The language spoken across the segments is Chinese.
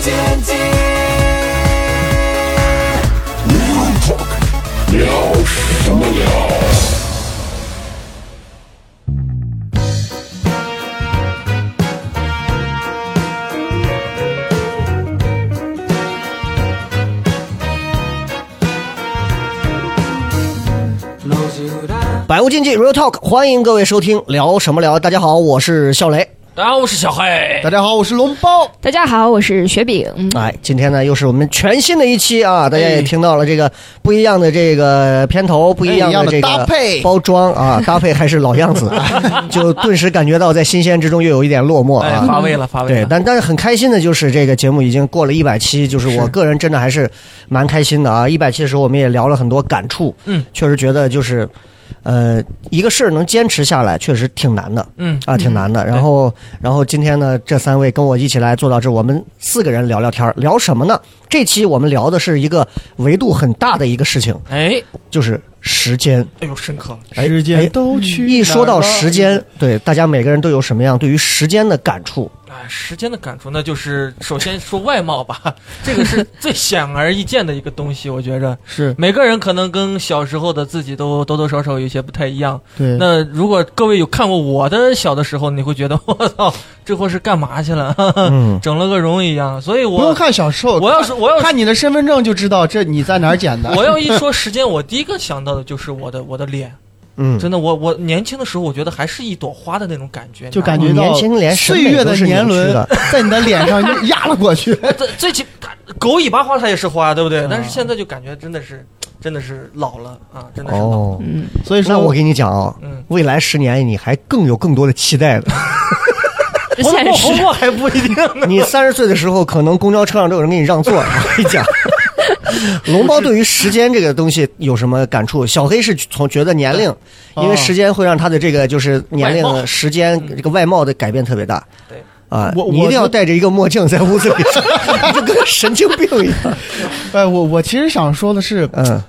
界。聊什么聊？百无禁忌 Real Talk，欢迎各位收听，聊什么聊？大家好，我是笑雷。大家好，我是小黑。哎大家好，我是龙包。大家好，我是雪饼。嗯哎，今天呢又是我们全新的一期啊，大家哎也听到了这个不一样的这个片头，不一样的这哎一样的搭个配包装啊，搭配还是老样子， 啊，就顿时感觉到在新鲜之中又有一点落寞哎，啊。发威了，发威对，了。但但是很开心的就是这个节目已经过了一百期，就是我个人真的还是蛮开心的啊！一百期的时候我们也聊了很多感触，嗯，确实觉得就是，呃，一个事儿能坚持下来确实挺难的，嗯，啊，挺难的。然后，然后今天呢，这三位跟我一起来做到这，我们四个人聊聊天儿，聊什么呢？这期我们聊的是一个维度很大的一个事情，哎，就是时间。哎呦，深刻了。哎时哎间都去一说哪儿到了时，间，对大家每个人都有什么样对于时间的感触？哎，时间的感触，那就是首先说外貌 吧，这个是最显而易见的一个东西。我觉着是每个人可能跟小时候的自己都多多少少有一些不太一样。对那如果各位有看过我的小的时候，你会觉得 我操，这货是干嘛去了？ 嗯，整了个容一样。所以不用我看小瘦，我要是我要看你的身份证就知道这你在哪儿捡的。我要一说时间，我第一个想到的就是我的我的脸。嗯，真的，我我年轻的时候，我觉得还是一朵花的那种感觉， 就你知道吗感觉到年轻连审岁美月都的是年扭曲轮的 在你的脸上就压了 过去。最最起它狗尾巴花它也是花，对不嗯对？但是现在就感觉真的是，真的是老了啊，真的是老了。哦， 嗯，所以那说，我给你讲啊、嗯，未来十年你还更有更多的期待的。这红现过实红过还不一定 呢。你三十岁的时候，可能公交车上都有人给你让座。我跟你 讲，龙包对于时间这个东西有什么感触？小黑是从觉得年龄，因哦为时间会让他的这个就是年外龄、貌时间这个外貌的改变特别大。对啊，嗯我你一定要我戴着一个墨镜在屋子里，你就跟神经病一样。哎，我我其实想说的是嗯，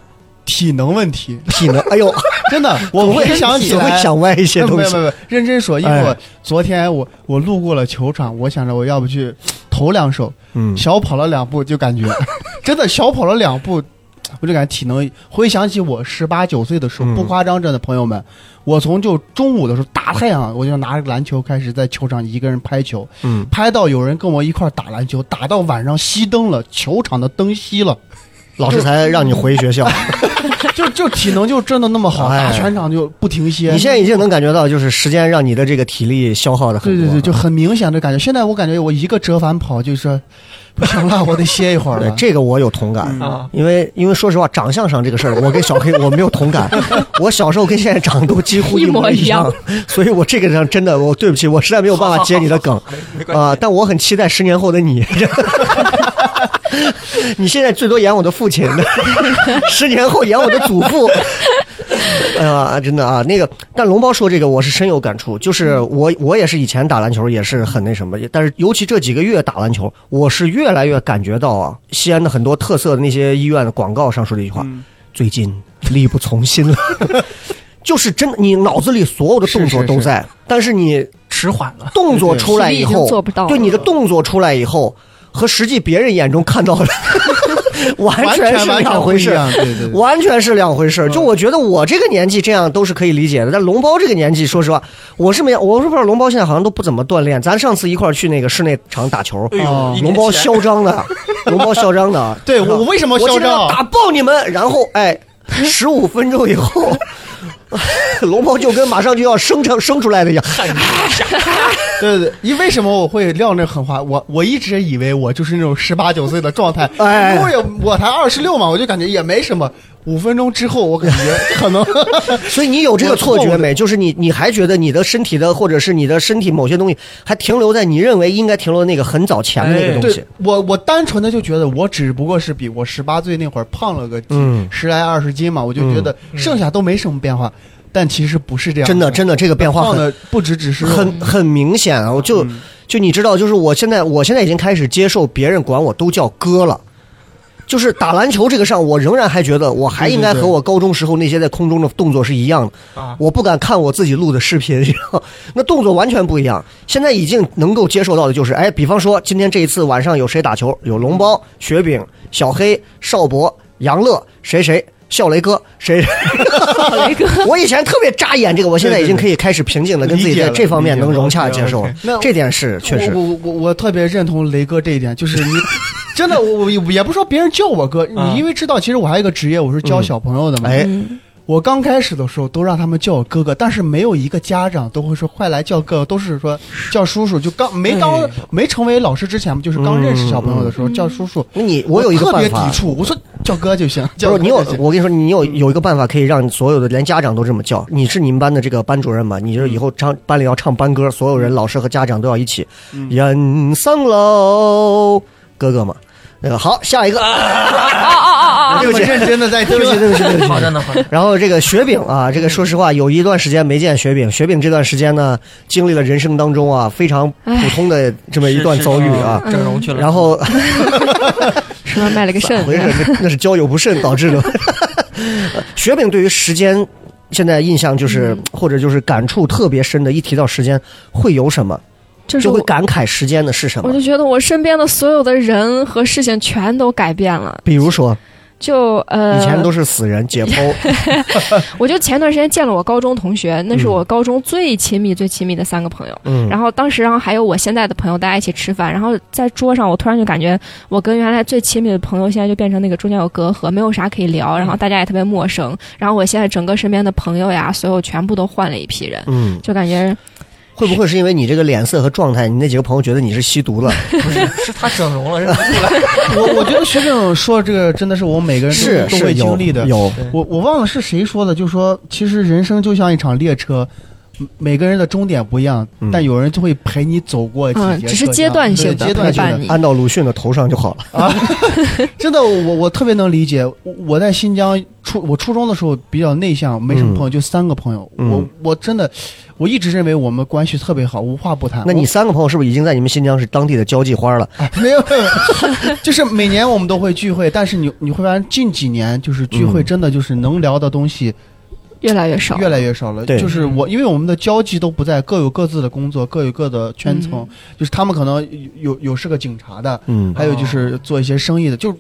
体能问 题，体能，哎呦，真的， 我回想起总会来，嗯想歪一些没有东没有西没。有，认真说，因为哎我昨天我我路过了球场，我想着我要不去投两手，嗯，小跑了两步就 感觉，真的小跑了两步，我就感觉体能。回想起我十八九岁的时候，嗯不夸张，真的朋友们，我从就中午的时候大太阳，我就拿着篮球开始在球场一个人拍球，嗯拍到有人跟我一块儿打篮球，打到晚上熄灯了，球场的灯熄 了，老师才让你回学校， 就就体能就真的那么好，哎打全场就不停歇。你现在已经能感觉到，就是时间让你的这个体力消耗的很对多对了。对，就很明显的感觉。现在我感觉我一个折返跑就是不行了，我得歇一会儿对了。这个我有同感 啊因为因为说实话，长相上这个事儿，我跟小黑我没有同感。我小时候跟现在长得都几乎一模一样一模，所以我这个上真的，我对不起，我实在没有办法接你的梗没没关系。啊。但我很期待十年后的你。 你现在最多演我的父亲， 十年后演我的祖父。哎呀，真的啊，那个，但龙包说这个我是深有感触，就是我我也是以前打篮球也是很那什么，但是尤其这几个月打篮球，我是越来越感觉到啊，西安的很多特色的那些医院的广告上说的一句话，嗯最近力不从心了。 就是真的，你脑子里所有的动作是是都在，但是你迟缓了，动作出来以实力已后，经做不到了对你的动作出来以后，和实际别人眼中看到的 完完全是完全两不回一事。样，嗯对对对。完全是两回事儿。就我觉得我这个年纪这样都是可以理解的，但龙包这个年纪，说实话，我是没，我是不知道龙包现在好像都不怎么锻炼。咱上次一块儿去那个室内场打球，哎呦，一哦年龙包前嚣张的，龙包嚣张的，哎对我我为什么我嚣今天要张？啊打爆你们，然后哎，十五分钟以后， 龙包就跟马上就要生成生出来的一样， 对对对，因为什么我会撂那狠话？我我一直以为我就是那种十八九岁的状态，哎因为我也我才二十六嘛，我就感觉也没什么。五分钟之后，我感觉 可能所以你有这个错觉没？就是你你还觉得你的身体的或者是你的身体某些东西还停留在你认为应该停留的那个很早前的那个东西对，我我单纯的就觉得我只不过是比我十八岁那会儿胖了个嗯十来二十斤嘛，我就觉得剩下都没什么变化，但其实不是这样，真的真的这个变化胖很的不止只是肉很很明显啊！我就就你知道，就是我现在我现在已经开始接受别人管我都叫哥了。就是打篮球这个上，我仍然还觉得我还应该和我高中时候那些在空中的动作是一样的。啊我不敢看我自己录的视频， 然后那动作完全不一样。现在已经能够接受到的就是，哎，比方说今天这一次晚上有谁打球，有龙包、雪饼、小黑、邵博、杨乐，谁谁。笑雷哥，谁？ 雷 哥，我以前特别扎眼这个，我现在已经可以开始平静的跟自己在这方面能融洽接受了理解了理解了 OK，OK 这点是确实。我我我我特别认同雷哥这一点，就是 你真的，我我也不说别人叫我哥，啊你因为知道，其实我还有一个职业，我是教小朋友的嘛。哎，我刚开始的时候都让他们叫我哥哥，但是没有一个家长都会说快来叫哥哥，都是说叫叔叔。就刚没当哎没成为老师之前，就是刚认识小朋友的时候叫叔叔。你嗯我有一个特办别法抵，触，我说叫哥就行，就叫是哥你有就，行我跟你说，你嗯有有一个办法可以让所有的连家长都这么叫。你是你们班的这个班主任嘛？你就是以嗯后唱班里要唱班歌，所有人、老师和家长都要一起。嗯人生喽，哥哥嘛。那个好，下一个。啊哦哦哦哦，这么啊认真的在听对不起，对不起，对 不起。好着呢，好着 呢。然后这个雪饼啊，这嗯个说实话，有一段时间没见雪饼。雪饼这段时间呢，经历了人生当中啊非常普通的 这么一段遭遇啊是。是是整容去了。然后什么卖了个咋肾？啊回事？那那是交友不慎导致的。雪饼对于时间现在印象就是，或者就是感触特别深的，一提到时间会有什么，就是就会我，感慨时间的是什我么。就觉得我身边的所有的人和事情全都改变了。比如说，就呃，以前都是死人解剖，我就前段时间见了我高中同学，那是我高中最亲密、最亲密的三个朋友。嗯，然后当时，然后还有我现在的朋友，大家一起吃饭。然后在桌上，我突然就感觉，我跟原来最亲密的朋友，现在就变成那个中间有隔阂，没有啥可以嗯聊，然后大家也特别陌生。然后我现在整个身边的朋友呀，所有全部都换了一批人，嗯，就感觉会不会是因为你这个脸色和状态，你那几个朋友觉得你是吸毒了？不是是他整容了，认不出来。我我觉得学长说这个真的是我们每个人都是都是会有经历的。有，对我我忘了是谁说的，就说其实人生就像一场列车，嗯每个人的终点不一样，嗯但有人就会陪你走过几节车嗯，厢，只是阶段性对的阶段陪性伴的。你。按到鲁迅的头上就好了。 真的，我我特别能理解。我我在新疆初我初中的时候比较内向，没什么朋友，就三个朋友。嗯我我真的我一直认为我们关系特别好，无话不谈。那你三个朋友是不是已经在你们新疆是当地的交际花了？我 没有，就是每年我们都会聚会，但是你你会发现近几年就是聚会嗯真的就是能聊的东西。越来越少，越来越少了。对就是我，因为我们的交际都不在，各有各自的工作，各有各的圈层。嗯就是他们可能有有有是个警察的，嗯，还有就是做一些生意的，就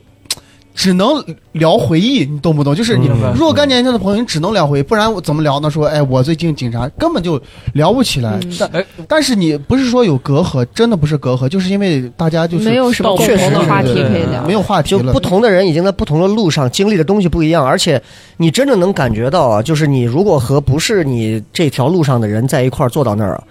只能聊回忆，你懂不懂？就是你明白若干年前的朋友，你只能聊回忆，不然我怎么聊呢？说，哎，我最近警察根本就聊不起来。嗯但哎但是你不是说有隔阂，真的不是隔阂，就是因为大家就是没有什么到共确同实的是话题对可以对聊，没有话题就了不。同的人已经在不同的路上经历的东西不一样，而且你真的能感觉到啊，就是你如果和不是你这条路上的人在一块儿坐到那儿啊，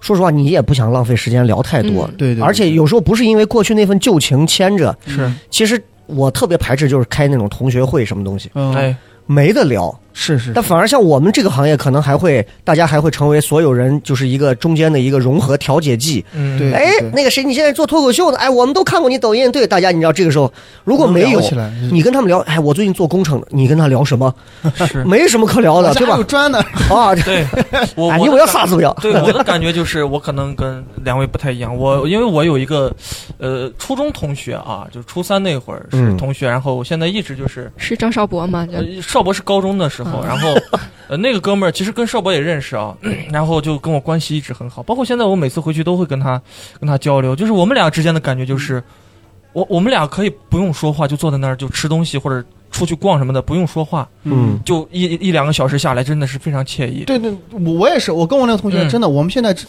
说实话，你也不想浪费时间聊太多。嗯对对嗯对而且有时候不是因为过去那份旧情牵着，嗯是，其实我特别排斥就是开那种同学会什么东西，嗯，哎，没得聊。是是但反而像我们这个行业，可能还会大家还会成为所有人就是一个中间的一个融合调节剂。嗯，对哎，那个谁，你现在做脱口秀的，哎，我们都看过你抖音。对，大家你知道这个时候如果没能有聊起来是你跟他们聊，哎，我最近做工程的，你跟他聊什么？是，没什么可聊的，我家对吧有？砖呢，啊，这 对，我哎，我你的我要感啥子不 要？对我的感觉就是，我可能跟两位不太一样。我嗯因为我有一个，呃，初中同学啊，就是初三那会儿是嗯同学，然后我现在一直就是，是张少博吗？就嗯呃，邵博是高中的时候，嗯然 后，呃，那个哥们儿其实跟邵博也认识啊， 然后就跟我关系一直很好，包括现在我每次回去都会跟他跟他交流，就是我们俩之间的感觉嗯就是，我我们俩可以不用说话，就坐在那儿就吃东西或者出去逛什么的，不用说话，嗯，就一一一两个小时下来，真的是非常惬意。对对，我我也是，我跟我那个同学、嗯真的，我们现在只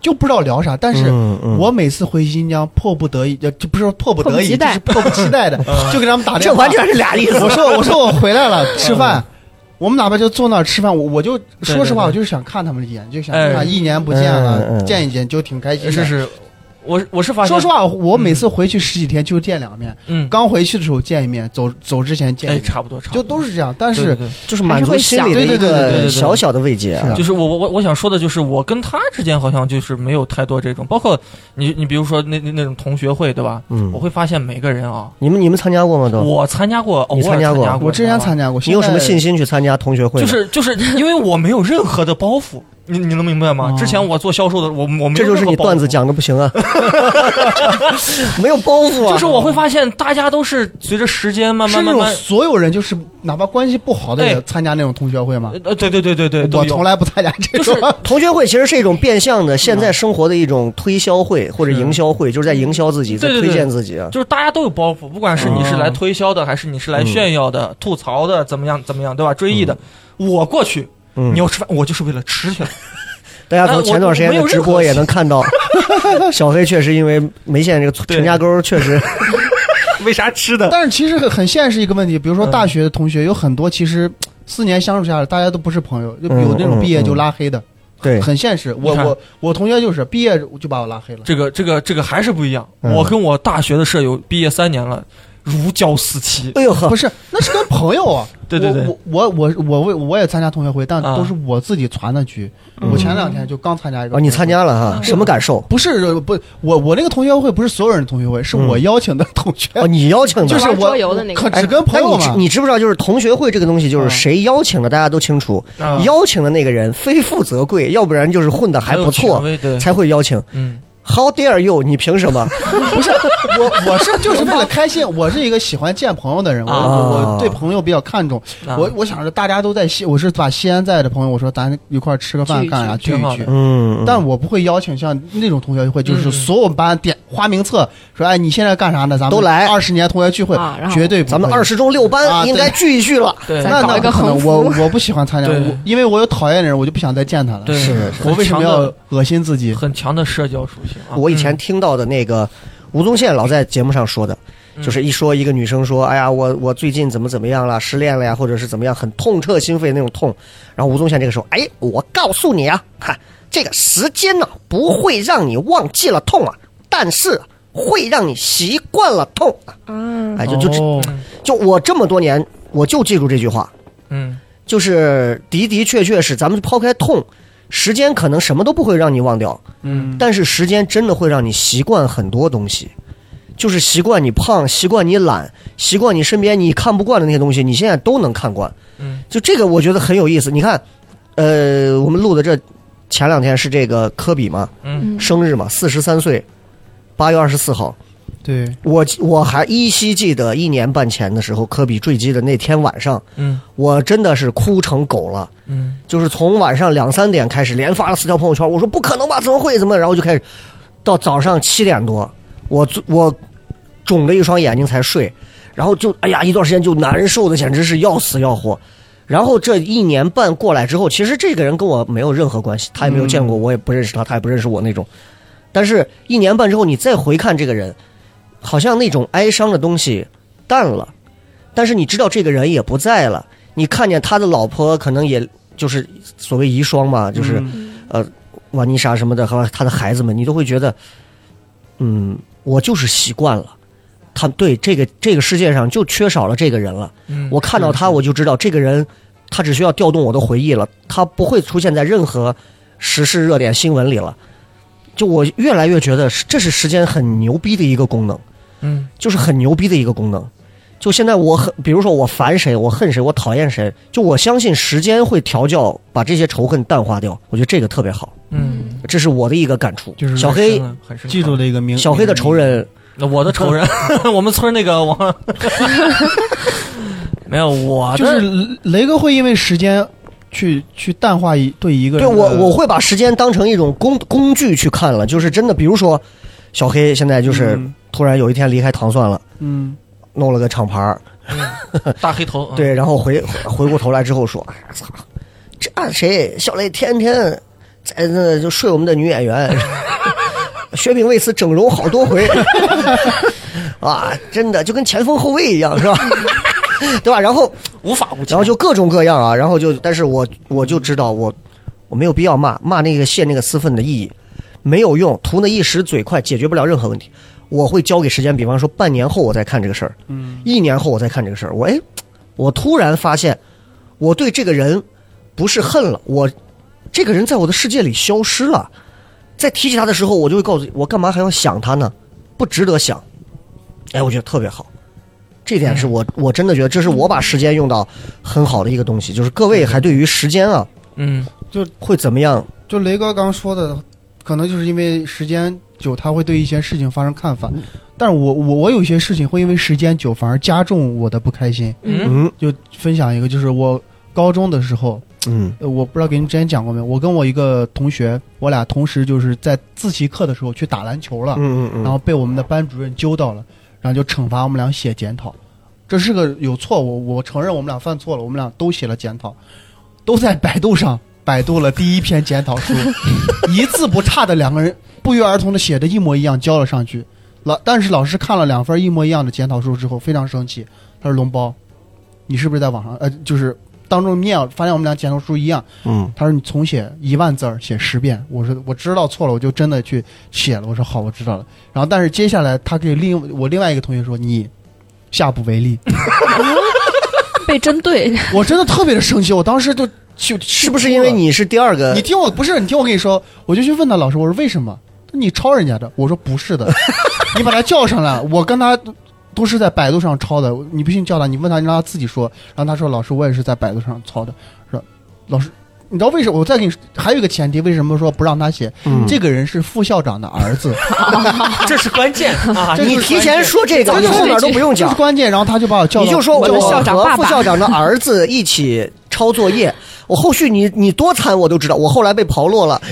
就不知道聊啥，但是。嗯嗯我每次回新疆，迫不得已，呃就不是说迫不得已，迫不及就待是迫不期待的，嗯就给他们打 电这话。完全是俩意思。我说我说我回来了，吃饭。我们哪怕就坐那儿吃饭，我我就对说实话，对我就是想看他们一眼，就想哎看一年不见了，嗯嗯嗯见一见就挺开心的。是是，我我是发现，说实，话，我每次回去十几天就见两面，嗯，刚回去的时候见一面，走走之前见一哎，面，差不多，差不就多，都是这样。但但是就是满足心里的一还是会想对对对对对个对小小的慰藉啊是。就是我我我我想说的就是，我跟他之间好像就是没有太多这种，包括你你比如说那那那种同学会对吧？嗯我会发现每个人啊，你们你们参加过吗？都？我参加过，偶你尔参加过过，我之前知道吧参加过，你有什么现在信心去参加同学会？ 就，是就是因为我没有任何的包袱，你你能明白吗？哦之前我做销售的，我我没这有就是任何你包袱段子，讲的不行啊， 没有包袱啊。就是我会发现大家都是随着时间慢是慢那慢种慢，所有人就是哪怕关系不好的哎也参加那种同学会吗？呃，对对对对对，都我有从来不参加这种。同学会其实是一种变相的现在生活的一种推销会或者营销会，就是在营销自己，在对对对推荐自己啊。就是大家都有包袱，不管是你是来推销的，还是你是来炫耀的、吐槽的，怎么样怎么样，对吧？追忆的，我过去，嗯你要吃饭，我就是为了吃去了。大家从前段时间的直播也能看到， 小黑确实因为眉县这个对陈家沟确实为啥吃的？ 但是其实很很现实一个问题，比如说嗯大学的同学有很多，其实四年相处下来，大家都不是朋友，就嗯有那种毕业嗯就拉黑的，对很现实。我你看我我同学就是毕业就把我拉 黑了。 这个这个这个还是不一样。嗯我跟我大学的舍友毕业三年了，如胶似漆。 哎呦呵不，是，那是跟朋友啊。 对对对，我我我我我我也参加同学会，但啊都是我自己传的局。嗯我前两天就刚参加一哦个。啊，你参？加了哈，什么感受？不是不，我我那个同学会不是所有人的同学会，是嗯我邀请的同学。哦，你邀请 的，哎就是玩我桌游的那个可哎只跟朋友但你嘛知。 你知不知道，就是同学会这个东西，就是嗯谁邀请的，大家都清楚。啊邀请的那个人非富则贵，要不然就是混的还不错很有权威对才会邀请。嗯， How dare you？你凭什么？不是我，我是就是为了开心。我是一个喜欢见朋友的人，我啊我我对朋友比较看重。啊我我想着大家都在西，我是把西安在的朋友，我说咱一块儿吃个饭聚一干啥聚聚挺一好聚的。嗯，但我不会邀请像那种同学会，就是嗯所有班点花名册，说哎你现在干啥呢？咱们都来二十年同学聚会啊然，后绝对不会咱们二。十中六啊班对应该聚一聚了。对那搞那一个不可能横幅我我不喜欢 参加，对我因为我有讨厌的人，我就不想再见他了。对，是是我为什么很强要的恶心自己？很强的社交属性啊？我以前嗯听到的那个吴宗宪老在节目上说的，就是一说一个女生说，哎呀，我我最近怎么怎么样了，失恋了呀，或者是怎么样，很痛彻心扉那种痛。然后吴宗宪这个时候，哎，我告诉你啊，看这个时间呢、不会让你忘记了痛啊，但是会让你习惯了痛啊。嗯，哎，就就就哦就我这么多年，我就记住这句话，嗯，就是的的确确是，咱们抛开痛，时间可能什么都不会让你忘掉，嗯，但是时间真的会让你习惯很多东西，就是习惯你胖，习惯你懒，习惯你身边你看不惯的那些东西，你现在都能看惯。嗯，就这个我觉得很有意思。你看，呃，我们录的这前两天是这个科比嘛，嗯生日嘛，四十三岁，八月二十四号。对，我我还依稀记得一年半前的时候，科比坠机的那天晚上，嗯我真的是哭成狗了。嗯就是从晚上两三点开始，连发了四条朋友圈，我说不可能吧，怎么会怎么？然后就开始到早上七点多，我最我肿着一双眼睛才睡，然后就哎呀，一段时间就难受的简直是要死要活。然后这一年半过来之后，其实这个人跟我没有任何关系，他也没有见过，我也不认识他，他也不认识我那种。但是，一年半之后，你再回看这个人，好像那种哀伤的东西淡了，但是你知道这个人也不在了。你看见他的老婆，可能也就是所谓遗孀嘛，嗯就是、嗯呃，瓦妮莎什么的和他的孩子们，你都会觉得，嗯，我就是习惯了。他对这个这个世界上就缺少了这个人了。嗯，我看到他，我就知道这个人，他只需要调动我的回忆了，他不会出现在任何时事热点新闻里了。就我越来越觉得是，这是时间很牛逼的一个功能，嗯就是很牛逼的一个功能。就现在我很，比如说我烦谁，我恨谁，我讨厌谁，就我相信时间会调教，把这些仇恨淡化掉。我觉得这个特别好，嗯，这是我的一个感触。就是小黑，很深刻记住了一个名，小黑的仇人，那我的仇 人，我们村那个王，没有我的就是雷雷哥会因为时间去去淡化一对一个对人的我我会把时间当成一种工工具去看了，就是真的，比如说小黑现在就是嗯突然有一天离开糖蒜了，嗯弄了个厂牌儿，大黑头，啊嗯，对，然后回回过头来之后说：“哎呀，操，这按谁小磊天天在那就睡我们的女演员， 薛炳为此整容好多 回，啊，真的就跟前锋后卫一样，是吧？ 对吧？然后嗯无法无天，然后就各种各样啊，然后就，但是我我就知道我我没有必要骂骂那个泄那个私愤的意义没有用，图那一时嘴快，解决不了任何问题。我会交给时间，比方说半年后我再看这个事儿，嗯，一年后我再看这个事儿。我哎，我突然发现我对这个人不是恨了，我这个人在我的世界里消失了。在提起他的时候，我就会告诉自己，我干嘛还要想他呢？不值得想。哎，我觉得特别好，这点是我我真的觉得这是我把时间用到很好的一个东西，就是各位还对于时间啊嗯，会怎么样？就雷哥刚说的，可能就是因为时间久，他会对一些事情发生看嗯法。但是我我我有些事情会因为时间久反而加重我的不开心。嗯嗯就分享一个，就是我高中的时候，嗯呃我不知道给你们之前讲过没有，我跟我一个同学，我俩同时就是在自习课的时候去打篮球了，嗯嗯然后被我们的班主任揪到了，然后就惩罚我们俩写检讨。这是个有错误，我承认我们俩犯错了，我们俩都写了检讨，都在百度上百度了第一篇检讨书，一字不差的两个人不约而同的写的一模一样交了上去。老但是老师看了两份一模一样的检讨书之后非常生气，他说：“龙包，你是不是在网上呃就是当众念了发现我们俩检讨书一样？”嗯，他说你重写一万字儿，写十遍。我说我知道错了，我就真的去写了。我说好，我知道了。然后但是接下来他给另我另外一个同学说你下不为例， 被针对，我真的特别的生气，我当时就就是是不是因为？你是第二个你？听我不是你听我跟你说，我就去问他老师，我说为什么？你抄人家的？我说不是的，你把他叫上来，我跟他都是在百度上抄的，你不信叫他，你问他，你让他自己说。然后他说老师，我也是在百度上抄的。说老师，你知道为什么？我再给你还有一个前提，为什么说不让他写？嗯这个人是副校长的儿子，这是 关键啊！这你你提前说这个，这你就是后面都不用这是讲。关键。然后他就把我叫到，你就说我我的校长爸和爸副校长的儿子一起抄作业，我后续你你多惨我都知道，我后来被刨落了。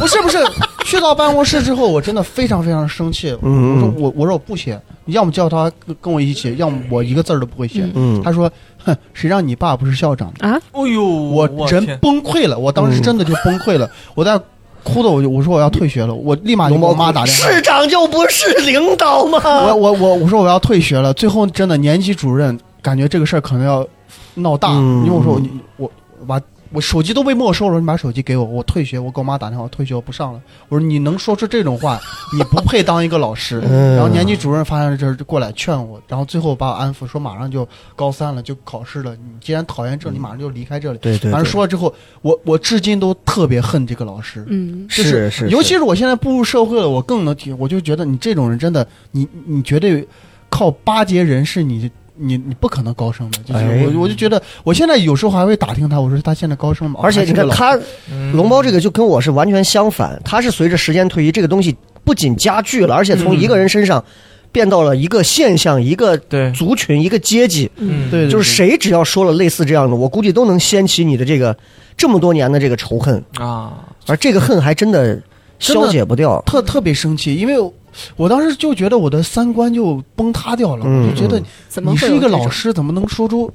不是不是，去到办公室之后，我真的非常非常生气。嗯我说嗯我我说我不写，你要么叫他跟我一起，要么我一个字儿都不会写。嗯他说，哼，谁让你爸不是校长呢？哎呦，我我人天崩溃了，我当嗯时真的就崩溃了，我在哭的，我就我说我要退学了，我立马就龙给猫我妈打电话。市长就不是领导我吗？我我我说我要退学了，最后真的年级主任感觉这个事儿可能要闹大，嗯因为我说我你我我把我手机都被没收了，你把手机给我，我退学，我给我妈打电话，我退学我不上了。我说你能说出这种话，你不配当一个老 师。嗯然后年级主任发现了这儿就过来劝我，然后最后把我安抚，说马上就高三了，就考试了，你既然讨厌这嗯里，马上就离开这里。对对反正说了之后，我我至今都特别恨这个老师。嗯，就是是尤其是我现在步入社会了，我更能体，我就觉得你这种人真的，你你绝对靠巴结人是你你你不可能高升的，就是哎我我就觉得我现在有时候还会打听他，我说他现在高升吗？而且你看哦他嗯龙猫这个就跟我是完全相反，他是随着时间推移，这个东西不仅加剧了，而且从一个人身上变到了一个现象、一个对，族群、一个阶级。嗯对，对就是对谁只要说了类似这样的，我估计都能掀起你的这个这么多年的这个仇恨，啊，而这个恨还真的消解不掉。特特别生气，因为我我当时就觉得我的三观就崩塌掉了，嗯我就觉得怎么你会是有一个这老种？师，怎么能说出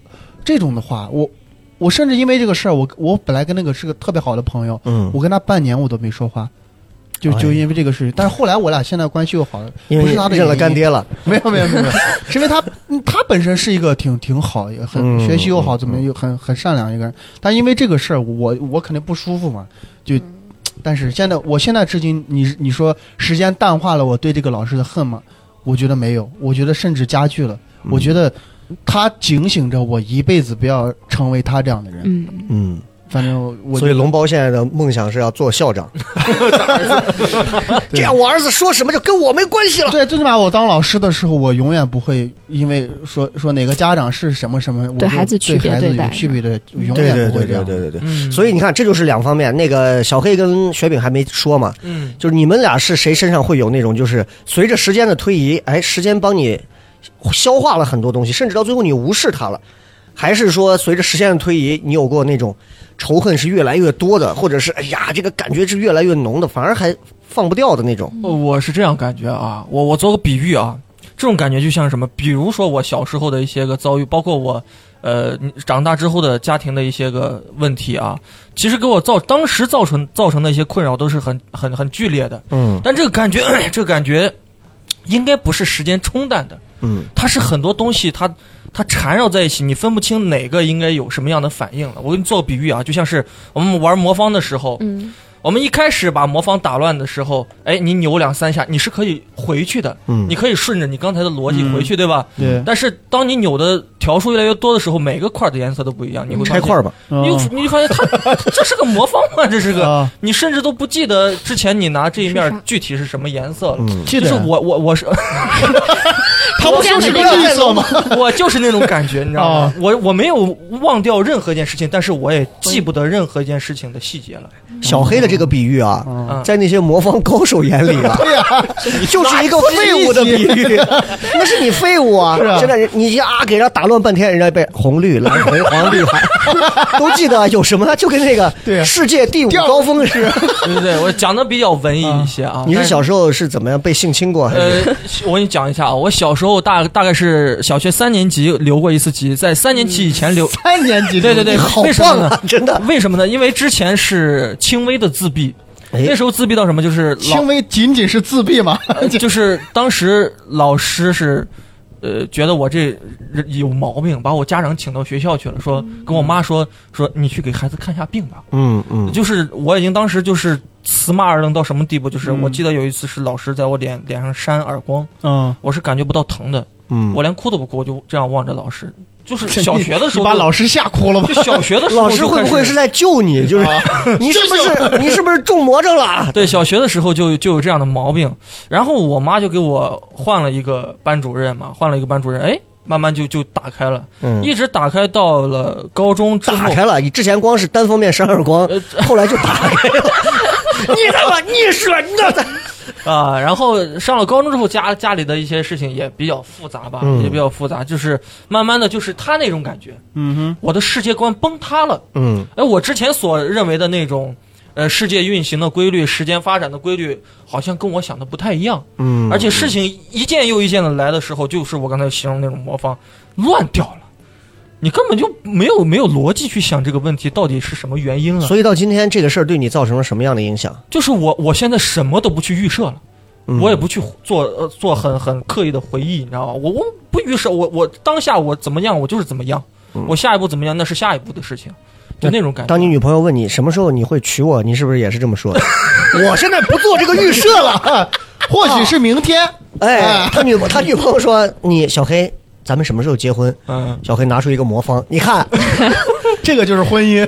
这种的话？我我甚至因为这个事儿，我我本来跟那个是个特别好的朋友，嗯，我跟他半年我都没说话，就就哎因为这个事情。但是后来我俩现在关系又好了，因不为是他的认了原因干，爹了， 没有没有没有，没有是因为他嗯他本身是一个挺挺好，也很嗯学习又好，怎么又很很善良一个人。但因为这个事儿，我我肯定不舒服嘛，就。但是现在，我现在至今，你你说时间淡化了我对这个老师的恨吗？我觉得没有，我觉得甚至加剧了。嗯我觉得他警醒着我一辈子不要成为他这样的人。嗯，嗯，反正我所以龙包现在的梦想是要做校长，这样我儿子说什么就跟我没关系了。对，最起码我当老师的时候，我永远不会因为说说哪个家长是什么什么，我就对孩子区别对孩子对待有区别的，永对远对不对会这对样。对对对。嗯， 所以你看，这就是两方面。那个小黑跟雪饼还没说嘛，嗯，就是你们俩是谁身上会有那种，就是随着时间的推移，哎，时间帮你消化了很多东西，甚至到最后你无视它了，还是说随着时间的推移，你有过那种仇恨是越来越多的，或者是哎呀，这个感觉是越来越浓的，反而还放不掉的那种？呃我是这样感觉啊，我我做个比喻啊，这种感觉就像什么，比如说我小时候的一些个遭遇，包括我，呃，长大之后的家庭的一些个问题啊，其实给我造当时造成造成的一些困扰都是很很很剧烈的，嗯但这个感觉， 这个感觉，应该不是时间冲淡的，嗯它是很多东西它它缠绕在一起，你分不清哪个应该有什么样的反应了。我给你做个比喻啊，就像是我们玩魔方的时候，嗯，我们一开始把魔方打乱的时候，哎，你扭两三下，你是可以回去的，嗯你可以顺着你刚才的逻辑回去，对吧？对但是当你扭的条数越来越多的时候，每个块儿的颜色都不一样，你会发拆现块，儿吧，你嗯你就发现它 这是个魔方吗？这是个，啊，你甚至都不记得之前你拿这一是啥面具体是什么颜色了。嗯记就是得我我我是，他不就是个绿色吗？ 我就是那种感觉，你知道吗？我我没有忘掉任何一件事情，但是我也记不得任何一件事情的细节了。小黑的这个比喻啊，嗯在那些魔方高手眼里啊，对呀、 就是一个废物的比喻， 那是你废物啊！是啊现在人你一啊给人家打乱半天，人家被红绿蓝红黄绿海都记得啊有什么？就跟那个对啊世界第五第二高峰是，对对对，我讲的比较文艺一些啊。嗯你是但小时候是怎么样被性侵过？还是呃，我给你讲一下啊，我小时候大大概是小学三年级留过一次级，在三年级以前留， 三年级对对对，好为什么棒 呢？啊！真的，为什么呢？因为之前是轻微的自闭，哎那时候自闭到什么？就是老轻，微仅仅是自闭嘛，呃就是当时老师是，呃，觉得我这人有毛病，把我家长请到学校去了，说跟我妈说说你去给孩子看一下病吧。嗯嗯，就是我已经当时就是死骂二愣到什么地步，就是嗯我记得有一次是老师在我脸脸上扇耳光，嗯，我是感觉不到疼的，嗯我连哭都不哭，我就这样望着老师。就是小学的时候就，你把老师吓哭了吧？就小学的时候，老师会不会是？在救你？就是 你是不是你是不是中魔怔了？ 对，小学的时候就就有这样的毛病，然后我妈就给我换了一个班主任嘛，换了一个班主任，哎，慢慢就就打开了，嗯一直打开到了高中之打后，开了，你之前光是单方面扇耳光，后来就打开了。呃 你他妈，你说你咋？啊，然后上了高中之后，家家里的一些事情也比较复杂吧，嗯也比较复杂，就是慢慢的就是他那种感觉，嗯哼，我的世界观崩塌了。嗯哎，我之前所认为的那种，呃，世界运行的规律、时间发展的规律，好像跟我想的不太一样。嗯而且事情一件又一件的来的时候，就是我刚才形容那种魔方乱掉了，你根本就没有没有逻辑去想这个问题到底是什么原因了。所以到今天这个事儿对你造成了什么样的影响？就是我我现在什么都不去预设了。嗯我也不去做呃做很很刻意的回忆，你知道吗？我我不预设，我我当下我怎么样，我就是怎么样，我下一步怎么样那是下一步的事情，就那种感觉。嗯当你女朋友问你什么时候你会娶我，你是不是也是这么说 的？我现在不做这个预设撤了。 了，或许是明天。哎，他女他女朋友说你小黑，咱们什么时候结婚？嗯，小黑拿出一个魔方，你看，这个就是婚姻，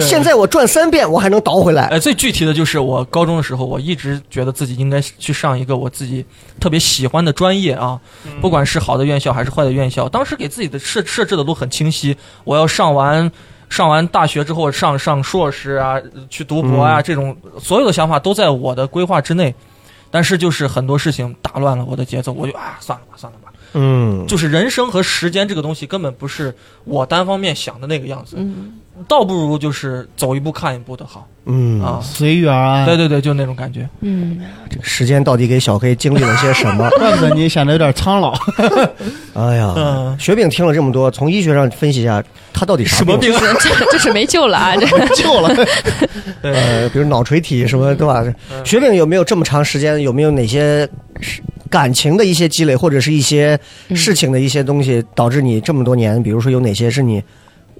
现在我转三遍，我还能倒回来。哎，最具体的就是我高中的时候，我一直觉得自己应该去上一个我自己特别喜欢的专业啊，嗯不管是好的院校还是坏的院校，当时给自己的设设置的都很清晰，我要上完。上完大学之后，上上硕士啊，去读博嗯啊，这种所有的想法都在我的规划之内，但是就是很多事情打乱了我的节奏，我就啊，算了吧，算了吧，嗯，就是人生和时间这个东西根本不是我单方面想的那个样子，倒不如就是走一步看一步的好嗯啊。随缘啊。对对对，就那种感觉。嗯，这个时间到底给小黑经历了些什 么？怪不得你显得有点 苍老，哎呀，嗯雪饼听了这么多，从医学上分析一下，他到底啥病？ 病？啊这这是没救了啊！ 这旧了。对，呃，比如脑垂体什么，对吧？雪饼有没有这么长时间？有没有哪些是感情的一些积累，或者是一些嗯事情的一些东西，导致你这么多年，比如说有哪些是你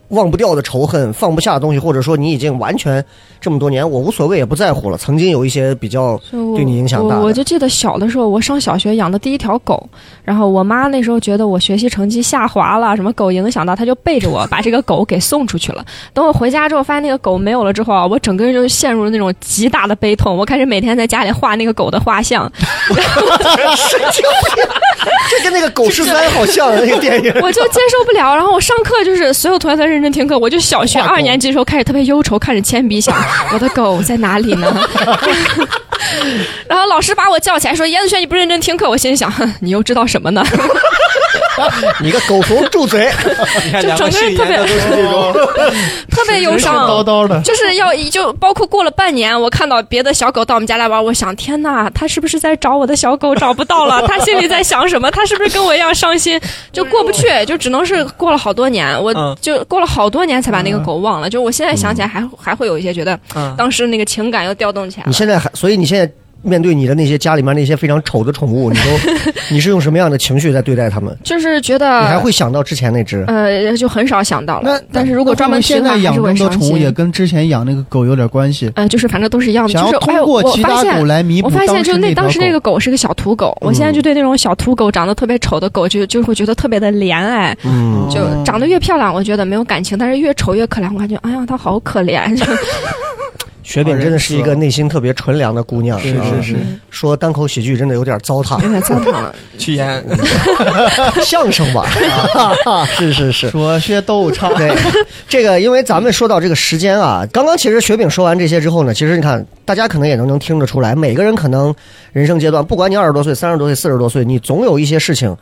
忘不掉的仇恨、放不下的东西，或者说你已经完全这么多年我无所谓也不在乎了？曾经有一些比 较，对你影响大的我我就记得小的时候，我上小学养的第一条狗，然后我妈那时候觉得我学习成绩下滑了，什么狗影响到，她就背着我把这个狗给送出去了。等我回家之后，发现那个狗没有了之后啊，我整个人就陷入了那种极大的悲痛。我开始每天在家里画那个狗的画像，这跟那个《狗十三》好像啊那个电影。 我就接受不了。然后我上课就是所有同学都在认真听课，我就小学画狗二年级的时候开始特别忧愁，看着铅笔想我的狗在哪里 呢？然后老师把我叫起来说：“严子轩，你不认真听课。”我心里想，哼你又知道什么 呢？你个狗怂，住嘴！你看就两个整个人姓特严别的都是 这种。特别忧神神嗯伤。 叨叨的。就是要就包括过了半年，我看到别的小狗到我们家来玩，我想天呐，它是不是在找我的小狗找不到 了？它心里在想什么？它是不是跟我一样伤心？就过不去，嗯就只能是过了好多年，我嗯就过了好多年才把那个狗忘了。就我现在想起来嗯还还会有一些觉得嗯当时那个情感又调动起来 你了。现在还，所以你现在面对你的那些家里面那些非常丑的宠 物，你都你是用什么样的情绪在对待它们？就是觉你还得会想到之前那只？呃，就很少想到那了。但是如果专门现寻在还养是这会么多伤宠物，也心。跟之前养那个狗有点关系。呃，就是反正都是一样的，想就是要哎通呦，过我其发他现狗来弥补我发现就那那当时那条个狗。嗯狗是个小土狗，我现在就对那种小土狗长得特别丑的狗就就会觉得特别的怜爱，嗯就哦长得越漂亮我觉得没有感情，但是越丑越可怜，我感觉哎呀它好可怜，就雪饼哦真的是一个内心特别纯良的姑娘，是啊是是，说单口喜剧真的有点糟 蹋，有点糟蹋了。 去演相声吧， 是是是。 说学逗唱， 对，这个因为咱们说到这个时间啊，刚刚其实雪饼说完这些之后呢，其实你看大家可能也能能听得出来，每个人可能人生阶段，不管你二十多岁、三十多岁、四十多岁，你总有一些事情。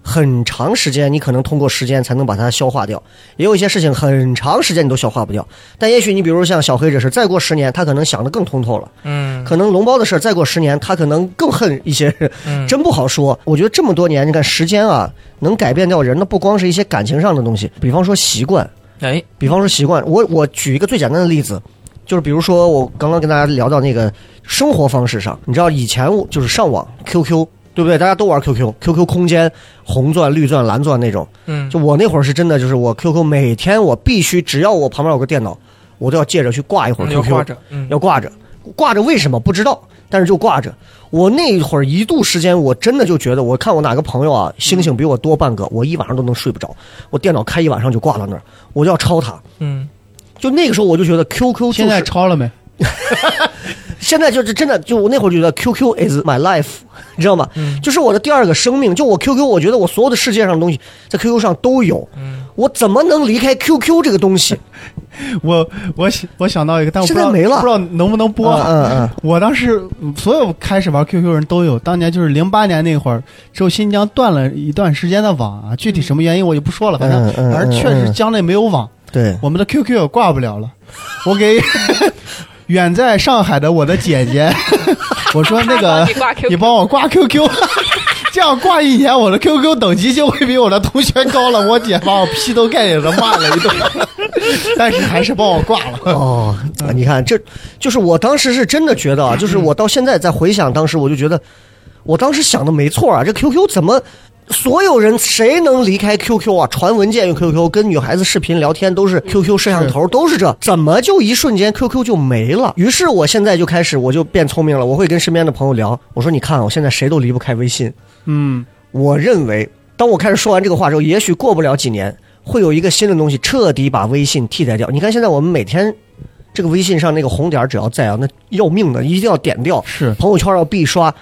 很长时间，你可能通过时间才能把它消化掉，也有一些事情很长时间你都消化不掉。但也许你比如像小黑这事，再过十年，他可能想得更通透了；嗯可能龙包的事，再过十年，他可能更恨一些人，嗯真不好说。我觉得这么多年，你看时间啊，能改变掉人的不光是一些感情上的东西，比方说习惯，哎比方说习惯，我我举一个最简单的例子，就是比如说我刚刚跟大家聊到那个生活方式上，你知道以前我就是上网 QQ。对不对？大家都玩 QQ，QQ 空间红钻、绿钻、蓝钻那种。嗯就我那会儿是真的，就是我 QQ 每天我必须，只要我旁边有个电脑，我都要借着去挂一会儿嗯 QQ。要挂着嗯要挂着，挂着为什么不知道，但是就挂着。我那会儿一度时间，我真的就觉得，我看我哪个朋友啊，星星比我多半个，我一晚上都能睡不着，我电脑开一晚上就挂到那儿，我就要抄他。嗯就那个时候我就觉得 QQ 就是现在超了没？现在就是真的，就我那会儿就觉得 QQ is my life，你知 道吗？嗯就是我的第二个生命。就我 QQ，我觉得我所有的世界上的东西在 QQ 上都有，嗯我怎么能离开 QQ 这个东西？我我想我想到一个，但我不知道现在没了不知道能不能播。嗯嗯我当时嗯所有开始玩 QQ 人都有，当年就是零八年那会儿，只有新疆断了一段时间的网啊，具体什么原因我就不说了，反正嗯嗯反正确实疆内没有网，嗯，对，我们的 QQ 也挂不了了。我给 远在上海的我的姐姐， 我说 那个你 挂 Q，你帮我挂 QQ，这样挂一年，我的 QQ 等级就会比我的同学高了。我姐把我劈头盖脸的骂了 一顿，但是还是帮我挂了。 哦，啊你看，这就是我当时是真的觉得啊，就是我到现在再回想当时，我就觉得，我当时想的没错啊，这 QQ 怎么？所有人谁能离开 QQ 啊？传文件用 QQ，跟女孩子视频聊天都是 QQ 摄像头，都是这，怎么就一瞬间 QQ 就没了？于是我现在就开始，我就变聪明了，我会跟身边的朋友聊，我说你看啊，我现在谁都离不开微信。嗯，我认为，当我开始说完这个话之后，也许过不了几年，会有一个新的东西彻底把微信替代掉。你看，现在我们每天这个微信上那个红点儿只要在啊，那要命的，一定要点掉。是朋友圈要必刷，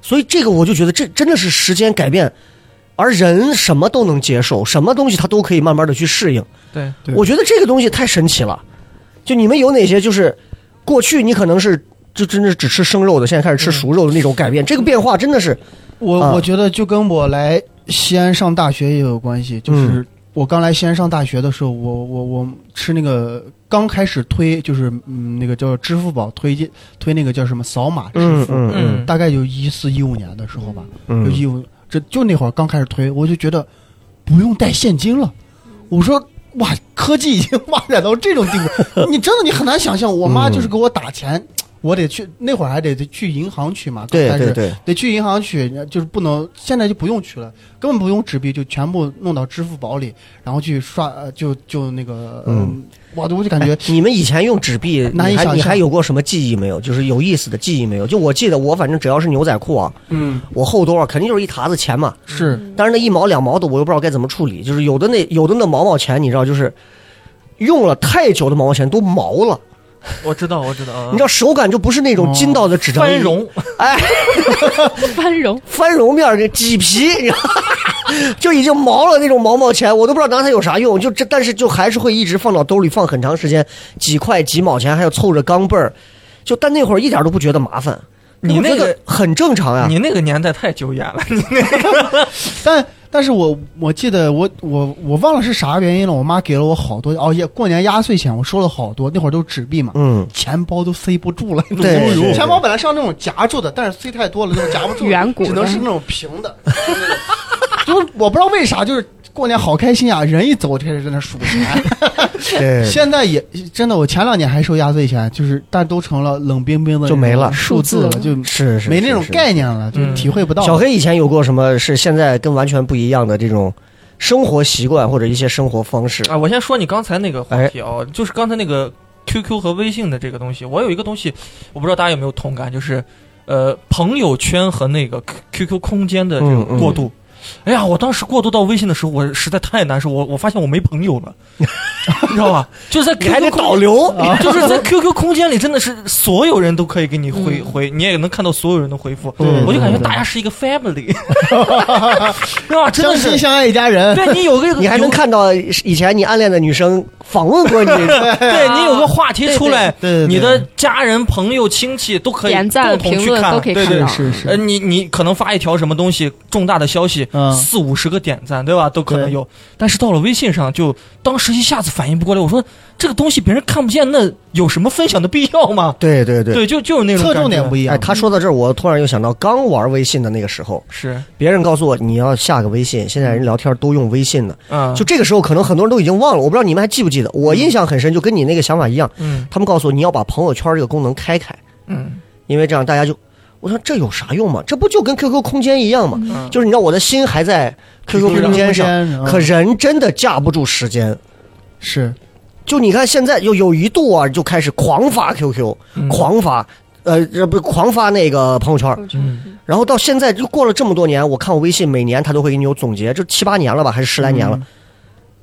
所以这个我就觉得这真的是时间改变，而人什么都能接受，什么东西他都可以慢慢的去适应。对对我觉得这个东西太神奇了。就你们有哪些就是过去你可能是就真的只吃生肉的，现在开始吃熟肉的那种改变，这个变化真的是我、啊我觉得就跟我来西安上大学也有关系，就是我刚来西安上大学的时候，我我我吃那个刚开始推就是嗯那个叫支付宝推荐推那个叫什么扫码支嗯付，嗯嗯嗯大概就一四一五年的时候吧，嗯就一五这就那会儿刚开始推，我就觉得不用带现金了，我说。哇，科技已经发展到这种地 步，你真的你很难想象。我妈就是嗯给我打钱，我得去那会儿还得去银行取嘛，对但是对对，得去银行取，就是不能现在就不用取了，根本不用纸币，就全部弄到支付宝里，然后去刷，呃就就那个，嗯嗯，我我就感觉哎你们以前用纸币，难以你还想你还象有过什么记忆没有？就是有意思的记忆没有？就我记得，我反正只要是牛仔裤啊，嗯我后兜啊肯定就是一沓子钱嘛。是但是那一毛两毛的，我又不知道该怎么处理。就是有的那有的那毛毛钱，你知道，就是用了太久的毛毛钱都毛了，我知道我知道啊你知道手感就不是那哦种筋道的纸张，翻绒哎，宽容。翻绒面儿这麂皮，你知道吗 就已经毛了那种毛毛钱，我都不知道拿它有啥用，就这，但是就还是会一直放到兜里放很长时间，几块几毛钱，还要凑着钢镚儿，就但那会儿一点都不觉得麻烦，你我觉那个得很正常啊呀、你那个年代太久远了，你但但是我我记得我我我忘了是啥原因了，我妈给了我好多哦，也过年压岁钱我收了好多，那会儿都是纸币嘛，嗯，钱包都塞不住了，那对种是钱包本来是要那种夹住的，但是塞太多了，那种夹不住，圆鼓的只能是那种平的。 就是我不知道为啥，就是过年好开心啊，人一走就开始在那数钱。对 现在也真的，我前两年还收压岁钱，就是但都成了冷冰冰的就没了数字了，数字就是是没那种。是是概念了，就嗯体会不到。小黑以前有过什么是现在跟完全不一样的这种生活习惯或者一些生活方式？啊，我先说你刚才那个哎话题啊，就是刚才那个 QQ 和微信的这个东西，我有一个东西，我不知道大家有没有同感，就是呃，朋友圈和那个 Q- QQ 空间的这个嗯嗯过渡。哎呀，我当时过渡到微信的时候，我实在太难受，我我发现我没朋友 了，你知道吧？就在 QQ 你还得空导流，啊就是 在 QQ 空间里，真的是所有人都可以给你嗯回回，你也能看到所有人的回复。对我就感觉对对大家是一个 family，对吧？真相的亲是，相爱一家人，对你有个你还能，看到以前你暗恋的女生访问过你， 有对你有个话题出来，哎对对对对你的家人、朋友、亲戚都可以点赞、共同评去论看啊都可以对看对到。是是呃，你你可能发一条什么东西重大的消息，嗯四五十个点赞，对吧？都可能对有。但是到了微信上就，当时一下子反应不过来，我说这个东西别人看不见，那有什么分享的必要吗？对对对。对，就就是那种侧感觉重点不一哎，样。他说到这儿，我突然又想到刚玩微信的那个时候，是，别人告诉我你要下个微信，现在人聊天都用微信呢。嗯，就这个时候，可能很多人都已经忘了，我不知道你们还记不记得。我印象很深，就跟你那个想法一样。嗯他们告诉我你要把朋友圈这个功能开开，嗯因为这样大家就，我说这有啥用嘛？这不就跟 QQ 空间一样嘛？嗯就是你知道我的心还在 QQ 空间上，嗯可人真的架不住时间。是就你看现在有有一度啊，就开始狂发 QQ，嗯狂发，呃，这不狂发那个朋友圈。嗯然后到现在就过了这么多年，我看我微信每年它都会给你有总结，这七八年了吧，还是十来年了。嗯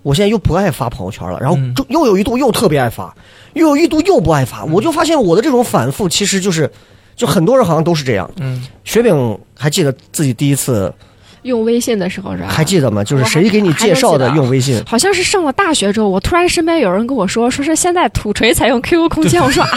我现在又不爱发朋友圈了，然后嗯就又有一度又特别爱发，又有一度又不爱发。我就发现我的这种反复，其实就是，就很多人好像都是这样。嗯，雪饼还记得自己第一次用微信的时候是吧？还记得吗？就是我还谁给你介绍还的能记得用微信？好像是上了大学之后，我突然身边有人跟我说，说是现在土锤才用 QQ 空间。我说啊，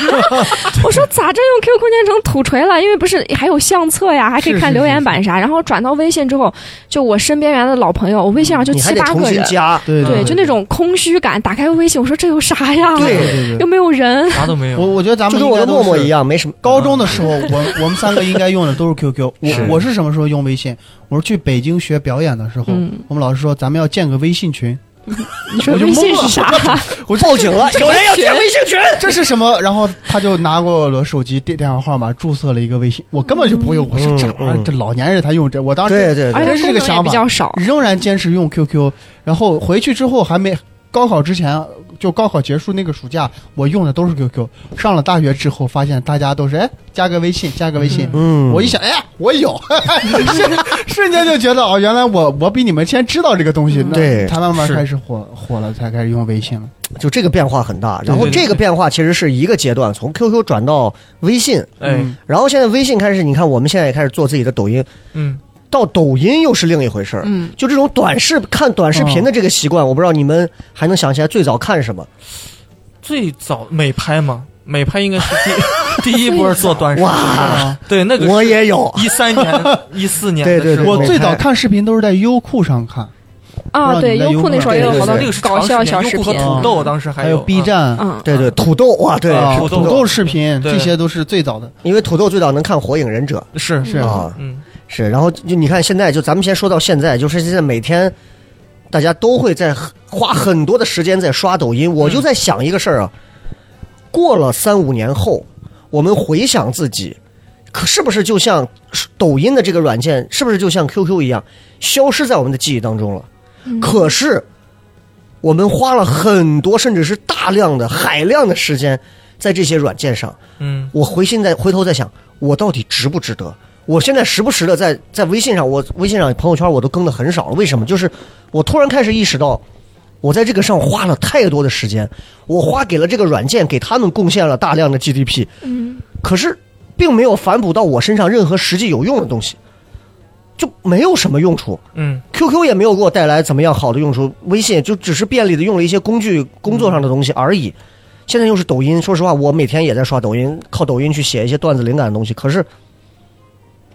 我说咋这用 QQ 空间成土锤了？因为不是还有相册呀，还可以看留言板啥。然后转到微信之后，就我身边原来的老朋友，我微信上就你还七得八嗯重个新人，加。对对，就那种空虚感。打开微信，我说这有啥呀？嗯对对对又没有 人。嗯啥都没我有。我觉得咱就跟们我的应该都陌是陌一。样，没什么。高中的时候，我我们三个应该用的都是 QQ。是我我是什么时候用微信？我是去北京学表演的时候，嗯我们老师说咱们要建个微信群，你说我就微信懵是了啥？我说报警 了，有人要群加微信群。这是什么？然后他就拿过我的手机电电话号码注册了一个微信，我根本就不用。我说这玩意嗯儿嗯这老年人才用这，我当时对对而对，真是这个且功能也想比法较少。仍然坚持用 QQ，然后回去之后还没高考之前，就高考结束那个暑假，我用的都是 QQ。上了大学之后，发现大家都是哎加个微信，加个微信。嗯，我一想，哎呀，我有， 瞬瞬间就觉得哦，原来我我比你们先知道这个东西，嗯那对才慢慢是开始火火了，才开始用微信了。就这个变化很大。然后对对对这个变化其实是一个阶段，从 QQ 转到微信，哎，嗯然后现在微信开始，你看我们现在也开始做自己的抖音，嗯，到抖音又是另一回事儿。嗯，就这种短视看短视频的这个习惯，我不知道你们还能想起来最早看什么？最早美拍嘛，美拍应该是第第一波做短视频哇 的，对，那个啊我也有，一三年、一四年对的对时对候，我最早看视频都是在优酷上看，啊，对，不知道你在优酷用那时候吗也有好对多那个是搞长笑小时视间优酷频。和土豆当时还啊还有 B 站。嗯，对对，土豆哇，对啊土豆土豆视频，对这些都是最早的。因为土豆最早能看《火影忍者嗯是》是啊，嗯，是。然后就你看现在，就咱们先说到现在，就是现在每天大家都会在花很多的时间在刷抖音。我就在想一个事儿啊，过了三五年后，我们回想自己，可是不是就像抖音的这个软件，是不是就像 QQ 一样，消失在我们的记忆当中了？可是我们花了很多，甚至是大量的、海量的时间在这些软件上。嗯，我回现在回头再想，我到底值不值得？我现在时不时的在在微信上，我微信上朋友圈我都更的很少了。为什么？就是我突然开始意识到，我在这个上花了太多的时间，我花给了这个软件，给他们贡献了大量的 GDP。嗯，可是并没有反哺到我身上任何实际有用的东西，就没有什么用处。嗯， QQ 也没有给我带来怎么样好的用处，微信就只是便利的用了一些工具、工作上的东西而已。现在又是抖音，说实话，我每天也在刷抖音，靠抖音去写一些段子灵感的东西。可是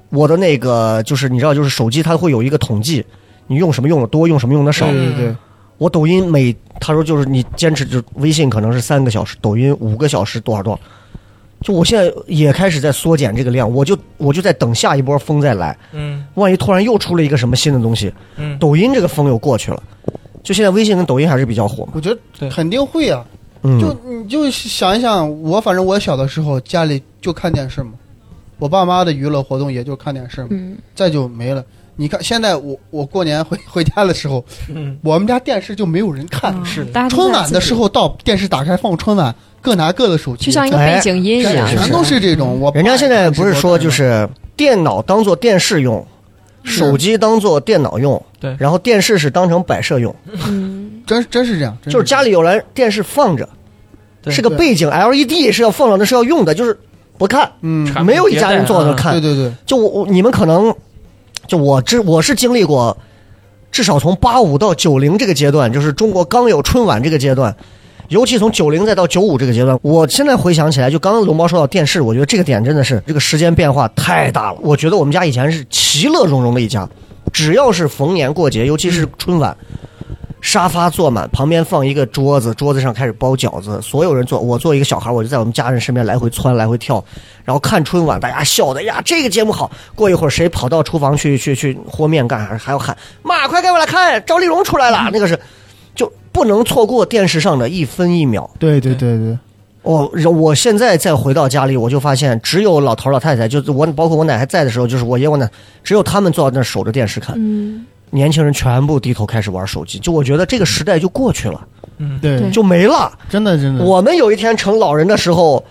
我的那个就是你知道，就是手机它会有一个统计，你用什么用的多，用什么用的少。嗯对对，我抖音每他说就是你坚持，就是微信可能是三个小时，抖音五个小时多少多少。就我现在也开始在缩减这个量，我就我就在等下一波风再来。嗯，万一突然又出了一个什么新的东西，嗯抖音这个风又过去了，就现在微信跟抖音还是比较火嘛，我觉对得肯定会啊。嗯，就你就想一想，我反正我小的时候家里就看电视嘛，我爸妈的娱乐活动也就看电视嘛，嗯，再就没了。你看现在我我过年回回家的时候，嗯，我们家电视就没有人看。嗯是的大家都春在晚自的己时候到电视打开放春晚，各拿各的手机，就像一个背景音一全样，是是全都是这种。我人家现在不是说就爸也看直是播电脑当做电视用，手机当做电脑用，对然后电视是当成摆设用，嗯，真真是这样，真就是家里里有人电视放着，对是个对背景 LED 是要放着，那是要用的，就是不看，嗯，产品没有一家人坐在那迭代啊看对，对对，就我我你们可能，就我知我是经历过，至少从八五到九零这个阶段，就是中国刚有春晚这个阶段，尤其从九零再到九五这个阶段，我现在回想起来，就刚刚龙猫说到电视，我觉得这个点真的是这个时间变化太大了。我觉得我们家以前是其乐融融的一家，只要是逢年过节，尤其是春晚。沙发坐满，旁边放一个桌子，桌子上开始包饺子，所有人坐。我作为一个小孩，我就在我们家人身边来回窜，来回跳，然后看春晚，大家笑的呀，这个节目好。过一会儿谁跑到厨房去去去和面干啥，还要喊妈，快给我来看，赵丽蓉出来了，那个是就不能错过电视上的一分一秒。对对对对，我我现在再回到家里，我就发现只有老头儿老太太，就是我，包括我奶还在的时候，就是我爷我奶，只有他们坐在那儿守着电视看，嗯，年轻人全部低头开始玩手机。就我觉得这个时代就过去了，嗯，对对，就没了。真的真的，我们有一天成老人的时候，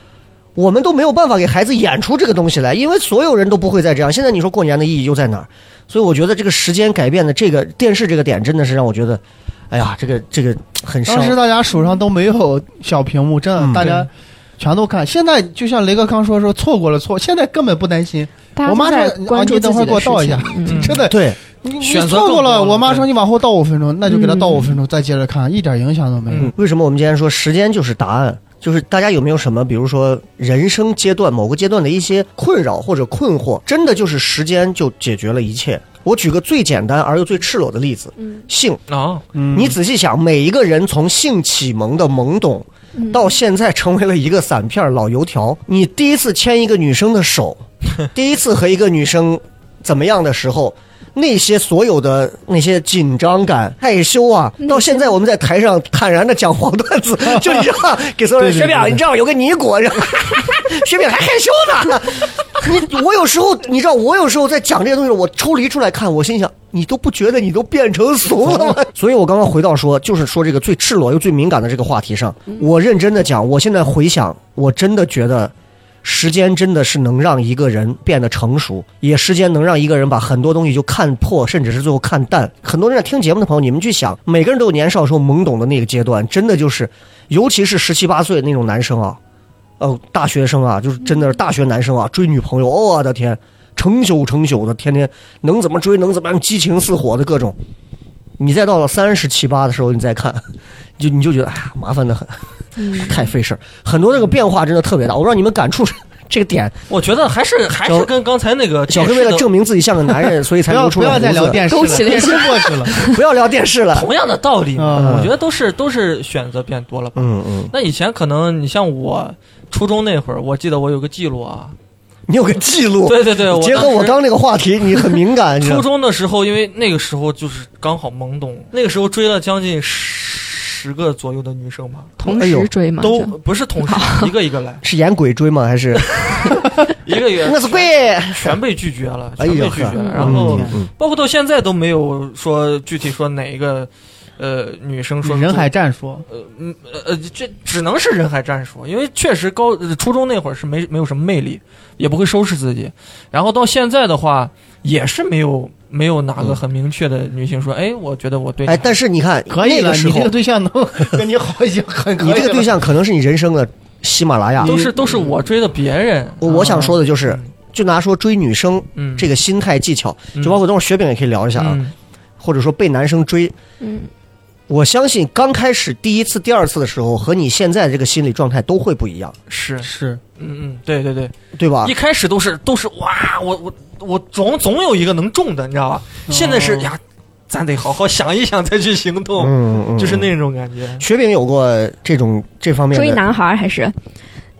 我们都没有办法给孩子演出这个东西来，因为所有人都不会再这样。现在你说过年的意义又在哪儿？所以我觉得这个时间改变的这个电视这个点，真的是让我觉得，哎呀，这个这个很伤当。时大家手上都没有小屏幕，真嗯的，大家全都看。现在就像雷哥刚说说，错过了错，现在根本不担心。大家我妈都在说啊关注你自等己会儿的给我事倒一下情，嗯 嗯真的，对，你你选择错过更多了。了我妈说对你往后倒五分钟，那就给她倒嗯五分钟，再接着看，一点影响都没有嗯。为什么我们今天说时间就是答案？就是大家有没有什么，比如说人生阶段某个阶段的一些困扰或者困惑，真的就是时间就解决了一切。我举个最简单而又最赤裸的例子，嗯性。啊，嗯你仔细想，每一个人从性启蒙的懵懂嗯到现在成为了一个散片儿老油条。你第一次牵一个女生的手，第一次和一个女生怎么样的时候，那些所有的那些紧张感、害羞啊，到现在我们在台上坦然的讲黄段 子，就你知道，给所有人对对学表，对对你知道有个尼姑，然后 学表还害羞呢。你我有时候，你知道，我有时候在讲这些东西，我抽离出来看，我心想，你都不觉得你都变成怂了吗？所以我刚刚回到说，就是说这个最赤裸又最敏感的这个话题上，我认真的讲，我现在回想，我真的觉得。时间真的是能让一个人变得成熟，也时间能让一个人把很多东西就看破，甚至是最后看淡。很多人在听节目的朋友，你们去想，每个人都有年少时候懵懂的那个阶段，真的就是，尤其是十七八岁那种男生啊，哦，大学生啊，就是真的是大学男生啊，追女朋友，哦我的天，成宿成宿的，天天能怎么追能怎么样，激情似火的各种。你再到了三十七八的时候，你再看，就你就觉得哎呀，麻烦的很，嗯太费事儿。很多这个变化真的特别大，我不知道你们感触这个点。我觉得还是还是跟刚才那个小解黑释为了的证明自己像个男 人，所以才不留要出不了要再胡聊子电视恭了，喜雷电视过去了。 不要聊电视了。同样的道理嘛，嗯我觉得都是都是选择变多了吧。嗯嗯，那以前可能你像我初中那会儿，我记得我有个记录啊，你有个记录，对对对，我结合当我时刚那个话题，你很敏 感。你知道初中的时候，因为那个时候就是刚好懵懂，那个时候追了将近十个左右的女生吧，同哎呦时追嘛，都就不是 同时，一个一个来，是演鬼追吗？还是一个一个我是鬼？全被拒绝了，哎全呦被拒绝呵了。然后嗯嗯包括到现在都没有说具体说哪一个呃女生说人海战术，呃这只能是人海战术，因为确实高呃初中那会儿是没没有什么魅力，也不会收拾自己。然后到现在的话，也是没有没有哪个很明确的女性说，哎，我觉得我对嗯你哎，但是你看，可以那了。个时你这候个，对象能跟你好已经很可以你了。这个对象可能是你人生的喜马拉雅。都是都是我追的别人。我我想说的就是，就拿说追女生嗯，这个个心态技巧，就包括等会儿雪饼也可以聊一下啊，嗯或者说被男生追，嗯我相信刚开始第一次、第二次的时候，和你现在这个心理状态都会不一样，是，是嗯嗯，对对对，对吧一？开始都是都是哇，我我我总总有一个能中的，你知道吧？现在是呀，咱得好好想一想再去行动，嗯，嗯就是那种感觉。雪饼有过这种这方面追的，男孩儿还是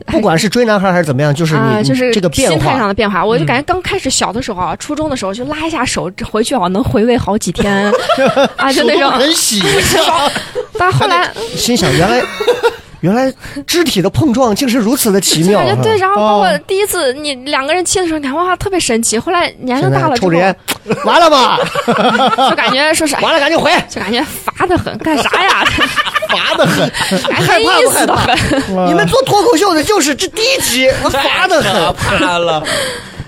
不管是追男孩还是怎么样，就是你、啊，就是这个变心态化上。的变化。我就嗯感觉刚开始小的时候啊，初中的时候就拉一下手，这回去啊能回味好几 天啊，就那手动种。很喜， 但后来心想 原来原来肢体的碰撞竟是如此的奇就妙感觉啊。对，然后包括哦第一次你两个人亲的时候，你看哇特别神奇。后来年龄现大在了之抽后着，烟，完了吧？就感 觉说是哎完了赶紧回，就感觉乏得很，干啥 呀？罚的很。 哎 害没怕不意害思的怕很。 你们做脱口秀的就是这第一集，我罚的太可很。怕了，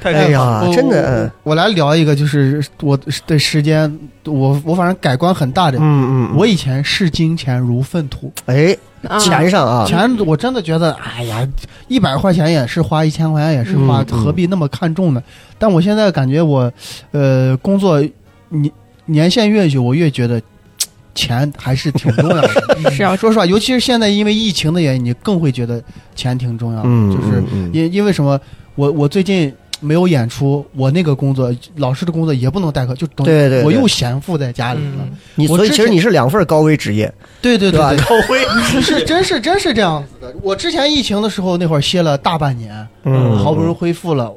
太哎震撼了。呀，我真的，嗯我来聊一个，就是我对时间，我我反正改观很大的。嗯嗯，嗯我以前视金钱如粪土，哎，啊钱上啊，钱我真的觉得，哎呀，一百块钱也是花，一千块钱也是花，嗯嗯何必那么看重呢？但我现在感觉我，呃，工作年年限越久，我越觉得嘖钱还是挺重要的。 是要说实话，尤其是现在因为疫情的原因，你更会觉得钱挺重要的。嗯，就是嗯嗯因因为什么？我我最近没有演出，我那个工作老师的工作也不能代课，就等于对对对我又闲赋在家里了。嗯，你，我所以之其实前你是两份高危职业，对对对吧对，高危，是真是真是这样子的。我之前疫情的时候那会儿歇了大半年，嗯，好不容易恢复了，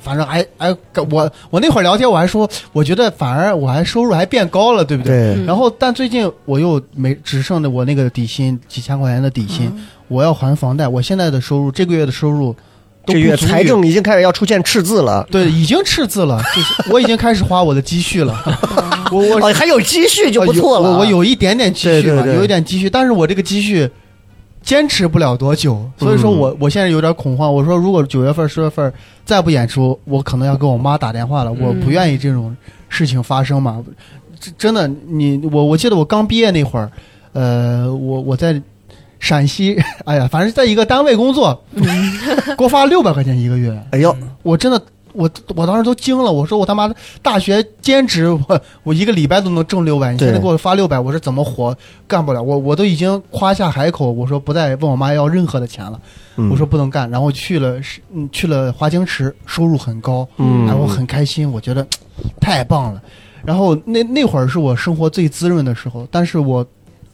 反正还还我我那会儿聊天我还说，我觉得反而我还收入还变高了，对不对？对，嗯然后但最近我又没只剩的我那个底薪几千块钱的底薪，嗯我要还房贷，我现在的收入这个月的收入都这不月足以财政已经开始要出现赤字了。对，已经赤字 了，就是我已经开始花我的积蓄了。我我哦，还有积蓄就不错了。啊我我有一点点积蓄对吧，对对有一点积蓄，但是我这个积蓄坚持不了多久，嗯所以说我、我现在有点恐慌。我说如果九月份、十月份再不演出，我可能要跟我妈打电话嗯了。我不愿意这种事情发生嘛。这真的，你我我记得我刚毕业那会儿，呃，我我在陕西，哎呀，反正在一个单位工作，嗯给我发六百块钱一个月。哎呦，我真的，我我当时都惊了，我说我他妈的大学兼职，我我一个礼拜都能挣六百，你对现在给我发六百，我是怎么活？干不了，我我都已经夸下海口，我说不再问我妈要任何的钱了，嗯我说不能干，然后去了是嗯去了华清池，收入很高，嗯然后很开心，我觉得嘖太棒了。然后那那会儿是我生活最滋润的时候，但是我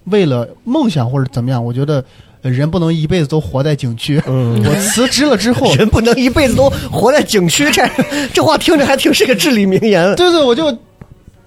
为了梦想或者怎么样，我觉得呃人不能一辈子都活在景区。嗯，我辞职了 之后，人不能一辈子都活在景区，这这话听着还挺是个至理名言。 对对，我就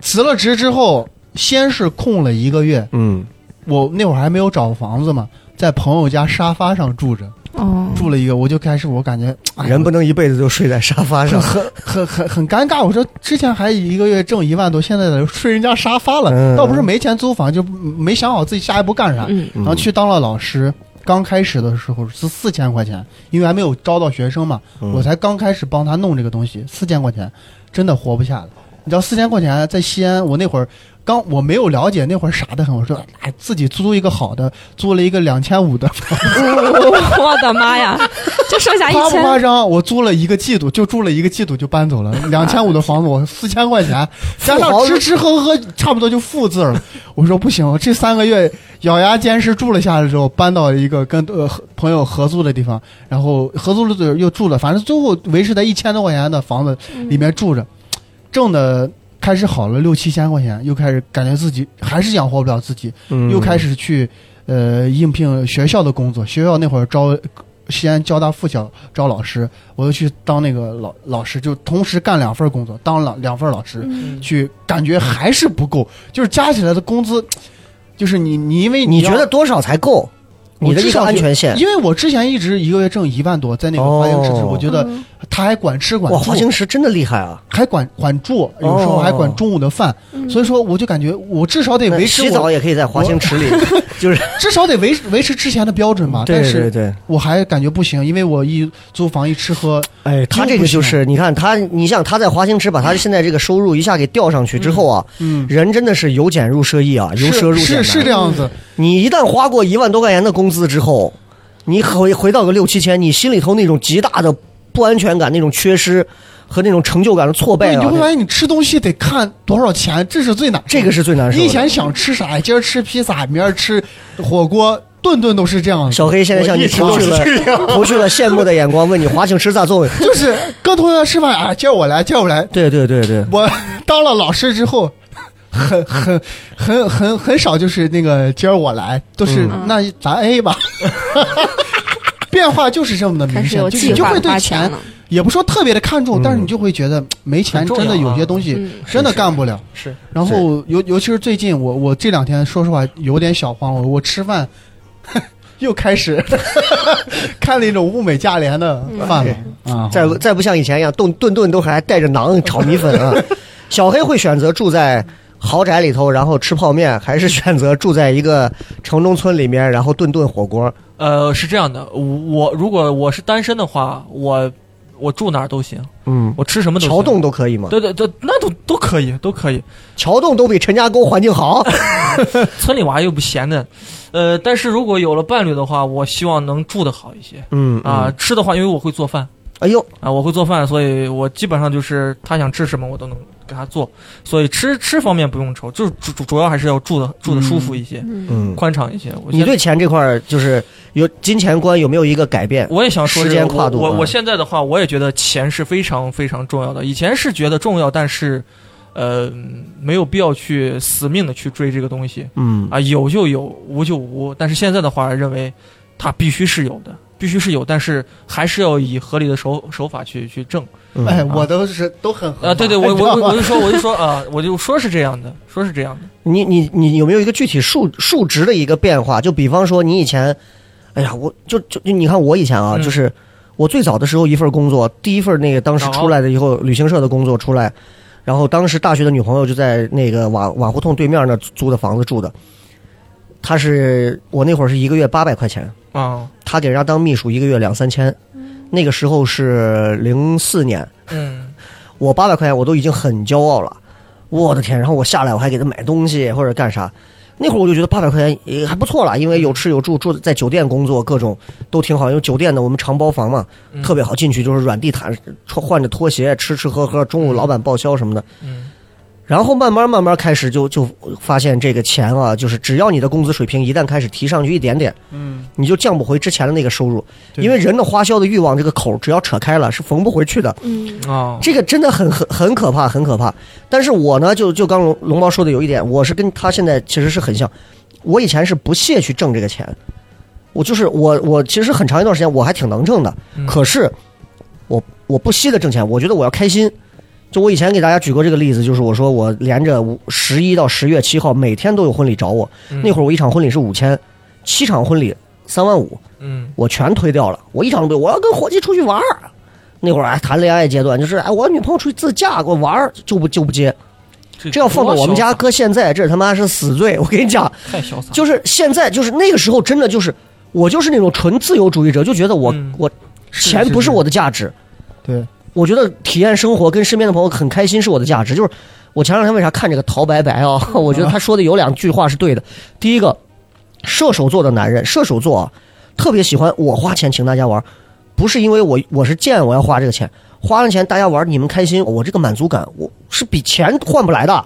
辞了职之后，先是空了一个月，嗯，我那会儿还没有找房子嘛，在朋友家沙发上住着，哦，住了一个，我就开始我感觉，哎呀人不能一辈子就睡在沙发 上。嗯很很很很尴尬。我说之前还一个月挣一万多，现在得睡人家沙发了，嗯 倒不是没钱租房，就没想好自己下一步干啥，嗯然后去当了老师。刚开始的时候是四千块钱，因为还没有招到学生嘛，嗯我才刚开始帮他弄这个东西，四千块钱真的活不下了。你知道四千块钱在西安，我那会儿刚我没有了解，那会儿傻得很。我说哎，自己租一个好的，租了一个两千五的，我的妈呀，就剩下一夸不千，夸张？我租了一个季度，就住了一个季度就搬走 了，两千五的房子，我四千块钱，加上吃吃喝喝，差不多就负字嗯了。我说不行，这三个月咬牙坚持住了下来之后，搬到一个跟呃合朋友合租的地方，然后合租的又住了，反正最后维持在一千多块钱的房子里面住着，挣的。开始好了六七千块钱，又开始感觉自己还是养活不了自己，嗯又开始去呃应聘学校的工作。学校那会儿招西安交大附小招老师，我又去当那个老老师，就同时干两份工作，当了两份老师，嗯去感觉还是不够，就是加起来的工资，就是你你因为你要觉得多少才够？你的我一至个少安觉全线。因为我之前一直一个月挣一万多，在那个华英市，哦我觉得他还管吃管哇，住花，哦青石真的厉害啊！还管管住，有时候还管中午的饭，所以说我就感觉我至少得维持洗我澡也可以在花青池里， 就是至少得维持维持之前的标准吧。但对对是对。我还感觉不行，因为我一租房一吃喝，哎，他这个就是，你看他，你像他在华清池把他现在这个收入一下给调上去之后啊，嗯，人真的是由俭入奢易啊，由奢入俭是难。是是这样子，你一旦花过一万多块钱的工资之后，你回回到个六七千，你心里头那种极大的不安全感、那种缺失和那种成就感的挫败你就会发啊，现你吃东西得看多少钱，这是最难。这个是最难受你以的。前想吃啥，今儿吃披萨，明儿吃火锅，顿顿都是这样子。小黑现在向你投去了投去了羡慕的眼光，问你华清池咋做？ 就是跟同学吃饭啊，今儿我来，今儿我来。对对对对，我 当了老师之后， 很很很很很少就是那个今儿我来，都是、嗯那咱 A 吧。 变化就是这么的开明始显，有嗯就是你计就划会对花钱钱了，也不说特别的看重，但是你就会觉得没钱很重真的要有啊些东西嗯真的是是干不了。是然后尤尤其是最近我我这两天说实话有点小慌，我我吃饭 又开始 看了一种物美价廉的饭了、啊，再不再不像以前一样，顿顿顿都还带着馕炒米粉 啊。小黑会选择住在豪宅里头，然后吃泡面，还是选择住在一个城中村里面，然后顿顿火锅？呃，是这样的，我如果我是单身的话，我我住哪儿都行，嗯，我吃什么都行桥洞都可以吗？对对对，那都都可以，都可以。桥洞都比陈家沟环境好。村里娃又不闲的，呃，但是如果有了伴侣的话，我希望能住的好一些嗯啊、，嗯吃的话，因为我会做饭哎呦，啊、我会做饭，所以我基本上就是他想吃什么我都能给他做，所以吃吃方面不用愁，就是主主主要还是要住的住的舒服一些，嗯，嗯，宽敞一些。我你现在对钱这块儿就是有金钱观有没有一个改变？我也想说这个时间跨度我我啊我现在的话，我也觉得钱是非常非常重要的。以前是觉得重要，但是，呃，没有必要去死命的去追这个东西。嗯啊，有就有，无就无。但是现在的话，认为它必须是有的，必须是有，但是还是要以合理的手手法去去挣。嗯哎，我都是都很合啊，对对， 法我你知我道吗我就说我就说啊，我就说是这样的，说是这样的。你你你有没有一个具体数数值的一个变化？就比方说，你以前，哎呀，我就就你看我以前啊，嗯就是我最早的时候一份工作，第一份那个当时哦出来的以后，旅行社的工作出来，然后当时大学的女朋友就在那个瓦瓦胡同对面那租的房子住的，她是我那会儿是一个月八百块钱，啊，她给人家当秘书一个月两三千，那个时候是零四年，嗯，我八百块钱我都已经很骄傲了，我的天！然后我下来我还给他买东西或者干啥，那会儿我就觉得八百块钱也还不错了，因为有吃有住，住在酒店工作各种都挺好，因为酒店的我们长包房嘛，嗯特别好，进去就是软地毯，穿换着拖鞋吃吃喝喝，中午老板报销什么的。嗯然后慢慢慢慢开始就就发现这个钱啊，就是只要你的工资水平一旦开始提上去一点点，嗯，你就降不回之前的那个收入，对因为人的花销的欲望这个口儿只要扯开了是缝不回去的。嗯，啊，这个真的很很很可怕，很可怕。但是我呢，就就刚龙龙猫说的有一点，我是跟他现在其实是很像。我以前是不屑去挣这个钱，我就是我我其实很长一段时间我还挺能挣的，嗯可是我我不惜的挣钱，我觉得我要开心。就我以前给大家举过这个例子，就是我说我连着十一到十月七号每天都有婚礼找我，那会儿儿我一场婚礼是五千，七场婚礼三万五，嗯我全推掉了，我一场都不有，我要跟伙计出去玩儿。那会儿哎，谈恋爱阶段就是哎，我女朋友出去自驾，给我玩儿就不就不接。这这要放到我们家，多搁现在，这他妈是死罪。 我跟你讲，潇洒太潇洒了，就是现在，就是那个时候，真的就是我就是那种纯自由主义者，就觉得我、嗯我钱不是我的价值，对，我觉得体验生活跟身边的朋友很开心是我的价值。就是我前两天为啥看这个陶白白啊？我觉得他说的有两句话是对的。第一个，射手座的男人，射手座啊，特别喜欢我花钱请大家玩，不是因为我我是贱我要花这个钱，花了钱大家玩你们开心，我这个满足感我是比钱换不来的。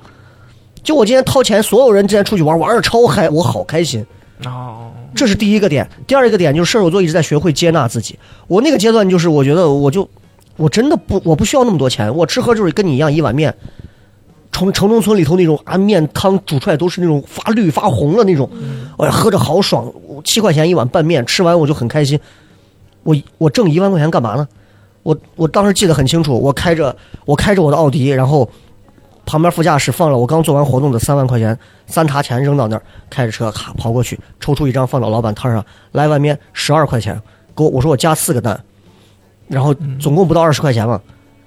就我今天掏钱，所有人之前出去玩，玩的超嗨，我好开心。哦，这是第一个点。第二个点就是射手座一直在学会接纳自己。我那个阶段就是，我觉得我就我真的不我不需要那么多钱，我吃喝就是跟你一样一碗面，城城中村里头那种啊面汤煮出来都是那种发绿发红的那种，哎呀喝着好爽，我七块钱一碗拌面，吃完我就很开心。我我挣一万块钱干嘛呢？我我当时记得很清楚，我开着我开着我的奥迪，然后旁边副驾驶放了我刚做完活动的三万块钱三沓钱扔到那儿，开着车咔跑过去，抽出一张放到老板摊上，来碗面十二块钱，给我我说我加四个蛋，然后总共不到二十块钱嘛，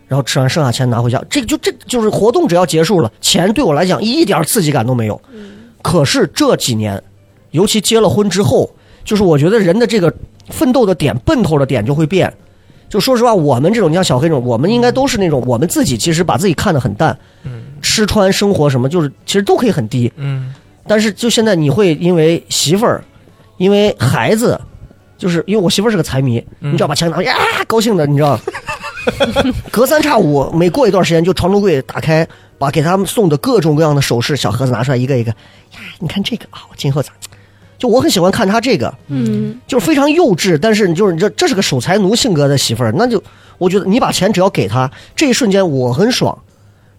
然后吃完剩下钱拿回家，这就这就是活动只要结束了，钱对我来讲一点刺激感都没有。可是这几年，尤其结了婚之后，就是我觉得人的这个奋斗的点、奔头的点就会变。就说实话，我们这种，你像小黑这种，我们应该都是那种，我们自己其实把自己看得很淡，嗯吃穿生活什么，就是其实都可以很低。嗯但是就现在，你会因为媳妇儿，因为孩子，就是因为我媳妇儿是个财迷，嗯你知道把钱拿呀，高兴的，你知道，隔三差五，每过一段时间就床头柜打开，把给他们送的各种各样的首饰小盒子拿出来一个一个，呀，你看这个啊，我今后咋？就我很喜欢看他这个，嗯，就是非常幼稚，但是你就是你这这是个守财奴性格的媳妇儿，那就我觉得你把钱只要给他，这一瞬间我很爽，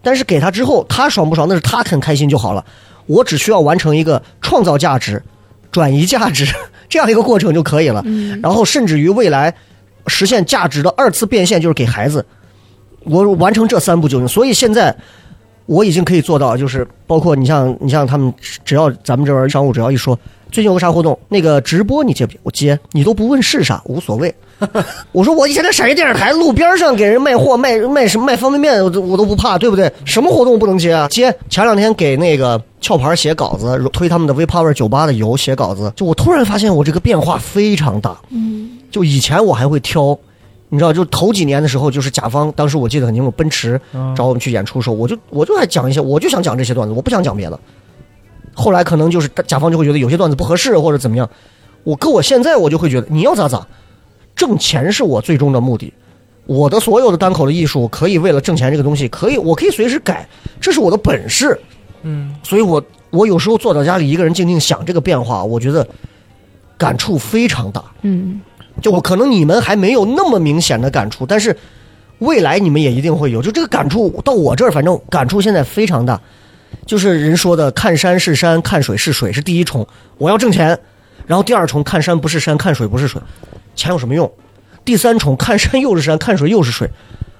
但是给他之后他爽不爽那是他很开心就好了，我只需要完成一个创造价值、转移价值这样一个过程就可以了，然后甚至于未来实现价值的二次变现就是给孩子，我完成这三步就行，所以现在。我已经可以做到，就是包括你像你像他们，只要咱们这边商务只要一说，最近有个啥活动？那个直播你接不接？我接，你都不问是啥，无所谓。 我说我以前在陕西电视台路边上给人卖 货，卖卖什么卖方便面，我都我都不怕，对不对？什么活动我不能接啊？接前两天给那个壳牌写稿子，推他们的 V Power 酒吧的油写稿子，就我突然发现我这个变化非常大。嗯，就以前我还会挑，你知道，就头几年的时候，就是甲方当时我记得很清楚，奔驰找我们去演出的时候，我就我就还讲一些，我就想讲这些段子，我不想讲别的。后来可能就是甲方就会觉得有些段子不合适或者怎么样，我搁我现在我就会觉得你要咋咋，挣钱是我最终的目的。我的所有的单口的艺术，可以为了挣钱这个东西，可以我可以随时改，这是我的本事。嗯，所以我我有时候坐到家里一个人静静想这个变化，我觉得感触非常大。嗯，就我可能你们还没有那么明显的感触，但是未来你们也一定会有。就这个感触到我这儿，反正感触现在非常大。就是人说的“看山是山，看水是水”是第一重，我要挣钱；然后第二重“看山不是山，看水不是水”，钱有什么用？第三重“看山又是山，看水又是水”，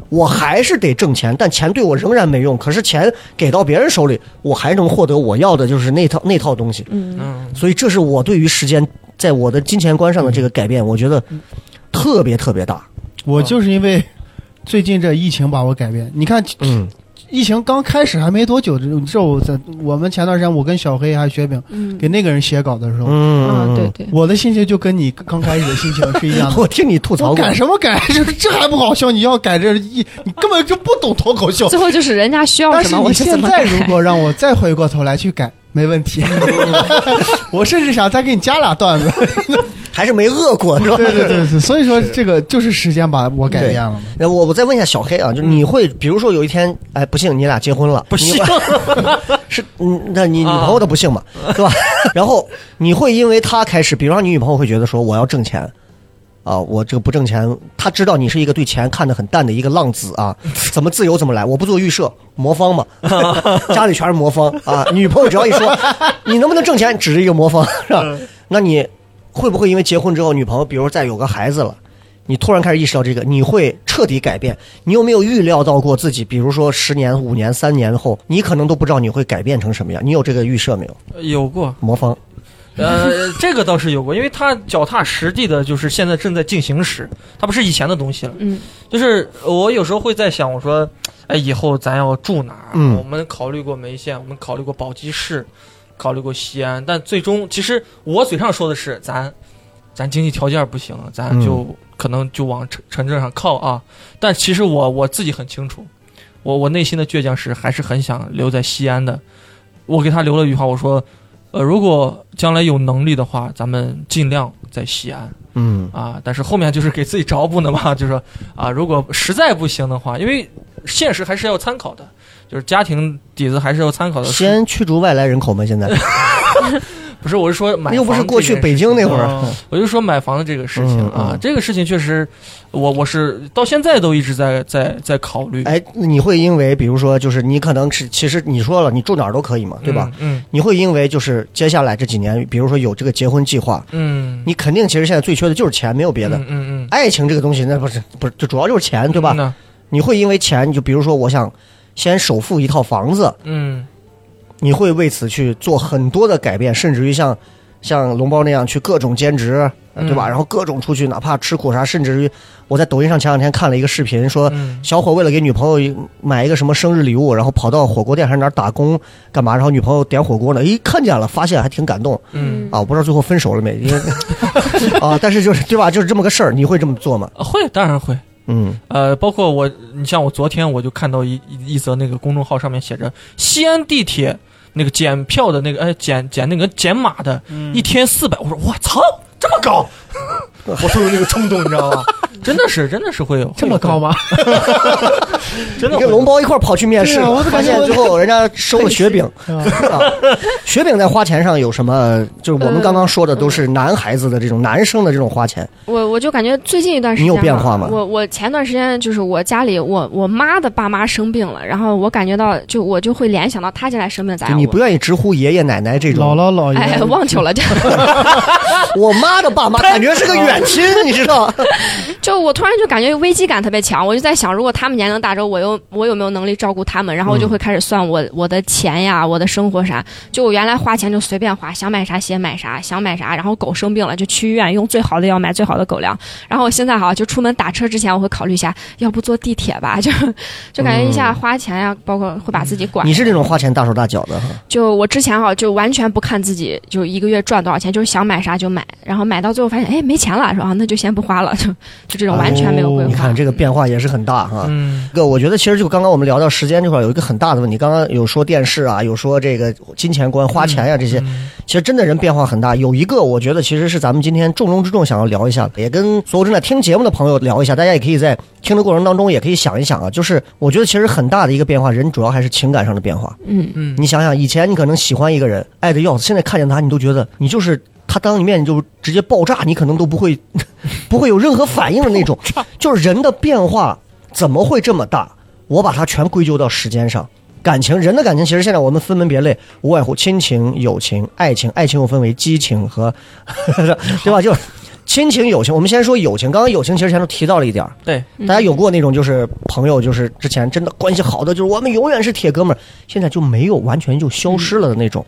我还是得挣钱，但钱对我仍然没用。可是钱给到别人手里，我还能获得我要的，就是那套那套东西。嗯，所以这是我对于时间在我的金钱观上的这个改嗯变，我觉得特别特别大。我就是因为最近这疫情把我改变。你看，嗯疫情刚开始还没多久，这这我在我们前段时间我跟小黑还有雪饼嗯，给那个人写稿的时候，啊，嗯，对对，我的心情就跟你刚开始的心情是一样的。我听你吐槽 我过改，什么改？这这还不好笑？你要改这一，你根本就不懂脱口秀。最后就是人家需要但什是么，你我就怎现么在改。如果让我再回过头来去改，没问 题。我甚至想再给你加俩段 子。还是没饿过是吧？对对对对，所以说这个就是时间把我改变了嘛。那我我再问一下小黑啊，就是你会，比如说有一天，哎，不幸你俩结婚了，嗯不幸 你 是，嗯，那你女啊朋友的不幸嘛，对吧？ 然后你会因为他开始，比如说你女朋友会觉得说我要挣钱，啊，我这个不挣钱，他知道你是一个对钱看得很淡的一个浪子啊，怎么自由怎么来，我不做预设，魔方 嘛，家里全是魔方啊，女朋友只要一说你能不能挣钱，指着一个魔方是吧？嗯那你会不会因为结婚之后，女朋友比如再有个孩子了？你突然开始意识到这个，你会彻底改变。你有没有预料到过自己，比如说十年、五年、三年后，你可能都不知道你会改变成什么样？你有这个预设没有？嗯有过，魔方，呃，这个倒是有过，因为他脚踏实地的，就是现在正在进行时，它不是以前的东西了。嗯，就是我有时候会在想，我说，哎，以后咱要住哪儿？嗯我们考虑过梅县，我们考虑过宝鸡市，考虑过西安，但最终其实我嘴上说的是咱，咱经济条件不行，嗯咱就、可能就往城城镇上靠啊。但其实我我自己很清楚，我我内心的倔强是还是很想留在西安的。我给他留了一句话，我说，呃，如果将来有能力的话，咱们尽量在西安。嗯啊，但是后面就是给自己找补呢嘛， 就是说啊，如果实在不行的话，因为现实还是要参考的，就是家庭底子还是要参考的。西安嗯驱逐外来人口吗？现在不是，我是说买又不是房这过去件事北京那会儿嗯，我就说买房的这个事情嗯啊嗯，这个事情确实，我我是到现在都一直在在在考虑，哎，你会因为比如说，就是你可能是其实你说了，你住哪儿都可以嘛，嗯，对吧？嗯你会因为就是接下来这几年，比如说有这个结婚计划，嗯，你肯定其实现在最缺的就是钱，没有别的。嗯嗯嗯，爱情这个东西，那不是不是，就主要就是钱，对吧？嗯呐你会因为钱，你就比如说，我想先首付一套房子，嗯，你会为此去做很多的改变，甚至于像像龙包那样去各种兼职，呃对吧？嗯然后各种出去，哪怕吃苦啥，甚至于我在抖音上前两天看了一个视频，说嗯小伙为了给女朋友买一个什么生日礼物，然后跑到火锅店还是哪儿打工干嘛，然后女朋友点火锅呢，诶，看见了，发现还挺感动嗯，啊！我不知道最后分手了没，因 为啊，但是就是对吧？就是这么个事儿，你会这么做吗？啊会当然会。嗯呃，包括我，你像我昨天我就看到一一一则那个公众号上面写着西安地铁那个检票的那个，哎，检检那个检码的，一天四百，我说我操，这么高， 我都有那个冲动，你知道吗？真的是真的是会有这么高？吗？会有真的你跟会有龙包一块儿跑去面试，对啊我都发感觉现我最后人家收了雪 饼。啊，雪饼在花钱上有什么？就是嗯我们刚刚说的都是男孩子的这种男生的这种花钱。我我就感觉最近一段时间你有吧变化吗我我前段时间就是我家里我我妈的爸妈生病了，然后我感觉到就我就会联想到她现在生病咋就样。你不愿意直呼爷爷奶奶这种。姥姥姥爷，哎，忘球了，就我妈的爸妈感觉是个远 亲，你知道？就我突然就感觉危机感特别强，我就在想，如果他们年龄大之后，我又我有没有能力照顾他们？然后我嗯就会开始算我我的钱呀，我的生活啥。就我原来花钱就随便花，想买啥鞋买啥，想买啥。然后狗生病了就去医院用最好的药买最好的狗粮。然后我现在哈，就出门打车之前我会考虑一下，要不坐地铁吧？就 就感觉一下花钱呀，包括会把自己管嗯你。是这种花钱大手大脚的哈。就我之前哈，就完全不看自己就啊一个月赚多少钱，就是想买啥就买，然后买到最后发现哎没钱了，是吧？那就先不花了，就是这种完全没哦有规哦你划看。这个变化也是很大哈。嗯，这个我觉得其实就刚刚我们聊到时间这块儿有一个很大的问题，刚刚有说电视啊，有说这个金钱观、花钱呀、这些，嗯其实真的人变化很大。有一个我觉得其实是咱们今天重中之重想要聊一下，也跟所有正在听节目的朋友聊一下，大家也可以在听的过程当中也可以想一想啊，就是我觉得其实很大的一个变化，人主要还是情感上的变化。嗯，嗯，你想想，以前你可能喜欢一个人，爱的要死，现在看见他，你都觉得你就是他当你面你就直接爆炸，你可能都不会 不会有任何反应的那种。就是人的变化怎么会这么大？我把它全归咎到时间上。感情，人的感情其实现在我们分门别类，无外乎亲情、友情、爱情。爱情又分为激情和， 对吧？就是亲情、友情。我们先说友情，刚刚友情其实前头提到了一点儿，对，嗯大家有过那种就是朋友，就是之前真的关系好的，就是我们永远是铁哥们儿，现在就没有完全就消失了的那种。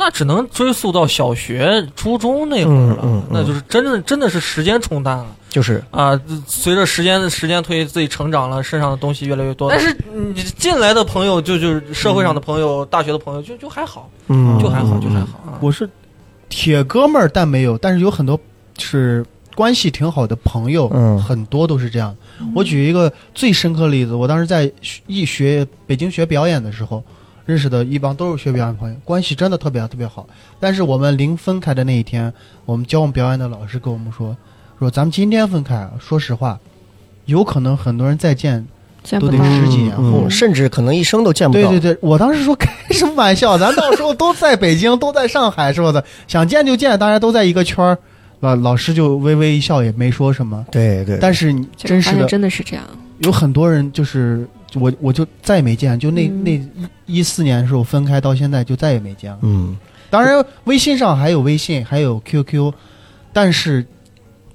那只能追溯到小学、初中那会儿了，嗯嗯嗯那就是真的真的是时间冲淡了就是啊！随着时间时间推移，自己成长了，身上的东西越来越多。但是你进来的朋友，就就是社会上的朋友、大学的朋友，就就还好，嗯，就还好，嗯就还。好啊。我是铁哥们儿，但没有，但是有很多是关系挺好的朋友，嗯很多都是这样。我举一个最深刻的例子，我当时在学一学北京学表演的时候，认识的一帮都是学表演的朋友，关系真的特别特别好。但是我们临分开的那一天，我们教我们表演的老师跟我们说，说咱们今天分开啊，说实话，有可能很多人再见见都不得到。是十几年嗯后嗯甚至可能一生都见不对到。对对，我当时说开什么玩笑，咱到时候都在北京，都在上海，是吧的？想见就见，大家都在一个圈儿。老老师就微微一笑，也没说什么。对对但是你这真个实发现的真的是这样，有很多人就是我，我就再也没见，就那、嗯那一四年的时候分开到现在就再也没见了。嗯，当然，微信上还有微信，还有 QQ，但是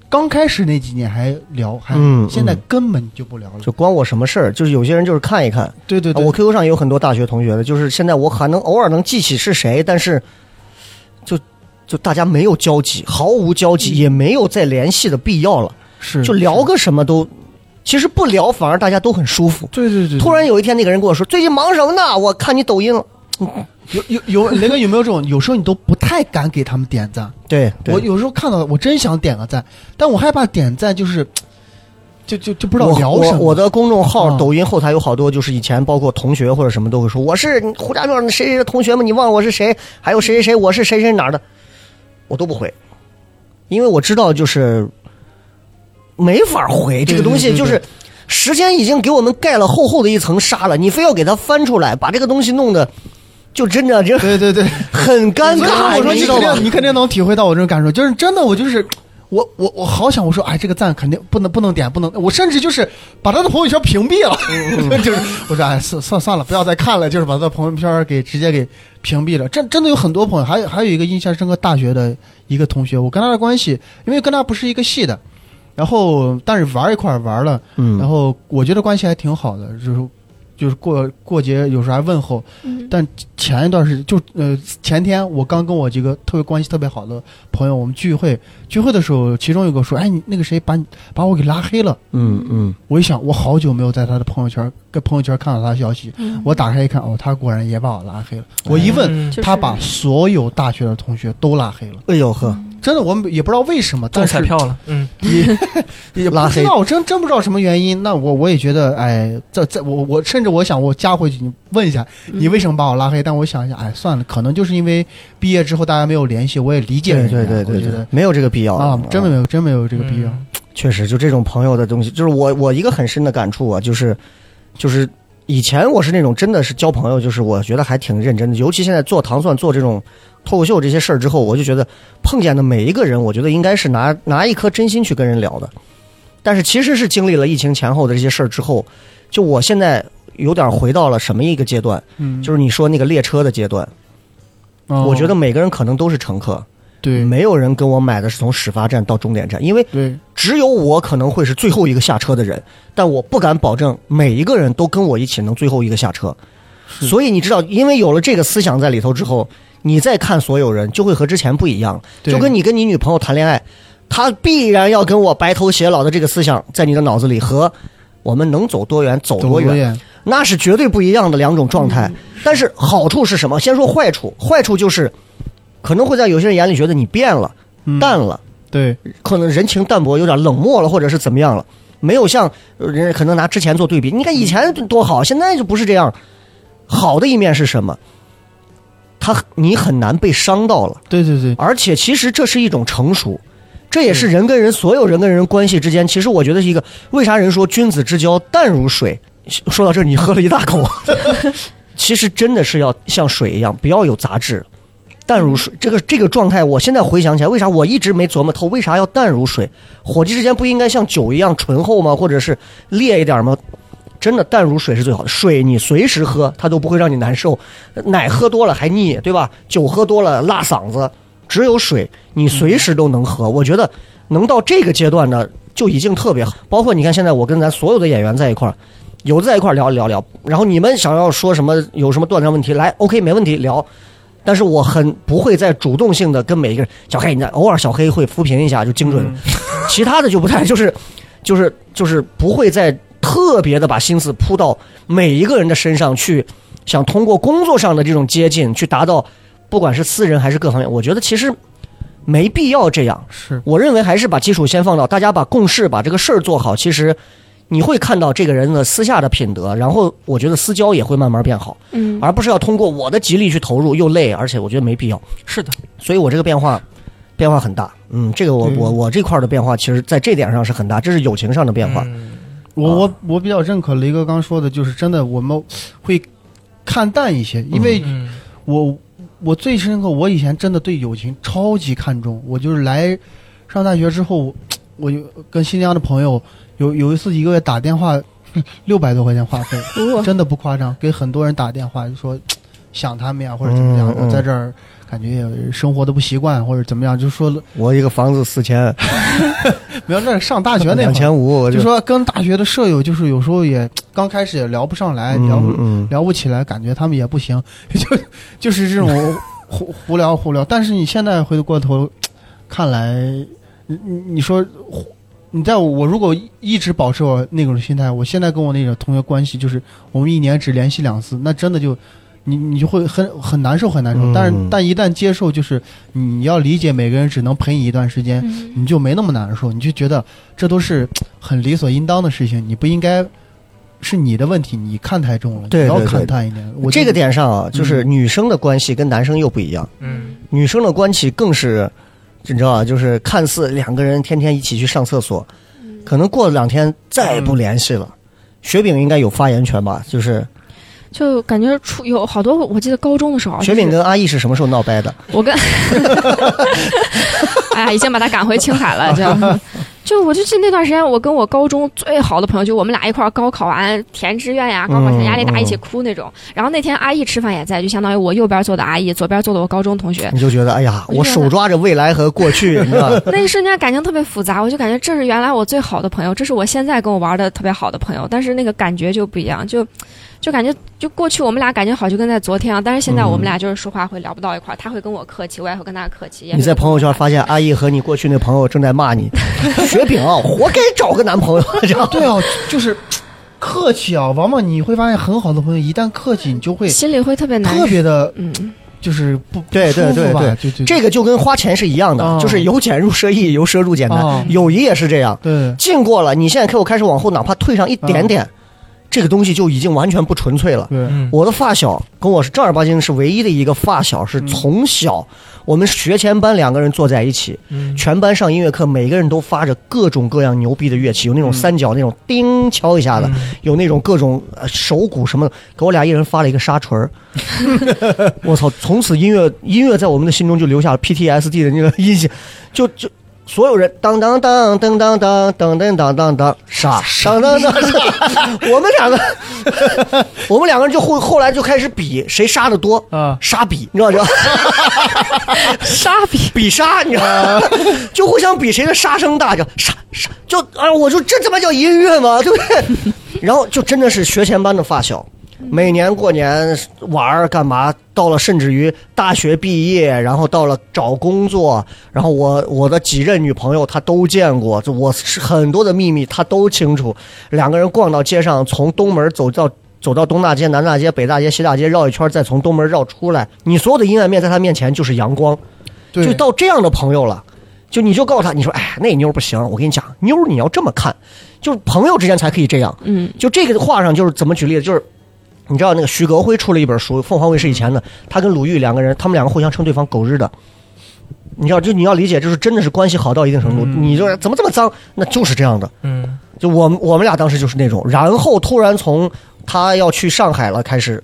刚开始那几年还聊，还、嗯现在根本就不聊了。就关我什么事儿？就是有些人就是看一看。啊对对对，我 QQ 上也有很多大学同学的，就是现在我还能偶尔能记起是谁，但是就就大家没有交集，毫无交集，也没有再联系的必要了。嗯是就聊，个什么都，其实不聊反而大家都很舒服。是对对对，突然有一天，那个人跟我说：“最近忙什么呢？我看你抖音了。有有有， 雷哥有没有这种？有时候你都不太敢给他们点赞。对”对，我有时候看到，我真想点个赞，但我害怕点赞就是，就就就不知道聊什么。我我的公众号、嗯抖音后台有好多，就是以前包括同学或者什么都会说：“我是胡家庙的谁谁的同学们，你忘了我是谁？还有谁谁谁，我是谁谁哪儿的。”我都不回，因为我知道就是没法回这个东西，对对对就是时间已经给我们盖了厚厚的一层纱了，你非要给它翻出来，把这个东西弄得就真的就对对对，很尴所以尬，我说你你知道肯吗？定你肯定能体会到我这种感受，就是真的，我就是。我我我好想我说哎，这个赞肯定不能不能点，不能，我甚至就是把他的朋友圈屏蔽嗯了， 就是我说哎，算算算了，不要再看了，就是把他的朋友圈给直接给屏蔽了。真真的有很多朋友，还有还有一个印象深刻，大学的一个同学，我跟他的关系，因为跟他不是一个系的，然后但是玩一块儿玩了，然嗯，后我觉得关系还挺好的，就是就是过过节有时候还问候，嗯但前一段时间就呃前天我刚跟我几个特别关系特别好的朋友我们聚会，聚会的时候其中有个说，哎你那个谁把你把我给拉黑了，嗯嗯，我一想我好久没有在他的朋友圈跟朋友圈看到他的消息，嗯我打开一看哦他果然也把我拉黑了，我一问。嗯他把所有大学的同学都拉黑了，哎呦 呵，真的，我们也不知道为什么，中但是彩票了，嗯，也拉不知黑道，我真真不知道什么原因。那我我也觉得，哎，这这我我甚至我想我加回去，你问一下嗯你为什么把我拉黑？但我想一下，哎，算了，可能就是因为毕业之后大家没有联系，我也理解对人家对对我对哦觉对得，没有这个必要啊，真没有真没有这这个必要。确实，就这种朋友的东西，就是我我一个很深的感触啊，就是就是以前我是那种真的是交朋友，就是我觉得还挺认真的，尤其现在做糖蒜、做这种脱口秀这些事儿之后，我就觉得碰见的每一个人，我觉得应该是拿拿一颗真心去跟人聊的。但是其实是经历了疫情前后的这些事儿之后，就我现在有点回到了什么一个阶段，嗯，就是你说那个列车的阶段，哦我觉得每个人可能都是乘客，对没有人跟我买的是从始发站到终点站，因为对只有我可能会是最后一个下车的人，但我不敢保证每一个人都跟我一起能最后一个下车。是所以你知道，因为有了这个思想在里头之后，你再看所有人就会和之前不一样了。对就跟你跟你女朋友谈恋爱，她必然要跟我白头偕老的这个思想在你的脑子里和我们能走多远走走多远，远，那是绝对不一样的两种状态。但是好处是什么？先说坏处，坏处就是可能会在有些人眼里觉得你变了。嗯淡了，对，可能人情淡薄，有点冷漠了，或者是怎么样了，没有像呃人家可能拿之前做对比，你看以前多好，现在就不是这样。好的一面是什么？他你很难被伤到了，对对对，而且其实这是一种成熟，这也是人跟人所有人跟人关系之间，其实我觉得是一个为啥人说君子之交淡如水？说到这儿，你喝了一大口，其实真的是要像水一样，不要有杂质。淡如水，这个这个状态，我现在回想起来，为啥我一直没琢磨透，为啥要淡如水？伙计之间不应该像酒一样醇厚吗？或者是烈一点吗？真的淡如水是最好的，水你随时喝，它都不会让你难受。呃奶喝多了还腻，对吧？酒喝多了辣嗓子，只有水你随时都能喝。我觉得能到这个阶段呢，就已经特别好。包括你看，现在我跟咱所有的演员在一块儿，有的在一块儿聊聊聊，然后你们想要说什么，有什么断章问题，来，OK，没问题聊。但是我很不会再主动性的跟每一个人，小黑，你在偶尔小黑会扶贫一下就精准，其他的就不太， 就是就是就是不会再特别的把心思扑到每一个人的身上去，想通过工作上的这种接近去达到，不管是私人还是各方面，我觉得其实没必要这样。是我认为还是把基础先放到，大家把共事把这个事儿做好，其实你会看到这个人的私下的品德，然后我觉得私交也会慢慢变好。嗯，而不是要通过我的极力去投入，又累，而且我觉得没必要。是的，所以我这个变化变化很大，嗯，这个我对我我这块儿的变化，其实在这点上是很大，这是友情上的变化。嗯我啊我我比较认可雷哥刚说的，就是真的我们会看淡一些，因为嗯我我最深刻，我以前真的对友情超级看重。我就是来上大学之后，我我就跟新疆的朋友有有一次一个月打电话六百多块钱话费，哦真的不夸张，给很多人打电话就说想他们呀或者怎么样，嗯嗯我在这儿感觉也生活的不习惯或者怎么样，就说了我一个房子四千，没有那上大学那两会儿，千五，我就说跟大学的舍友就是有时候也刚开始也聊不上来，聊不嗯嗯，聊不起来，感觉他们也不行， 就就是这种胡胡聊胡聊。但是你现在回过头看来，你你你说，你在我我如果一直保持我那种心态，我现在跟我那种同学关系，就是我们一年只联系两次，那真的就。你你就会很很难受，很难受。嗯但是但一旦接受，就是你要理解每个人只能陪你一段时间，嗯你就没那么难受，你就觉得这都是很理所应当的事情，你不应该是你的问题，你看太重了，对你要对对看淡一点。我就嗯这个，点上啊，就是女生的关系跟男生又不一样，嗯女生的关系更是。你知道啊，就是看似两个人天天一起去上厕所，可能过了两天再不联系了。雪饼应该有发言权吧？就是就感觉出有好多，我记得高中的时候，啊雪饼跟阿义是什么时候闹掰的？我跟，哎呀，已经把他赶回青海了，这样。就我就记得那段时间，我跟我高中最好的朋友，就我们俩一块儿高考完填志愿呀，高考前压力大一起哭那种。然后那天阿姨吃饭也在，就相当于我右边坐的阿姨，左边坐的我高中同学。你就觉得哎呀，我我觉得手抓着未来和过去，你知道吧？那一瞬间感情特别复杂，我就感觉这是原来我最好的朋友，这是我现在跟我玩的特别好的朋友，但是那个感觉就不一样，就就感觉就过去我们俩感觉好就跟在昨天啊，但是现在我们俩就是说话会聊不到一块儿，他会跟我客气，我也会跟他客气。也你在会朋友圈发现阿姨和你过去那朋友正在骂你，雪饼啊，活该找个男朋友，这样对啊，就是客气啊，往往你会发现很好的朋友一旦客气，你就会心里会特别难特别的，嗯，就是不对对舒服吧对就就这个就跟花钱是一样的哦，就是由俭入奢易，由奢入俭哦难。友谊也是这样，对进过了，你现在给我开始往后，哪怕退上一点点，这个东西就已经完全不纯粹了。对嗯，我的发小跟我是正儿八经是唯一的一个发小，是从小我们学前班两个人坐在一起，嗯全班上音乐课，每个人都发着各种各样牛逼的乐器，有那种三角那种叮敲一下的，有那种各种呃手鼓什么的，给我俩一人发了一个沙锤儿。 我操！从此音乐音乐在我们的心中就留下了 PTSD 的那个印象，就就所有人当当当当当当当当当当当傻当当当傻， 我们两个我们两个人就 后后来就开始比谁杀的多，啊，杀比你知道吗？傻逼。 比杀，你知道吗？ 就互相比谁的杀声大，就杀杀，就啊，我说这他妈叫音乐吗？对不对？ 然后就真的是学前班的发小，每年过年玩儿干嘛？到了甚至于大学毕业，然后到了找工作，然后我我的几任女朋友她都见过，就我是很多的秘密她都清楚。两个人逛到街上，从东门走到。走到东大街、南大街、北大街、西大街绕一圈，再从东门绕出来，你所有的阴暗面在她面前就是阳光，对就到这样的朋友了。就你就告诉他，你说哎，那妞儿不行，我跟你讲，妞儿你要这么看，就是朋友之间才可以这样。嗯就这个话上，就是怎么举例子，就是你知道那个徐革辉出了一本书，凤凰卫视以前的，他跟鲁豫两个人，他们两个互相称对方“狗日的”。你知道，就你要理解，就是真的是关系好到一定程度，嗯你就是怎么这么脏，那就是这样的。嗯，就我们我们俩当时就是那种，然后突然从他要去上海了开始，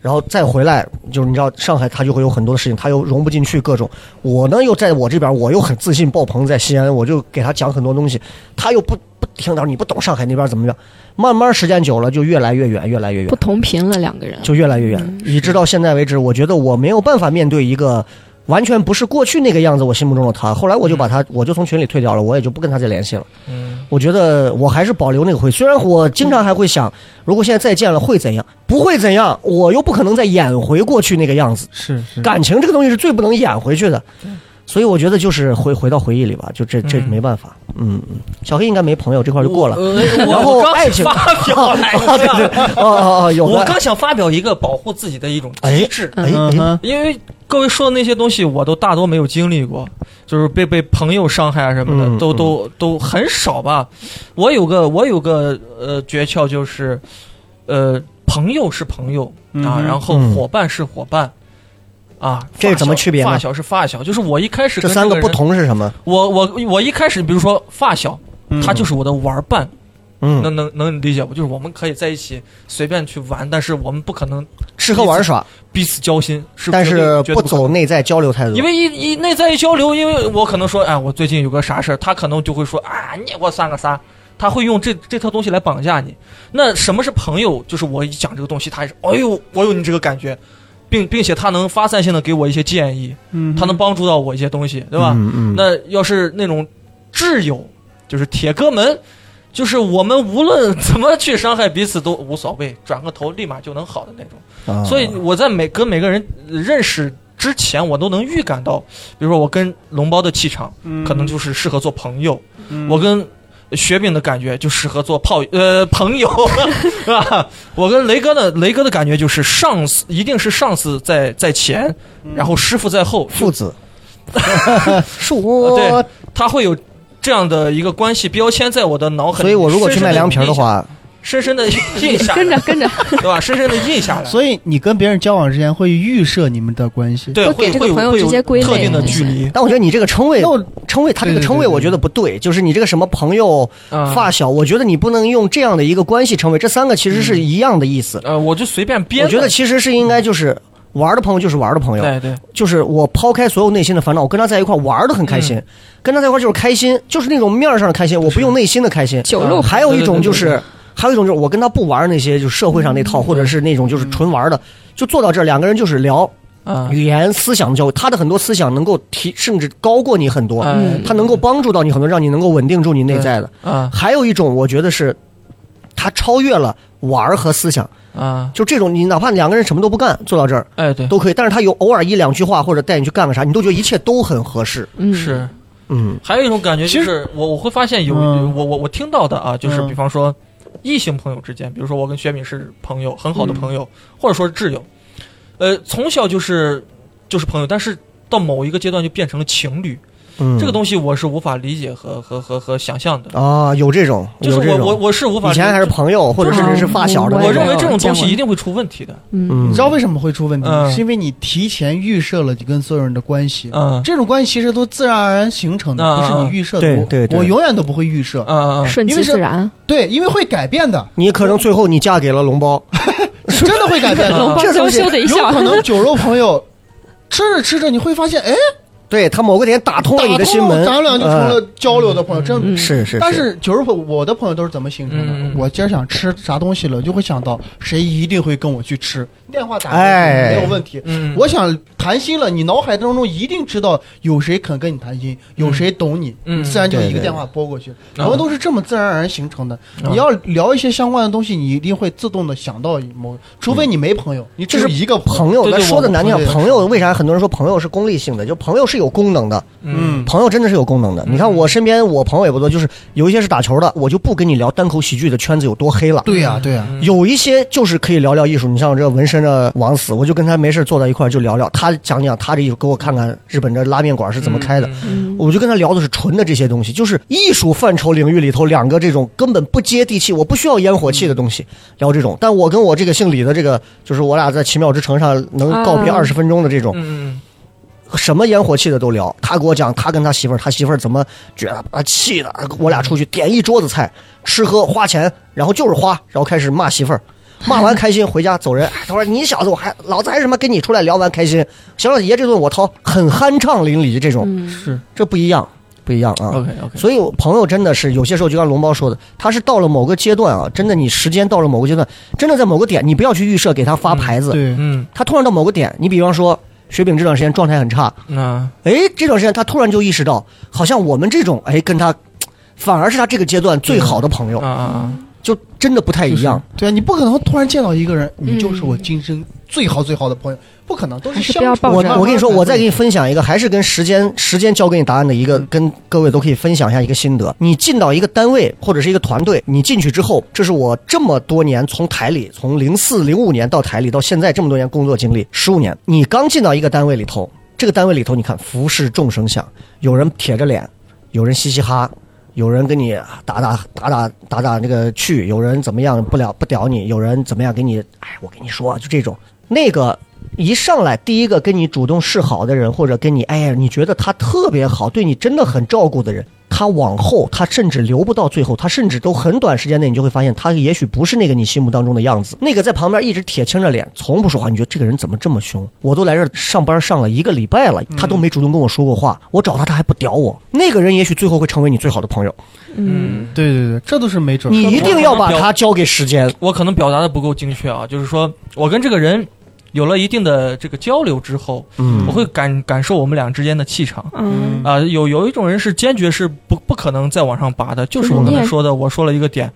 然后再回来，就是你知道上海他就会有很多的事情，他又融不进去各种。我呢又在我这边，我又很自信爆棚，在西安我就给他讲很多东西，他又不不听，他说你不懂上海那边怎么样。慢慢时间久了，就越来越远，越来越远不，同频了两个人，就越来越远，嗯一直到现在为止，我觉得我没有办法面对一个。完全不是过去那个样子，我心目中的他。后来我就把他，我就从群里退掉了，我也就不跟他再联系了。嗯，我觉得我还是保留那个回忆，虽然我经常还会想，如果现在再见了会怎样？不会怎样，我又不可能再演回过去那个样子。是是，感情这个东西是最不能演回去的，所以我觉得就是回回到回忆里吧，就这这嗯没办法。嗯，嗯小黑应该没朋友，这块儿就过了。呃然后我刚爱情发表来啊 对对，着，哦哦哦，有我的。刚想发表一个保护自己的一种哎机制，哎嗯哎，哼，因为各位说的那些东西，我都大多没有经历过，就是被被朋友伤害啊什么的，嗯都嗯都都很少吧。我有个我有个呃诀窍就是，呃，朋友是朋友嗯啊，哼然后嗯伙伴是伙伴。啊，这发怎么小区别呢发小是发小，就是我一开始这跟三个个不人，同是什么？我我我一开始，比如说发小，嗯他就是我的玩伴，嗯，能能能理解不？就是我们可以在一起随便去玩，但是我们不可能吃喝玩耍，彼此交心，是但绝是对绝对不不可能走内在交流态度。因为一一内在一交流，因为我可能说，哎，我最近有个啥事儿，他可能就会说啊，你给我算个啥？他会用这这套东西来绑架你。那什么是朋友？就是我一讲这个东西，他也是，哎呦，我有你这个感觉，并并且他能发散性的给我一些建议，嗯他能帮助到我一些东西，对吧？嗯嗯，那要是那种挚友，就是铁哥们，就是我们无论怎么去伤害彼此都无所谓，转个头立马就能好的那种。啊所以我在每跟每个人呃认识之前，我都能预感到，比如说我跟龙包的气场，可能就是适合做朋友；我跟雪饼的感觉就适合做炮呃朋友， 是吧？我跟雷哥的雷哥的感觉就是上司一定是上司在在前，然后师傅在后，父子，恕啊我他会有这样的一个关系标签在我的脑海里。所以，我如果去卖凉皮儿的，话，深深的印下，跟着跟着，对吧？深深的印下来。所以你跟别人交往之前会预设你们的关系。对，都会给这个会有朋友会直有接归特类定的了距离，但我觉得你这个称谓那我称谓，他这个对对称谓，对对我觉得不对，就是你这个什么朋友、嗯发小，我觉得你不能用这样的一个关系称谓，这三个其实是一样的意思。呃，我就随便我编的。觉得其实是应该就是。玩的朋友就是玩的朋友，对对，就是我抛开所有内心的烦恼，我跟他在一块玩的很开嗯心，跟他在一块就是开心，就是那种面儿上的开心，我不用内心的开心。酒肉还有一种就对对是，还有一种就是我跟他不玩那些，就是社会上那套，或者是那种就是嗯纯玩的，就坐到这儿，两个人就是聊啊，语言、思想的交流，他的很多思想能够提，甚至高过你很多，嗯他能够帮助到你很多，让你能够稳定住你内在的。啊还有一种，我觉得是，他超越了玩儿和思想，啊，就这种，你哪怕两个人什么都不干，坐到这儿哎对，都可以，但是他有偶尔一两句话或者带你去干个啥，你都觉得一切都很合适。嗯，是。嗯，还有一种感觉就其是，我我会发现有嗯我我我听到的啊，就是嗯比方说异性朋友之间，比如说我跟雪敏是朋友，很好嗯的朋友，或者说是挚友，呃，从小就是就是朋友，但是到某一个阶段就变成了情侣，嗯这个东西我是无法理解和和和和想象的，啊，有这种，就是有这我我种。我是无法以理解前还是朋友，或者甚至是发小的我那我种，认为这种东见西过一定会出问题的，嗯，嗯，你知道为什么会出问题？嗯是因为你提前预设了你跟所有人的关系，嗯这种关系其实都自然而然形成的，嗯不是嗯嗯你预设对的。我对对我永远都不会预设，嗯嗯顺因其为是自然，对，因为会改 变的，你可能最后你嫁给了龙 包，真的会改变的。龙包这东娇西羞的一有笑，可能酒肉朋友吃着吃着，你会发现，哎， 对他某个点打通打了你的心通门，了，咱俩就成了交流的朋友，真嗯是是，但是酒肉朋友，我的朋友都是怎么形成的？嗯我今儿想吃啥东西了，就会想到谁一定会跟我去吃，电话打过去哎没有问题。嗯，我想谈心了，你脑海当中一定知道有谁肯跟你谈心，有谁懂你，嗯自然就对一个对电话拨过去。我们都是这么自然而然形成的。嗯你要聊一些相关的东西，你一定会自动的想到某，除非你没朋友，你只有这是一个友。朋友，对对咱说的难听我，朋友为啥很多人说朋友是功利性的？就朋友是有功能的，嗯朋友真的是有功能的。你看我身边我朋友也不多，就是有一些是打球的，我就不跟你聊单口喜剧的圈子有多黑了。对呀、对呀、有一些就是可以聊聊艺术，你像我这个纹身身的王死，我就跟他没事坐在一块儿就聊聊，他讲讲他的艺术，给我看看日本的拉面馆是怎么开的。嗯嗯我就跟他聊的是纯的这些东西，就是艺术范畴领域里头两个这种根本不接地气，我不需要烟火气的东西，嗯聊这种。但我跟我这个姓李的这个，就是我俩在奇妙之城上能告别啊二十分钟的这种，嗯，什么烟火气的都聊。他给我讲他跟他媳妇儿，他媳妇儿怎么觉得啊气的，我俩出去点一桌子菜，吃喝花钱，然后就是花，然后开始骂媳 妇儿。骂完开心回家走人，哎他说你小子我还老子还什么跟你出来聊完开心，行了爷这顿我掏，很酣畅淋漓这种，嗯嗯，是这不一样，不一样啊。 OK OK，所以，我朋友真的是有些时候，就像龙猫说的，他是到了某个阶段啊，真的，你时间到了某个阶段，真的在某个点，你不要去预设给他发牌子，对，嗯，他突然到某个点，你比方说雪饼这段时间状态很差，那啊哎，这段时间他突然就意识到，好像我们这种哎跟他，反而是他这个阶段最好的朋友啊，啊就真的不太一样。对啊，你不可能突然见到一个人，嗯你就是我今生最好最好的朋友，不可能，都还是不相要处。抱我着我跟你说，我再给你分享一个，还是跟时间时间教给你答案的一个，嗯跟各位都可以分享一下一个心得。你进到一个单位或者是一个团队，你进去之后，这是我这么多年从台里，从零四零五年到台里到现在这么多年工作经历，十五年。你刚进到一个单位里头，这个单位里头，你看服侍众生相，有人铁着脸，有人嘻嘻哈。有人跟你打打打打打打那个去，有人怎么样不了不屌你，有人怎么样给你，哎，我跟你说，就这种。那个一上来第一个跟你主动示好的人，或者跟你哎呀，你觉得他特别好，对你真的很照顾的人，他往后他甚至留不到最后，他甚至都很短时间内，你就会发现他也许不是那个你心目当中的样子。那个在旁边一直铁青着脸，从不说话，你觉得这个人怎么这么凶？我都来这儿上班上了一个礼拜了，他都没主动跟我说过话，我找他他还不屌我。那个人也许最后会成为你最好的朋友，嗯，对对对，这都是没准儿。你一定要把他交给时间。我可能表达的不够精确啊，就是说我跟这个人有了一定的这个交流之后，嗯我会感感受我们俩之间的气场。嗯，啊、有有一种人是坚决是不不可能再往上拔的，就是我嗯刚你才也说的，我说了一个点，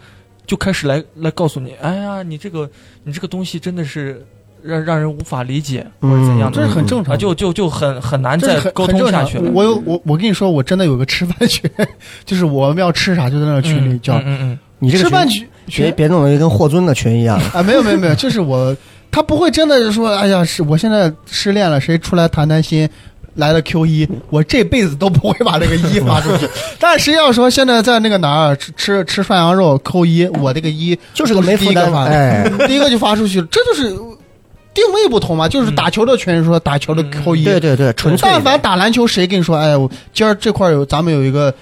就开始来来告诉你，哎呀，你这个你这个东西真的是让让人无法理解或者怎样这的是很嗯正常啊，的，就就就很很难这是再很沟很通正下常去了嗯的。。我有我我跟你说，我真的有个吃饭群， 就是我们要吃啥就在那个群里叫嗯嗯嗯你这个吃饭群群别群别弄得跟霍尊的群一样。啊，没有没有没有，就是我他不会真的说，哎呀，是我现在失恋了，谁出来谈谈心？来了 Q 一，我这辈子都不会把这个一发 出去。但实际上说，现在在那个哪儿吃吃吃涮羊肉扣一，我这个一就是个没负担，哎，第一个就发出去了，这就是定位不同嘛。就是嗯打球的群说打球的扣一，对对对， 纯粹但凡打篮球，谁跟你说，哎，我今儿这块儿有咱们有一个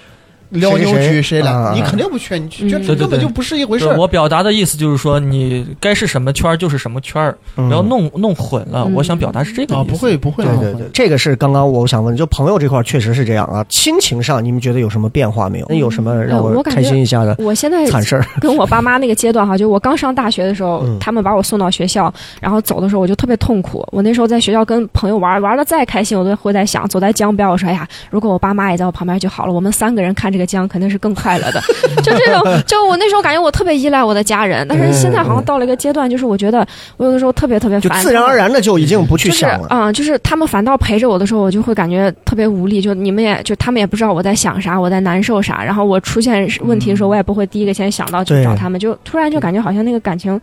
撩妞谁谁局，谁谁啊来？你肯定不去，你就觉得嗯对对根本对就不是一回事对儿。我表达的意思就是说，你该是什么圈儿就是什么圈儿，嗯不要弄弄混了。嗯我想表达是这个啊，意思。不会不会，对不对会对，这个是刚刚我想问，就朋友这块儿确实是这样啊。亲情上，你们觉得有什么变化没有？那有什么让呃我感觉开心一下的我现在惨事儿？跟我爸妈那个阶段哈，就我刚上大学的时候嗯，他们把我送到学校，然后走的时候我就特别痛苦。我那时候在学校跟朋友玩，玩的再开心，我都会在想，走在江边，我说哎呀，如果我爸妈也在我旁边就好了，我们三个人看这个江肯定是更 快乐的。就这种，就我那时候感觉我特别依赖我的家人，但是现在好像到了一个阶段，就是我觉得我有的时候特别特别就烦，自然而然的就已经不去就是想了。嗯，就是他们反倒陪着我的时候，我就会感觉特别无力。就你们也就他们也不知道我在想啥，我在难受啥。然后我出现问题的时候，我也不会第一个先想到去嗯对找他们，就突然就感觉好像那个感情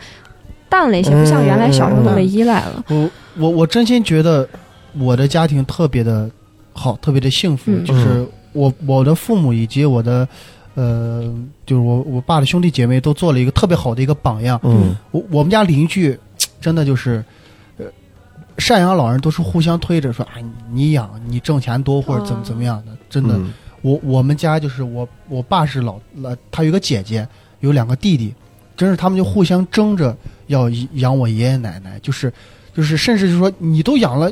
淡了一些，不嗯像原来小时候那么依赖了。我我我真心觉得我的家庭特别的好，特别的幸福，嗯就是我我的父母以及我的呃，就是我我爸的兄弟姐妹都做了一个特别好的一个榜样。嗯，我我们家邻居真的就是，呃，赡养老人都是互相推着说，哎，你养你挣钱多或者怎么哦怎么样的，真嗯的。我我们家就是我我爸是老老，他有个姐姐，有两个弟弟，真是他们就互相争着要养我爷爷奶奶，就是就是甚至就说你都养了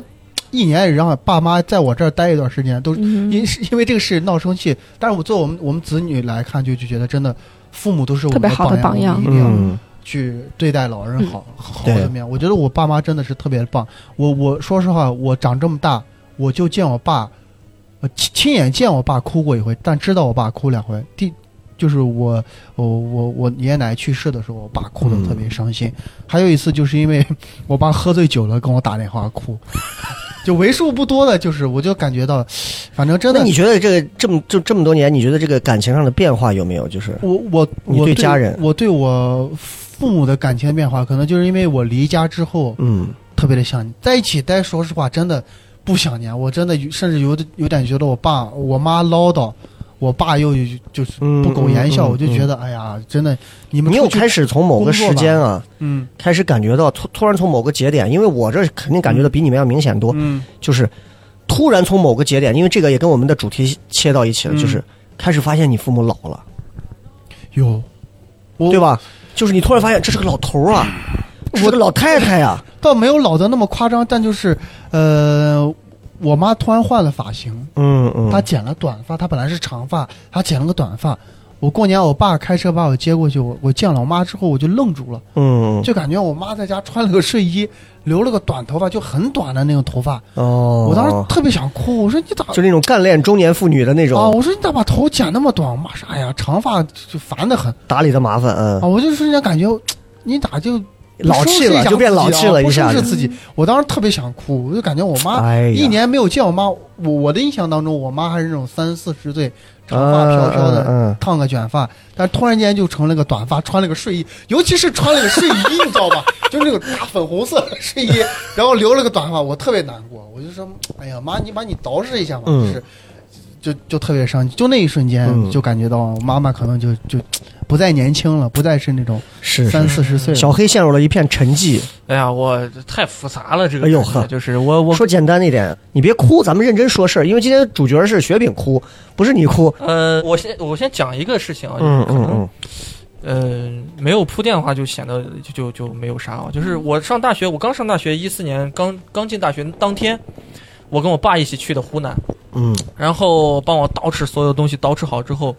一年，也让爸妈在我这儿待一段时间，都嗯因是因为这个事闹生气。但是我作为我们我们子女来看，就就觉得真的父母都是我们特别好的榜榜样我们一定要嗯，去对待老人好、好对怎么样？我觉得我爸妈真的是特别棒。我我说实话，我长这么大，我就见我爸，我亲亲眼见我爸哭过一回，但知道我爸哭两回。第就是我我我我爷爷奶奶去世的时候，我爸哭的特别伤心。还有一次就是因为 我爸喝醉酒了跟我打电话哭， 就为数不多的，就是我就感觉到，反正真那的你觉得这个这么就这么多年，你觉得这个感情上的变化有没有？就是我我你我对家人我对我父父母的感情变化，可能就是因为我离家之后嗯，特别的想你，在一起待，说实话真的不想念，我真的有甚至有的有点觉得我爸我妈唠叨，我爸又就是嗯不苟言笑，嗯嗯我就觉得哎呀，真的你们你出有去开始从某个时间啊，嗯开始感觉到突突然从某个节点，因为我这肯定感觉的比你们要明显多，嗯就是突然从某个节点，因为这个也跟我们的主题切到一起了，嗯就是开始发现你父母老了，有我对吧？就是你突然发现这是个老头 儿啊，这是个老太太呀、倒没有老的那么夸张，但就是呃，我妈突然换了发型，嗯嗯她剪了短发，她本来是长发，她剪了个短发。我过年，我爸开车把我接过去，我我见了我妈之后，我就愣住了，嗯就感觉我妈在家穿了个睡衣，留了个短头发，就很短的那种头发。哦，我当时特别想哭，我说你咋就那种干练中年妇女的那啊？种我说你咋把头剪那么短？我妈说哎呀，长发就烦得很打理的麻烦，嗯啊！，我就瞬间感觉你咋就老气不收拾一了下就变自老己啊气了一不收下拾子，自己。我当时特别想哭，我就感觉我妈哎呀啊一年没有见我妈，我我的印象当中，我妈还是那种三四十岁，长发飘飘的，嗯嗯嗯烫个卷发，但是突然间就成了个短发，穿了个睡衣，尤其是穿了个睡衣，你知道吧？ 就是那种大粉红色的睡 衣，然后留了个短发，我特别难过，我就说，哎呀妈，你把你捯饬一下嘛，嗯就是。就就特别伤心，就那一瞬间嗯就感觉到我妈妈可能就就不再年轻了，不再是那种是三是。四十岁了。小黑陷入了一片沉寂。哎呀，我太复杂了，这个哎呦感觉呵就是我我说简单一点，你别哭，咱们认真说事儿。因为今天主角是雪饼哭，不是你哭。嗯呃，我先我先讲一个事情啊，嗯就是可能呃没有铺垫的话，就显得就就就没有啥啊。就是嗯我上大学，我刚上大学一四年，刚刚进大学当天，我跟我爸一起去的湖南，嗯然后帮我捯饬所有东西，捯饬好之后，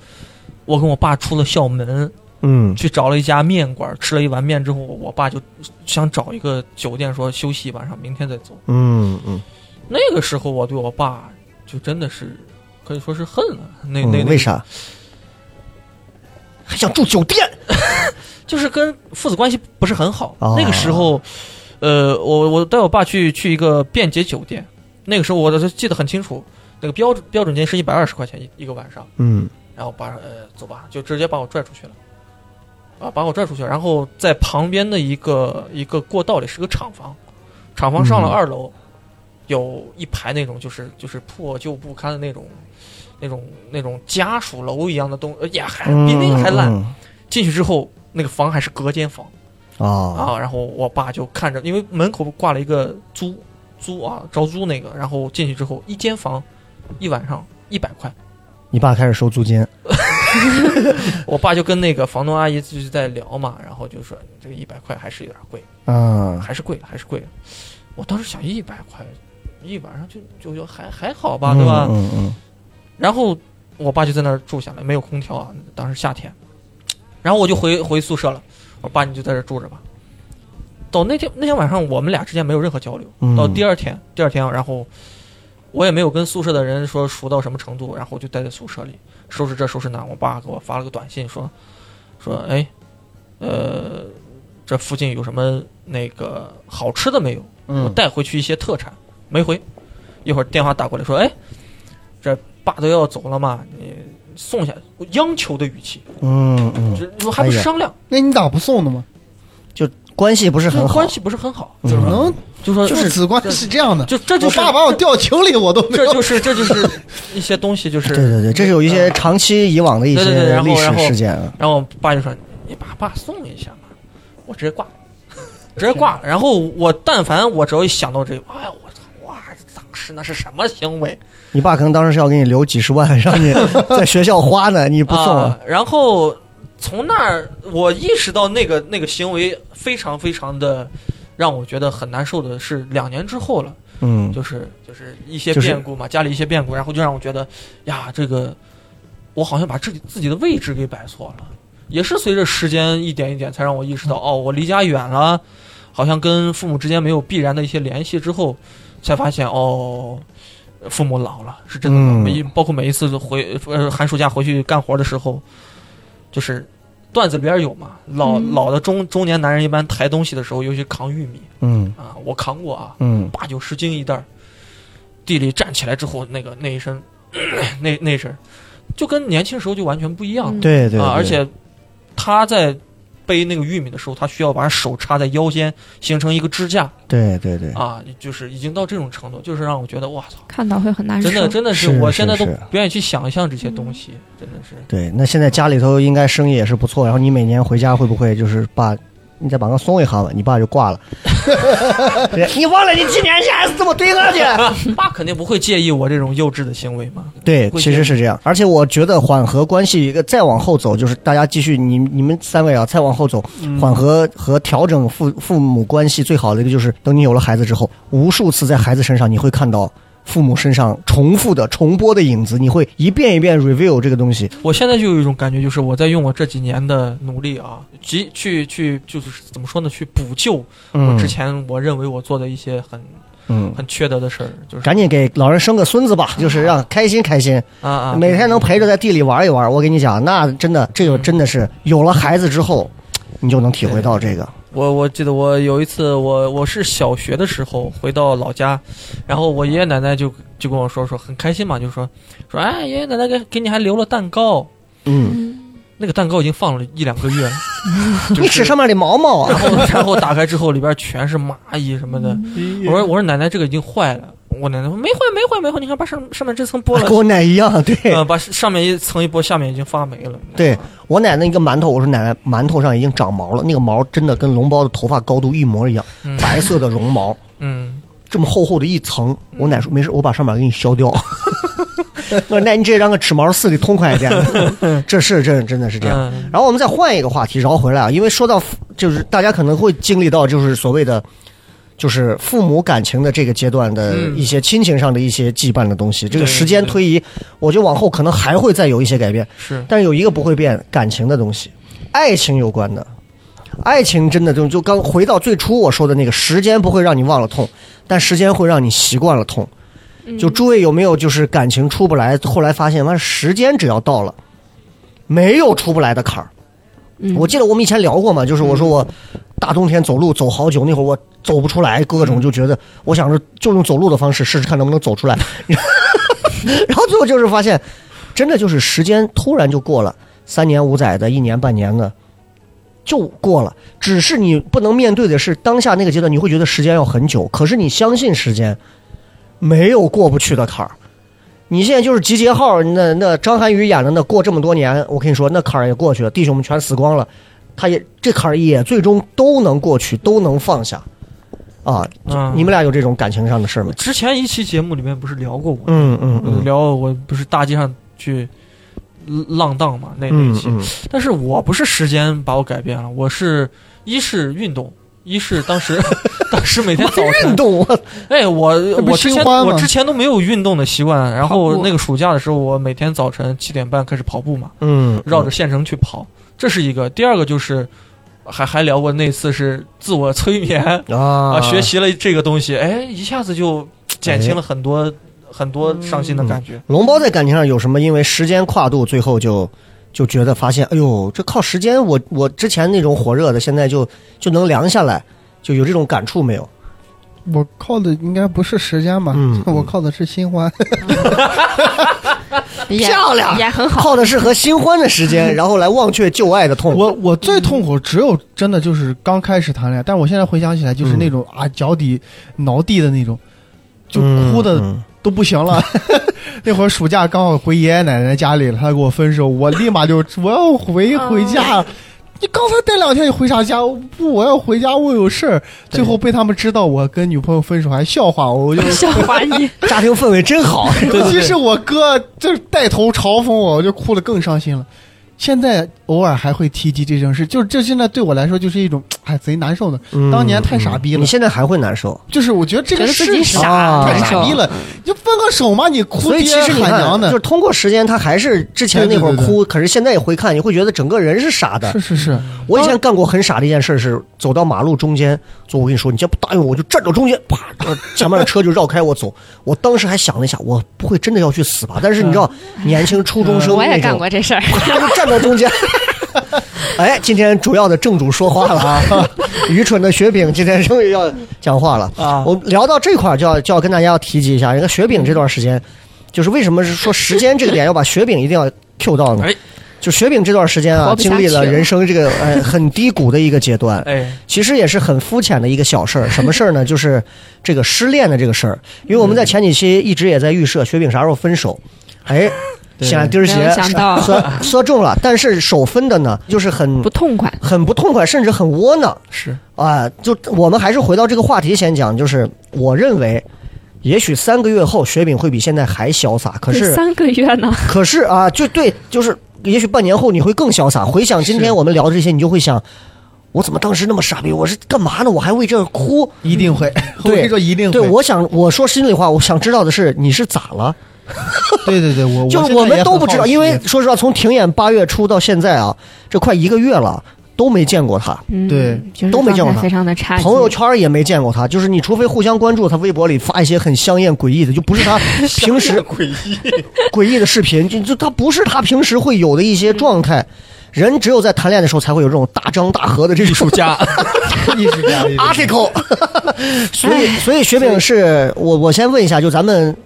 我跟我爸出了校门，嗯去找了一家面馆，吃了一碗面之后，我爸就想找一个酒店说休息一晚上，明天再走。嗯嗯那个时候我对我爸就真的是可以说是恨了，那那、嗯，为？啥？还想住酒店？就是跟父子关系不是很好。哦那个时候，呃，我我带我爸去去一个便捷酒店，那个时候我都记得很清楚，那个标准标准间是一百二十块钱一一个晚上，嗯然后把呃走吧，就直接把我拽出去了。啊，把我拽出去，然后在旁边的一个一个过道里是个厂房，厂房上了嗯二楼，有一排那种就是就是破旧不堪的那种，那种那种家属楼一样的东，呃呀，还比那个还烂。嗯进去之后，那个房还是隔间房，啊啊，然后我爸就看着，因为门口挂了一个租租啊招租那个，然后进去之后一间房一晚上一百块，你爸开始收租金。我爸就跟那个房东阿姨就是在聊嘛，然后就说这个一百块还是有点贵，嗯还是贵了，还是贵了。我当时想一百块一晚上就就就还还好吧，对吧？嗯嗯然后我爸就在那儿住下来，没有空调啊，当时夏天。然后我就回回宿舍了，我爸你就在这儿住着吧。到那天那天晚上，我们俩之间没有任何交流。嗯到第二天，第二天，然后我也没有跟宿舍的人说熟到什么程度，然后就待在宿舍里收拾这收拾那。我爸给我发了个短信说说，哎，呃，这附近有什么那个好吃的没有？我嗯带回去一些特产，没回。一会儿电话打过来说，哎，这爸都要走了嘛，你送下，我央求的语气，嗯嗯，这还不哎呀商量，那你咋不送的吗？关系不是这很好。关系不是很好，怎嗯么能就说父子关系是这样的？就这就是我爸把我掉井里，我都没这有。就是这就是一些东西，就是呃对对对，这是有一些长期以往的一对对对些然后历史然后事件啊。然后我爸就说：“你把爸送一下嘛。”我直接挂了， 直接挂了。然后我但凡我只要一想到这个，哎呀，我操，哇，当时那是什么行为？你爸可能当时是要给你留几十万， 让 你在学校花呢，你不送啊。然后从那儿，我意识到那个那个行为非常非常的让我觉得很难受的是，两年之后了，嗯就是就是一些就是变故嘛，家里一些变故，然后就让我觉得呀，这个我好像把自己自己的位置给摆错了。也是随着时间一点一点，才让我意识嗯到，哦，我离家远了，好像跟父母之间没有必然的一些联系。之后才发现，哦，父母老了，是真的老。嗯每一包括每一次回呃寒暑假回去干活的时候，就是段子里边有嘛，老、嗯老的中中年男人一般抬东西的时候，尤其扛玉米嗯啊，我扛过啊，嗯八九十斤一袋儿，地里站起来之后，那个那一身，那那一身，就跟年轻时候就完全不一样了、啊嗯对对对啊！而且他在背那个玉米的时候，他需要把手插在腰间，形成一个支架对对对，啊，就是已经到这种程度，就是让我觉得哇操，看到会很难受。真的真的是，是我是现在都是不愿意去想象这些东西，真的是。对，那现在家里头应该生意也是不错，然后你每年回家会不会就是爸，你再把我松一下吧，你爸就挂 了。对你忘了你几年前还是这么对我的？爸肯定不会介意我这种幼稚的行为嘛。对，会其实是这样。而且我觉得缓和关系一个再往后走，就是大家继续，你你们三位啊，再往后走，缓和和调整父父母关系最好的一个就是，等你有了孩子之后，无数次在孩子身上你会看到。父母身上重复的、重播的影子，你会一遍一遍 review 这个东西。我现在就有一种感觉，就是我在用我这几年的努力啊，及去去就是怎么说呢，去补救我嗯之前我认为我做的一些很嗯，很缺德的事儿，就是赶紧给老人生个孙子吧，就是让开心开心，啊啊，每天能陪着在地里玩一玩。我跟你讲，那真的，这个真的是有了孩子之后，你就能体会到这个。我我记得我有一次我我是小学的时候回到老家，然后我爷爷奶奶就就跟我说说很开心嘛，就说说哎爷爷奶奶给给你还留了蛋糕，嗯，那个蛋糕已经放了一两个 月了， 就是你指上面的毛毛啊，然后然后打开之后里边全是蚂蚁什么的，嗯嗯我说我说奶奶这个已经坏了，我奶奶说没坏没坏没坏，你看把上上面这层剥跟了，我奶一样。 对，呃把上面一层一剥，下面已经发霉了。对我奶奶一个馒头，我说奶奶馒头上已经长毛了，那个毛真的跟龙包的头发高度一模一样，嗯白色的绒毛。嗯，这么厚厚的一层，我奶说没事，我把上面给你削掉。 我说那你这让个齿毛刺的痛快一 点，这是这真的是这样。嗯然后我们再换一个话题，绕回来啊，因为说到父就是大家可能会经历到就是所谓的，就是父母感情的这个阶段的嗯一些亲情上的一些羁绊的东西，这个对时间对推移，我觉得往后可能还会再有一些改变，是但是有一个不会变，感情的东西，爱情有关的，爱情真的就就刚回到最初我说的那个，时间不会让你忘了痛，但时间会让你习惯了痛。就诸位有没有就是感情出不来，后来发现完时间只要到了，没有出不来的坎儿。嗯我记得我们以前聊过嘛，就是我说我大冬天走路走好久，那会儿我走不出来，各种就觉得我想着就用走路的方式试试看能不能走出来， 然后最后就是发现，真的就是时间突然就过了，三年五载的，一年半年的。就过了，只是你不能面对的是当下那个阶段，你会觉得时间要很久。可是你相信时间，没有过不去的坎儿。你现在就是集结号，那那张涵予演的那过这么多年，我跟你说，那坎儿也过去了，弟兄们全死光了，他也这坎儿也最终都能过去，都能放下。啊，啊，你们俩有这种感情上的事儿吗？之前一期节目里面不是聊过我，嗯嗯嗯聊我不是大街上去浪荡嘛那那一嗯期，嗯，但是我不是时间把我改变了，我是一是运动，一是 当时 当时每天早晨运，动我哎，我这不我之是前新欢吗我之前都没有运动的习惯，然跑后步那个暑假的时候，我每天早晨七点半开始跑步嘛，嗯绕着县城去跑，这是一个。第二个就是还还聊过那次是自我催眠啊啊，学习了这个东西，哎，一下子就减轻了很多很多伤心的感觉。龙包在感情上有什么？因为时间跨度，最后就就觉得发现，哎呦，这靠时间，我我之前那种火热的，现在就就能凉下来，就有这种感触没有？我靠的应该不是时间吧？嗯 我靠的是新欢。也漂亮也 很好。靠的是和新欢的时 间，然后来忘却旧爱的痛。我 我最痛苦只有真的就是刚开始谈恋爱，但我现在回想起来嗯就是那种、啊脚底挠地的那种，就哭的嗯都不行了。 那会儿暑假刚好回爷爷奶奶家里了，他给我分手，我立马就我要回回家。你刚才待两天，你回啥家？我不，我要回家，我有事儿。最后被他们知道我跟女朋友分手，还笑话我，我就笑话你，嗯家庭氛围真 好。尤其是我哥这带头嘲讽我，我就哭得更伤心了。现在偶尔还会提及这件事，就是这现在对我来说就是一种哎贼难受的。当年太傻逼了嗯你，现在还会难受。就是我觉得这觉个得自己事情啊傻，太难傻受逼。了，你就分个手嘛，你哭所以其爹实你喊看，娘就的是，通过时间，他还是之前那会儿对对对哭，可是现在也回看，你会觉得整个人是傻的是。是是，我以前嗯干过很傻的一件事是，走到马路中间，就我跟你说，你这不答应我，我就站到中间，啪，呃前面的车就绕开我走。我当时还想了一下，我不会真的要去死吧？但是你知道，年轻初中生嗯我也那干种过这事儿，他就站到中间。 哎，今天主要的正主说话了啊！愚蠢的雪饼今天终于要讲话了啊我聊到这块儿，就要就要跟大家要提及一下，人家 雪饼这段时间，就是为什么是说时间这个点要把雪饼一定要 Q 到呢？哎就雪饼这段时间啊，活不下经历了去了人生这个 呃很低谷的一个阶段，哎，其实也是很肤浅的一个小事儿。什么事儿呢？就是这个失恋的这个事儿。因为我们在前几期一直也在预设雪饼啥时候分手， 哎，对显然钉儿没鞋有想到说说中了，但是首分的呢，就是很不痛快。很不痛快，甚至很窝囊。是啊，就我们还是回到这个话题先讲，就是我认为，也许三个月后雪饼会比现在还潇洒，可对是三个月呢，可是啊，就对，就是也许半年后你会更潇洒。回想今天我们聊的这些，你就会想，我怎么当时那么傻逼？我是干嘛呢？我还为这儿哭？一 定会，我跟你说一定会。对，我想我说心里话，我想知道的是你是咋了？对对对，我就是我我现在也们很都不知好道，奇因为说实话，从停演八月初到现在啊，这快一个月了，都没见过他。嗯，对，就是都没见过状他态非常的差劲。朋友圈也没见过他，就是你除非互相关注，他微博里发一些很香艳诡异的，就不是 他平时诡异，诡异的视频，就就他不是他平时会有的一些状态。人只有在谈恋爱的时候才会有这种大张大合的这艺种术 家， 一直这样，一直这样 article，所以哎所以雪饼是我我先问一下，就咱们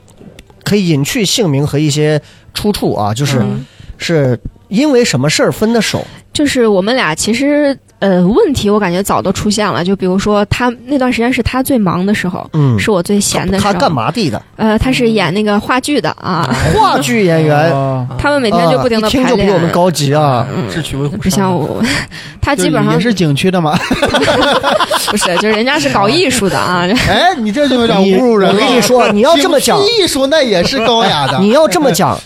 可以隐去姓名和一些出处啊，就是、嗯是因为什么事儿分的手？就是我们俩其实呃问题，我感觉早都出现了。就比如说他那段时间是他最忙的时候，嗯，是我最闲的时他候。干？嘛地的？呃，他是演那个话剧的啊。话剧演员，啊他们每天哦就不停啊的一听排就比练，我们高级啊。智取威虎不像山。我， 他就基本上也是景区的嘛。不是，就是人家是搞艺术 的啊。 哎，你这就有点你侮辱人我了。跟你 说你要这么讲景区艺术那也是高雅的。你要这么讲，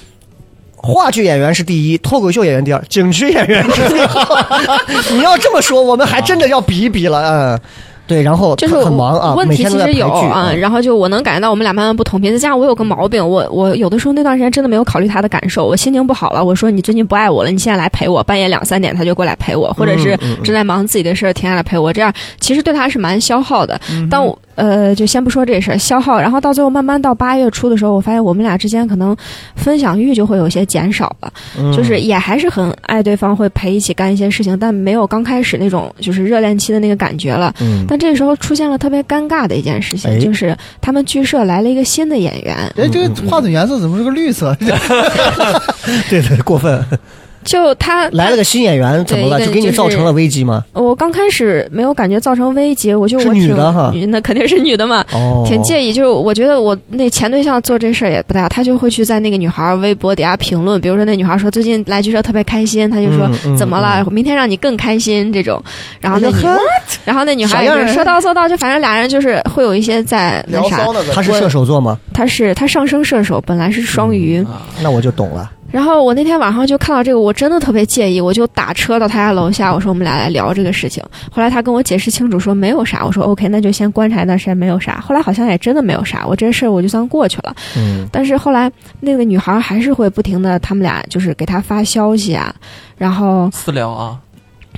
话剧演员是第一，脱口秀演员第二，景区演员是第二。 你要这么说，我们还真的要比一比了。嗯，对，然后就是很很忙啊，问每题天其都在排实剧嗯有啊，然后就我能感觉到我们俩慢慢不同频，再加上我有个毛病，我我有的时候那段时间真的没有考虑他的感受，我心情不好了，我说你最近不爱我了，你现在来陪我，半夜两三点他就过来陪我，或者嗯是正在忙自己的事儿停下来陪我，这样其实对他是蛮消耗的。嗯但我呃，就先不说这事儿，消耗，然后到最后慢慢到八月初的时候，我发现我们俩之间可能分享欲就会有些减少了，嗯就是也还是很爱对方，会陪一起干一些事情，但没有刚开始那种就是热恋期的那个感觉了。嗯 但这时候出现了特别尴尬的一件事情，哎就是他们剧社来了一个新的演员，哎，这个话筒颜色怎么是个绿色？对对，过分。就他来了个新演员，怎么了？对一就个给你就是造成了危机吗？我刚开始没有感觉造成危机，我就是我挺女的哈女那肯定是女的嘛，哦，挺介意。就是我觉得我那前对象做这事儿也不大，他就会去在那个女孩微博底下评论，比如说那女孩说最近来剧社特别开心，他就说、嗯嗯怎么了，明天让你更开心这种。然后那女，然后那女孩哎小样也儿啊是说到做到，就反正俩人就是会有一些在 那聊 啥骚，呢，他是射手座吗？他是他上升射手，本来是双嗯鱼。啊那我就懂了。然后我那天晚上就看到这个，我真的特别介意，我就打车到他家楼下，我说我们俩来聊这个事情。后来他跟我解释清楚说没有啥，我说 OK，那就先观察一段时间没有啥。后来好像也真的没有啥，我这事儿我就算过去了。嗯，但是后来那个女孩还是会不停的，他们俩就是给他发消息啊，然后私聊啊，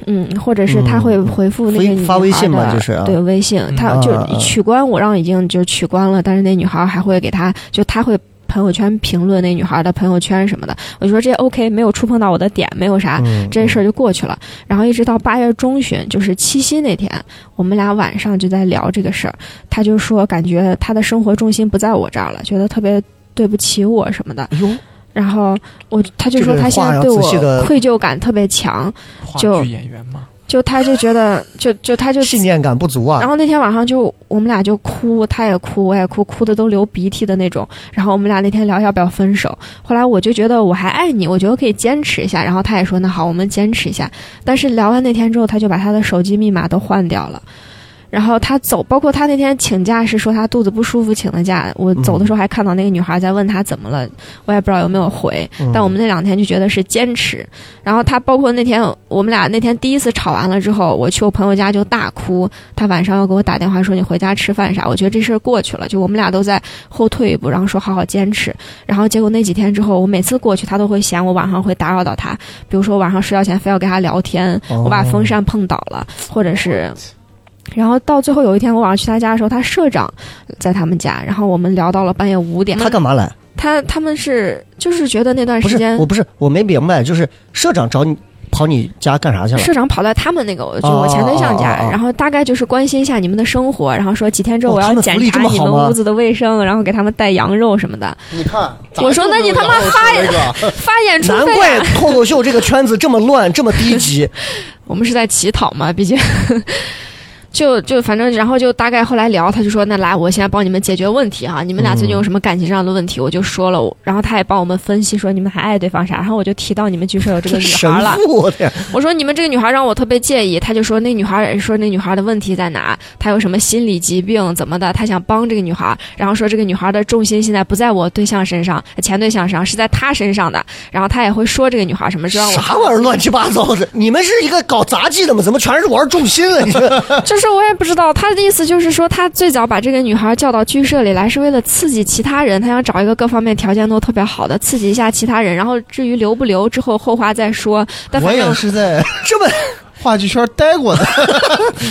嗯，或者是他会回复那嗯个女孩的发微信嘛就是啊对微信，他嗯就啊啊取关我让已经就取关了，但是那女孩还会给他，就他会朋友圈评论那女孩的朋友圈什么的，我就说这 OK 没有触碰到我的点，没有啥，嗯啊这事儿就过去了。然后一直到八月中旬，就是七夕那天，我们俩晚上就在聊这个事儿，他就说感觉他的生活重心不在我这儿了，觉得特别对不起我什么的。哎呦，然后我他就说这个他现话在要对我仔细地愧疚感特别强，话就剧演员嘛，就他就觉得就就他就信念感不足然啊。后那天晚上就我们俩就哭，他也哭，我也哭，哭的都流鼻涕的那种。然后我们俩那天聊要不要分手，后来我就觉得我还爱你，我觉得可以坚持一下。然后他也说那好，我们坚持一下。但是聊完那天之后，他就把他的手机密码都换掉了。然后他走，包括他那天请假是说他肚子不舒服请的假。我走的时候还看到那个女孩在问他怎么了，我也不知道有没有回。嗯但我们那两天就觉得是坚持。然后他包括那天我们俩那天第一次吵完了之后，我去我朋友家就大哭，他晚上要给我打电话说你回家吃饭啥，我觉得这事儿过去了，就我们俩都在后退一步，然后说好好坚持。然后结果那几天之后，我每次过去他都会嫌我晚上会打扰到他，比如说晚上睡觉前非要跟他聊天，哦我把风扇碰倒了，或者是。然后到最后有一天，我晚上去他家的时候，他社长在他们家，然后我们聊到了半夜五点。他干嘛来？他他们是就是觉得那段不时是间，我不是我没明白，就是社长找你跑你家干啥去了？社长跑到他们那个，就我前对象嗯家，哦哦哦哦然后大概就是关心一下你们的生活，然后说几天之后哦我要他们福检利查这么你好们吗屋子的卫生，然后给他们带羊肉什么的。你看，我说那你他妈发那呃个，发演出难费怪啊， 脱口秀这个圈子这么乱，这么低级。 我们是在乞讨嘛，毕竟。就就反正，然后就大概后来聊，他就说：“那来，我现在帮你们解决问题哈、你们俩最近有什么感情上的问题？”我就说了，我然后他也帮我们分析说你们还爱对方啥。然后我就提到你们剧社有这个女孩神了，父，我天！我说你们这个女孩让我特别介意，他就说那女孩也说那女孩的问题在哪，她有什么心理疾病怎么的，他想帮这个女孩，然后说这个女孩的重心现在不在我对象身上，前对象上是在她身上的，然后他也会说这个女孩什么，知道我啥玩意儿乱七八糟的？你们是一个搞杂技的吗？怎么全是玩重心了？你这 就是我也不知道，他的意思就是说，他最早把这个女孩叫到剧社里来，是为了刺激其他人，他想找一个各方面条件都特别好的，刺激一下其他人。然后至于留不留，之后后话再说。 但我反也正是在这么话剧圈待过 的，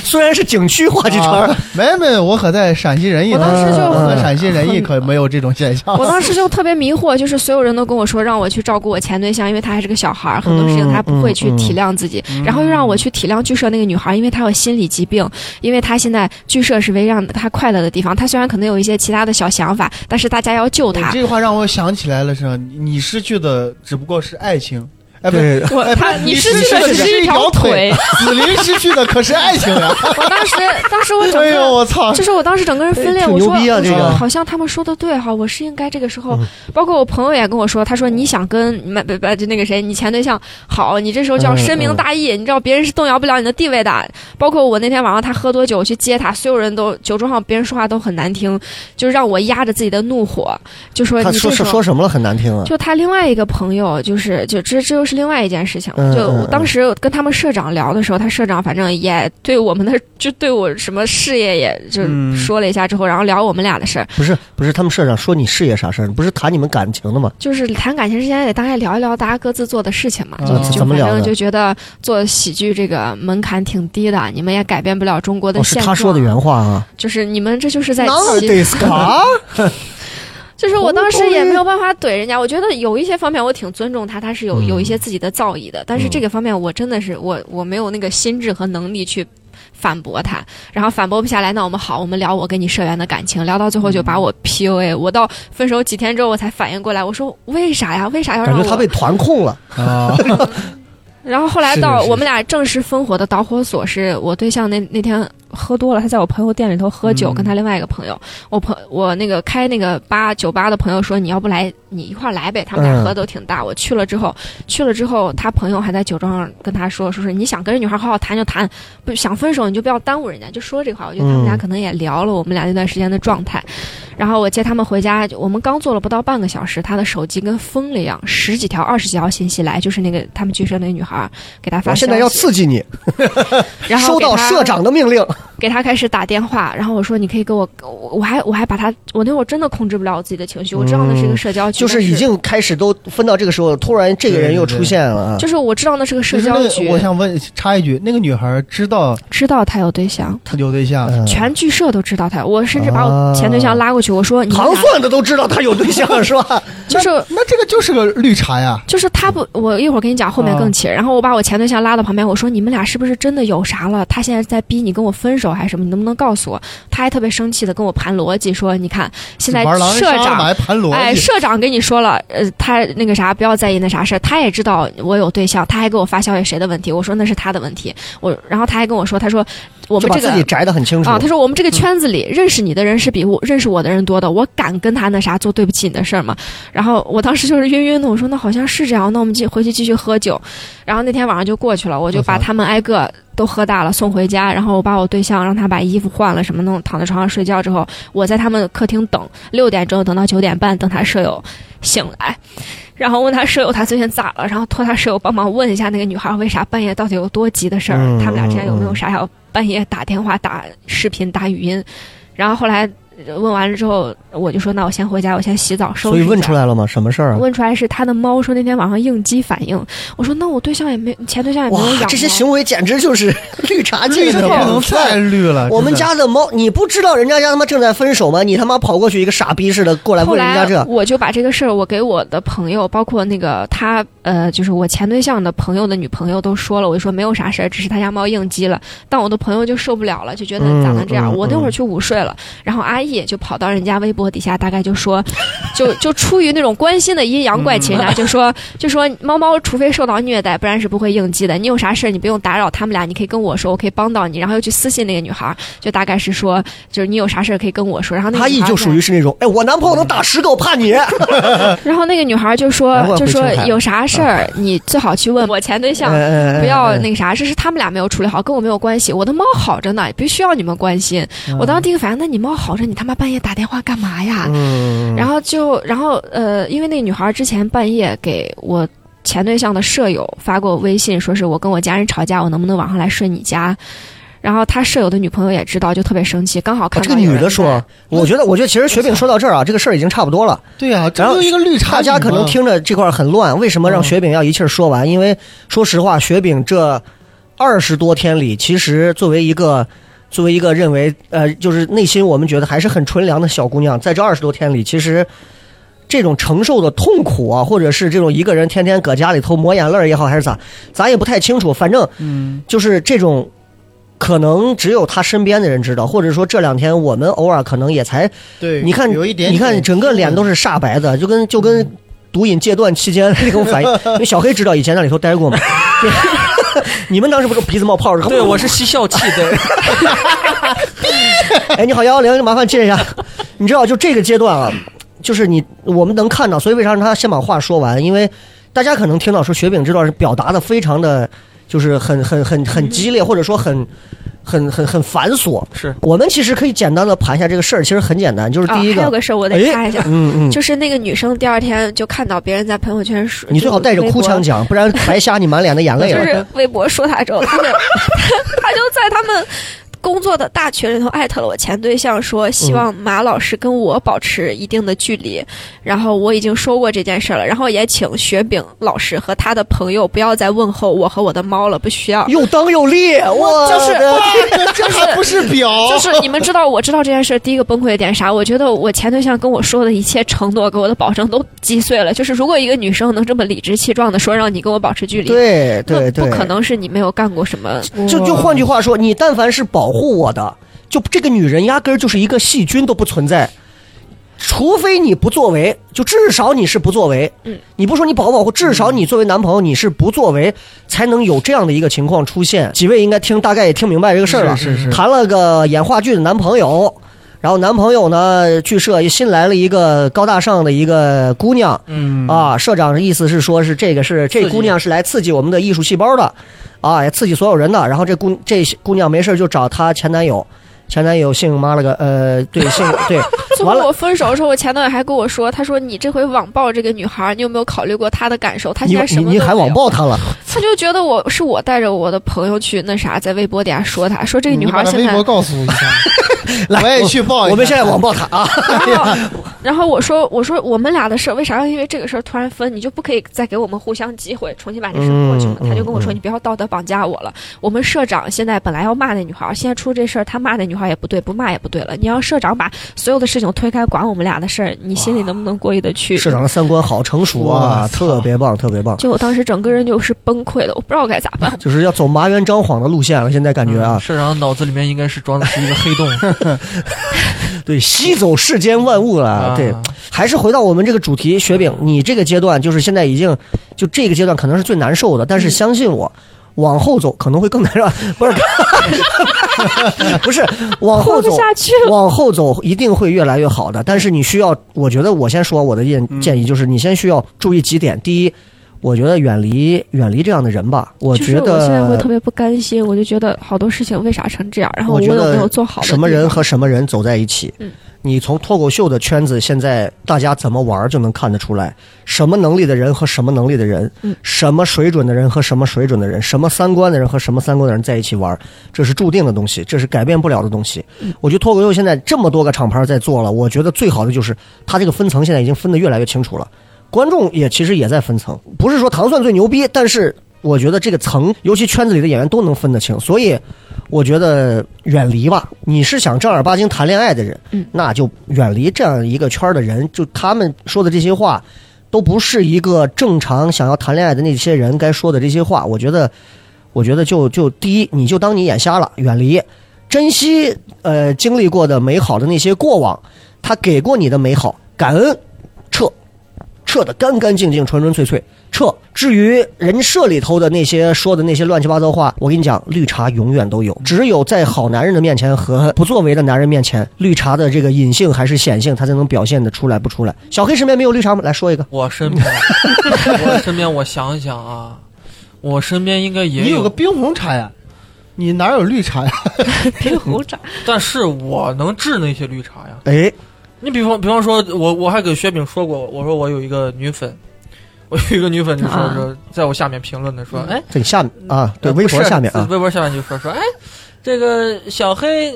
虽然是景区话剧圈儿啊，没没，我可在陕西人艺呢，我当时就嗯我们陕西人艺可没有这种现象。 我当时就特别迷惑，就是所有人都跟我说让我去照顾我前对象，因为他还是个小孩儿，很多事嗯情他不会去体谅自己，然后又让我去体谅剧社那个女孩儿，因为她有心理疾病，因为她现在剧社是唯一让她快乐的地方，她虽然可能有一些其他的小想法，但是大家要救你她。这句话让我想起来了，是吧？你失去的只不过是爱情，哎，不是，对，我哎不她是你失失去去的的只是是一条条，腿，紫菱失去的可是爱情呀！我当时当时我整 哎个呦，我操！ 就是我当时整个人分裂，哎挺我说牛逼啊我这嗯个说好像他们说的对哈，我是应该这个时候，包括我朋友也跟我说，他说你想跟不不不就那个谁，你前对象好，你这时候就要嗯深明嗯大义，你知道别人是动摇不了你的地位的。包括我那天晚上他喝多酒我去接他，所有人都酒桌上别人说话都很难听，就让我压着自己的怒火，就说他你说这是时候说什么了？很难听啊！就他另外一个朋友，就是就这这又是另外一件事情嗯。就嗯我当时跟他们社长聊的时候，他社长反正也对我们的就对我什么事业也就嗯说了一下之后，然后聊我们俩的事儿，不是不是，他们社长说你事业啥事儿？不是谈你们感情的吗？就是谈感情之前也大概聊一聊大家各自做的事情嘛。啊就就嗯怎么反聊的正就觉得做喜剧这个门槛挺低的，你们也改变不了中国的哦，是现他状。说的原话啊。就是你们这就是在哪欺得 啊斯卡？就是哦我当时也没有办法怼人家，我觉得有一些方面我挺尊重他，他是有嗯有一些自己的造诣的，但是这个方面我真的是我我没有那个心智和能力去反驳他，然后反驳不下来，那我们好，我们聊我跟你社员的感情，聊到最嗯后就把我 PUA，我到分手几天之后我才反应过来，我说为啥呀？为啥要感让觉他我被？团控了。啊，然后后来是的到是的我们俩正式分火的导火索是我对象那那天喝多了，他在我朋友店里头喝酒，嗯跟他另外一个朋友，我朋我那个开那个吧酒吧的朋友说你要不来你一块儿来呗，他们俩嗯喝都挺大。我去了之后，去了之后，他朋友还在酒桌上跟他说，说是你想跟这女孩好好谈就谈，不想分手你就不要耽误人家，就说这话。我觉得他们俩嗯可能也聊了我们俩那段时间的状态，然后我接他们回家，我们刚坐了不到半个小时，他的手机跟疯了一样，十几条、二十几条信息来，就是那个他们剧社那个女孩儿给他发我消息，现在要刺激你，然后收给到他社长的命令。给他开始打电话，然后我说你可以给我，我我还我还把他，我那会儿真的控制不了我自己的情绪，我知道那是一个社交局，嗯就是但已经开始都分到这个时候，突然这个人又出现了啊！就是我知道那是个社其实那交个局我，想问插一句，那个女孩知道知道他有对象，她有对象，嗯全剧社都知道他，我甚至把我前对象拉过去，我说你们糖俩啊蒜的都知道他有对 象是吧？就是。那这个就是个绿茶呀。就是他不，我一会儿跟你讲后面嗯更气人。然后我把我前对象拉到旁边，我说你们俩是不是真的有啥了？他现在在逼你跟我分手还是什么？你能不能告诉我？他还特别生气的跟我盘逻辑说，你看 现在玩狼人社杀了嘛长还盘逻辑，哎，社长跟你说了，呃，他那个啥，不要在意那啥事儿，他也知道我有对象，他还给我发消息谁的问题，我说那是他的问题，我然后他还跟我说，他说我就把们这个自己摘得很清楚啊，。他说我们这个圈子里认识你的人是比我认识我的人多的，我敢跟他那啥做对不起你的事儿吗？然后我当时就是晕晕的，我说那好像是这样，那我们继回去继续喝酒。然后那天晚上就过去了，我就把他们挨个都喝大了送回家，然后我把我对象让他把衣服换了什么弄，躺在床上睡觉之后，我在他们客厅等，六点钟等到九点半，等他舍友醒来。然后问他舍友他最近咋了，然后托他舍友帮忙问一下那个女孩为啥半夜到底有多急的事儿，嗯他们俩之间有没嗯嗯有啥要半夜打电话、打视频、打语音。然后后来问完了之后，我就说那我先回家，我先洗澡收拾所一以下。问出来了吗？什么事儿啊？问出来是他的猫说那天晚上应激反应。我说那我对象也没前对象也没哇有养，猫。这些行为简直就是 绿茶绿界的的不能典太范。绿了。我们真的家的猫，你不知道人家家他妈正在分手吗？你他妈跑过去一个傻逼似的过来后问人家来这，我就把这个事儿，我给我的朋友，包括那个他，呃，就是我前对象的朋友的女朋友都说了，我就说没有啥事儿，只是他家猫应激了。但我的朋友就受不了了，就觉得嗯咋能这样？嗯我那嗯会儿去午睡了，然后阿姨就跑到人家微博底下，大概就说，就就出于那种关心的阴阳怪嗯气，人家就说就说猫猫除非受到虐待，不然是不会应激的。你有啥事儿你不用打扰他们俩，你可以跟我说，我可以帮到你。然后又去私信那个女孩儿，就大概是说，就是你有啥事儿可以跟我说。然后那个他女一孩儿就在属于是那种，哎，我男朋友能打十个，我怕你。然后那个女孩就难怪说，会嗯就说生孩子有啥事儿你最好去问我前对象，不不要呃那个啥，这是他们俩没有处理好，跟我没有关系。我的猫好着呢，必须要你们关心。我当时第一个反应，那你猫好着，你他妈半夜打电话干嘛呀？嗯，然后就，然后呃，因为那个女孩之前半夜给我前对象的舍友发过微信，说是我跟我家人吵架，我能不能晚上来睡你家？然后他舍友的女朋友也知道，就特别生气，刚好看啊这到、个女的说，，我觉得，嗯我觉得其实雪饼说到这儿啊，这个事儿已经差不多了。对呀，这然后就是一个绿大茶女嘛。家可能听着这块儿很乱，为什么让嗯雪饼要一气儿说完？因为说实话，雪饼这二十多天里，其实作为一个作为一个认为呃，就是内心我们觉得还是很纯良的小姑娘，在这二十多天里，其实这种承受的痛苦啊，或者是这种一个人天天搁家里头抹眼泪儿也好，还是咋，咱也不太清楚。反正嗯，就是这种，可能只有她身边的人知道，或者说这两天我们偶尔可能也才对，你看，有一点，嗯你看整个脸都 是煞白的，就跟就跟毒瘾戒断期间 那种反应。因为小黑知道以前在里头待过嘛， 你们当时不是鼻子冒泡儿？对，我是吸笑气，对，哎，你好幺幺零，麻烦借一下。你知道，就这个阶段啊，就是你我们能看到，所以为啥让他先把话说完？因为大家可能听到说雪饼这段是表达的非常的，就是很很很很激烈，或者说很很很很繁琐。是我们其实可以简单的盘一下这个事儿，其实很简单，就是啊、第一还个，有个事儿我得哎插一下，嗯嗯，就是那个女生第二天就看到别人在朋友圈说，你最好带着哭腔就讲，不 然白瞎你满脸的眼泪是了微博，啊就。是微博说她之后，她就 她就在他们。工作的大群里头艾特了我前对象，说希望马老师跟我保持一定的距离。然后我已经说过这件事了，然后也请雪饼老师和他的朋友不要再问候我和我的猫了，不需要。又当又立，我就是的 这还不是表，就是你们知道，我知道这件事第一个崩溃的点啥？我觉得我前对象跟我说的一切承诺，给我的保证都击碎了。就是如果一个女生能这么理直气壮的说让你跟我保持距离，对对那对，不可。能是你没有干过什么。就就换句话说，你但凡是保护我的，就这个女人压根儿就是一个细菌都不存在，除非你不作为，就至少你是不作为。嗯，你不说你保不保护，至少你作为男朋友你是不作为，才能有这样的一个情况出现。几位应该听大概也听明白这个事儿了，是嗯是是谈了个演话剧的男朋友。然后男朋友呢，剧社新来了一个高大上的一个姑娘，嗯，啊，社长的意思是说，是这个是这刺激姑娘是来刺激我们的艺术细胞的，啊，也刺激所有人的。然后这姑这姑娘没事就找她前男友，前男友姓妈了个 呃，对姓对，最后完了我分手的时候，我前男友还跟我说，他说你这回网暴这个女孩，你有没有考虑过她的感受？她你现在什你么你都还没网有，暴她了，他就觉得我是我带着我的朋友去那啥，在微博底下说她，嗯说这个女孩现你把她微博在告诉我一下， 来我也去报一下。我们现在网暴她 啊，然后我说，我说我们俩的事儿，为啥要因为这个事儿突然分？你就不可以再给我们互相机会，重新把这事儿过去吗？嗯嗯他就跟我说，嗯你不要道德绑架我了。我们社长现在本来要骂那女孩儿，现在出这事儿，他骂那女孩儿也不对，不骂也不对了。你让社长把所有的事情推开，管我们俩的事儿，你心里能不能过意 得去？社长的三观好成熟啊，哇操特别棒，特别棒，就我当时整个人就是崩溃的，我不知道该咋办。就是要走麻原张晃的路线了。现在感觉啊，社长脑子里面应该是装的是一个黑洞，对，吸走世间万物了，嗯啊对。还是回到我们这个主题，雪嗯饼，你这个阶段就是现在已经就这个阶段可能是最难受的，但嗯是相信我，往后走可能会更难受， 不是，不是往后活不走，下去了，往后走一定会越来越好的。但是你需要，我觉得我先说我的建嗯建议就是，你先需要注意几点。第一，我觉得远离远离这样的人吧，我就是觉我现在会得特别不甘心，我就觉得好多事情为啥成这样，然后我我觉有得没有做好的什么地人方和什么人走在一起嗯，你从脱口秀的圈子，现在大家怎么玩儿就能看得出来，什么能力的人和什么能力的人，嗯什么水准的人和什么水准的人，什么三观的人和什么三观的人在一起玩儿，这是注定的东西，这是改变不了的东西。嗯我觉得脱口秀现在这么多个厂牌在做了，我觉得最好的就是它这个分层现在已经分得越来越清楚了，观众也其实也在分层，不是说糖蒜最牛逼，但是我觉得这个层，尤其圈子里的演员都能分得清，所以我觉得远离吧。你是想正儿八经谈恋爱的人，嗯那就远离这样一个圈儿的人，就他们说的这些话。都不是一个正常想要谈恋爱的那些人该说的这些话，我觉得，我觉得就就第一，你就当你眼瞎了，远离，珍惜呃经历过的美好的那些过往，他给过你的美好，感恩，撤，撤的干干净净、纯纯粹粹，撤。至于人设里头的那些说的那些乱七八糟话，我跟你讲，绿茶永远都有，只有在好男人的面前和不作为的男人面前，绿茶的这个隐性还是显性，他才能表现的出来不出来。小黑身边没有绿茶吗？来说一个，我身边， 我身边，我想一想啊，我身边应该你也有个冰红茶呀，你哪有绿茶呀？ 别胡炸。但是我能治那些绿茶呀。哎，你比方比方说，我我还给薛饼说过，我说我有一个女粉， 我有一个女粉就说啊说，在我下面评论的说，嗯哎，在你下面啊，对，呃微博不是下面啊，微博下面就说说，哎，这个小黑，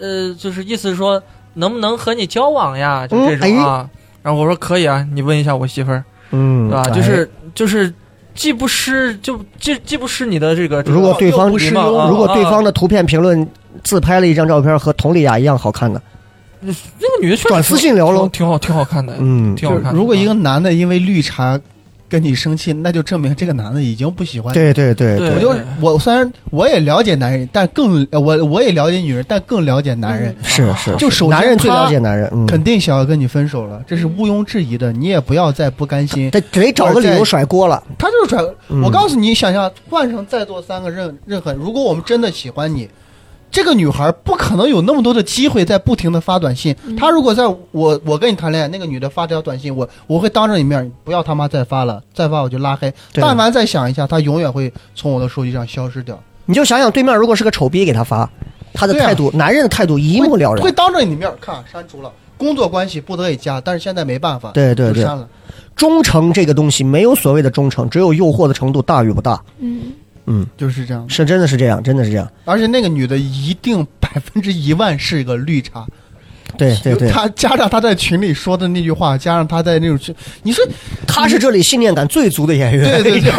呃，就是意思说能不能和你交往呀？就这种啊。然后我说可以啊，你问一下我媳妇儿，哎嗯，对吧？哎啊就是就是。既不失就既既不失你的这个，这个如果对方又不失如嘛啊如果对啊方的图片评论自拍了一张照片和佟丽娅一样好 看的，那个女的确实转私信聊喽挺挺好，挺好看的，嗯，挺好看的。如果一啊个男的因为绿茶跟你生气，那就证明这个男的已经不喜欢你。对对对对我就我虽然我也了解男人，但更呃我我也了解女人，但更了解男嗯人。是是，就首先男人最他了解男人，嗯，肯定想要跟你分手了，这是毋庸置疑的。你也不要再不甘心，得得找个理由甩锅了。他就是拽。嗯我告诉你，想想换成在座三个任任何人，如果我们真的喜欢你，这个女孩不可能有那么多的机会在不停的发短信。嗯她如果在我我跟你谈恋爱，那个女的发条短信，我我会当着你面不要他妈再发了，再发我就拉黑。对但凡再想一下，她永远会从我的手机上消失掉。你就想想对面如果是个丑逼给他发，他的对啊态度，男人的态度一目了会然。当着你面看删除了。工作关系不得已加，但是现在没办法，对对就对，删了。忠诚这个东西没有所谓的忠诚，只有诱惑的程度大与不大。嗯，就是这样，是真的是这样，真的是这样。而且那个女的一定百分之一万是一个绿茶，对对对，她加上她在群里说的那句话，加上她在那种群，你说他是这里信念感最足的演员，对对 对，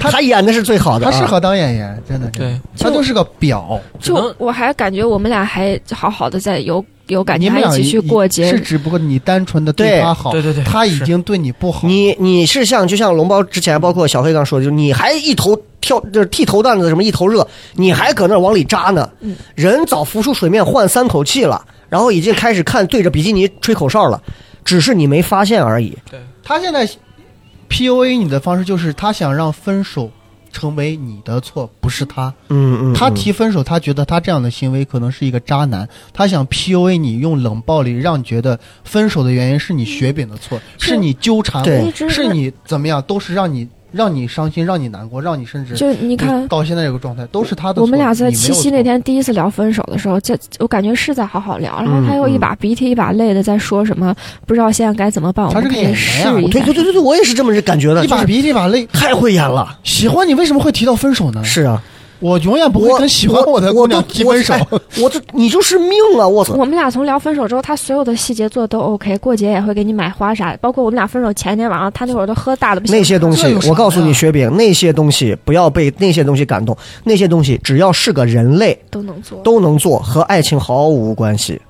他演的是最好的、她啊。适合当演员，真的，真的对，她就是个婊。只就能我还感觉我们俩还好好的在有有感你情，们还一俩起去过节是，只不过你单纯的对她好，对对对她已是经对你不好。你你是像就像龙包之前，包括小黑刚说的，就是你还一头跳就是剃头蛋子什么一头热，你还搁那往里扎呢，嗯人早浮出水面换三口气了，然后已经开始看对着比基尼吹口哨了，只是你没发现而已。她现在 PUA 你的方式就是她想让分手成为你的错，不是她。嗯嗯，他嗯提分手，他觉得他这样的行为可能是一个渣男，他想 PUA 你，用冷暴力让你觉得分手的原因是你雪饼的嗯错，是你纠缠对我，是你怎么样，都是让你让你伤心，让你难过，让你甚至就你看。到现在这个状态都是他的错。我们俩在你没有七夕那错，天第一次聊分手的时候，这我感觉是在好好聊，然后他又嗯一把鼻涕一把泪的在说什么，不知道现在该怎么办，我他们是个可演以员试呀一对下。对对对对，我也是这么是感觉的，一把就是鼻涕一把泪，太会演了。喜欢你为什么会提到分手呢？是啊，我永远不会我跟喜欢我的姑我都娘提分手。我哎我这你就是命啊！我操，我们俩从聊分手之后，他所有的细节做的都 OK，过节也会给你买花啥的，包括我们俩分手前一天晚上，他那会儿都喝大的不行。那些东这西有啥，我告诉呀你，雪饼，那些东西不要被那些东西感动，那些东西只要是个人类。都能做， 都能做，和爱情毫无关系，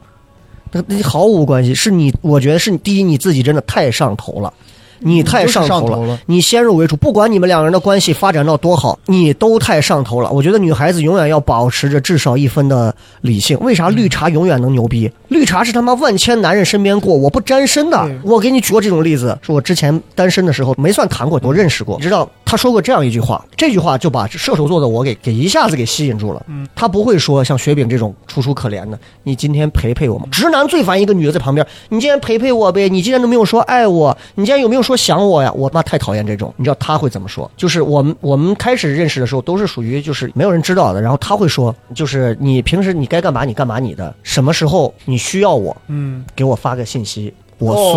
那那毫无关系。是你，我觉得是你第一你自己真的太上头了，你太上头就是了。上头了你先入为主，不管你们两个人的关系发展到多好，你都太上头了。我觉得女孩子永远要保持着至少一分的理性。为啥绿茶永远能牛逼？绿茶是他妈万千男人身边过，我不沾身的。我给你举过这种例子，是我之前单身的时候没算谈过，我认识过。你知道，他他说过这样一句话，这句话就把射手座的我给给一下子给吸引住了。嗯，他不会说像雪饼这种楚楚可怜的，你今天陪陪我嘛。直男最烦一个女的在旁边，你今天陪陪我呗，你今天都没有说爱我，你今天有没有说想我呀？我妈太讨厌这种。你知道他会怎么说？就是我们我们开始认识的时候都是属于就是没有人知道的，然后他会说，就是你平时你该干嘛你干嘛你的，什么时候你需要我，嗯，给我发个信息，哦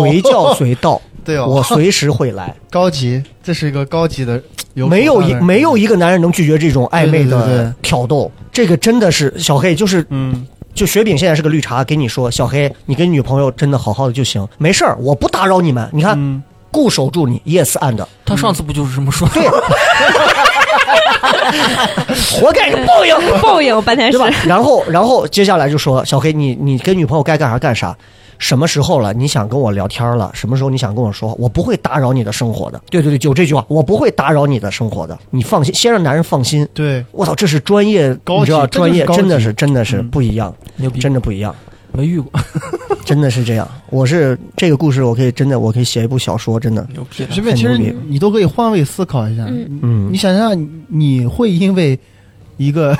我随叫随到，对哦，我随时会来。高级，这是一个高级的，没有一没有一个男人能拒绝这种暧昧对对对对的挑逗，这个真的是小黑，就是嗯，就雪饼现在是个绿茶，给你说，小黑，你跟女朋友真的好好的就行，没事儿，我不打扰你们，你看。嗯固守住你，yes and，他上次不就是这么说？嗯对，活该有 报应，报应半天对是吧？然后，然后接下来就说，小黑，你你跟女朋友该干啥干啥，什么时候了？你想跟我聊天了？什么时候你想跟我说？我不会打扰你的生活的。对对对，有这句话，我不会打扰你的生活的，你放心，先让男人放心。对，我操，这是专业，高级你知道，这就是专业高级真的是真的是嗯不一样， 牛逼，真的不一样，没遇过，真的是这样。我是这个故事，我可以真的，我可以写一部小说，真的。牛逼啊了随便，其实很牛你逼你都可以换位思考一下，嗯嗯你想想你，你会因为一个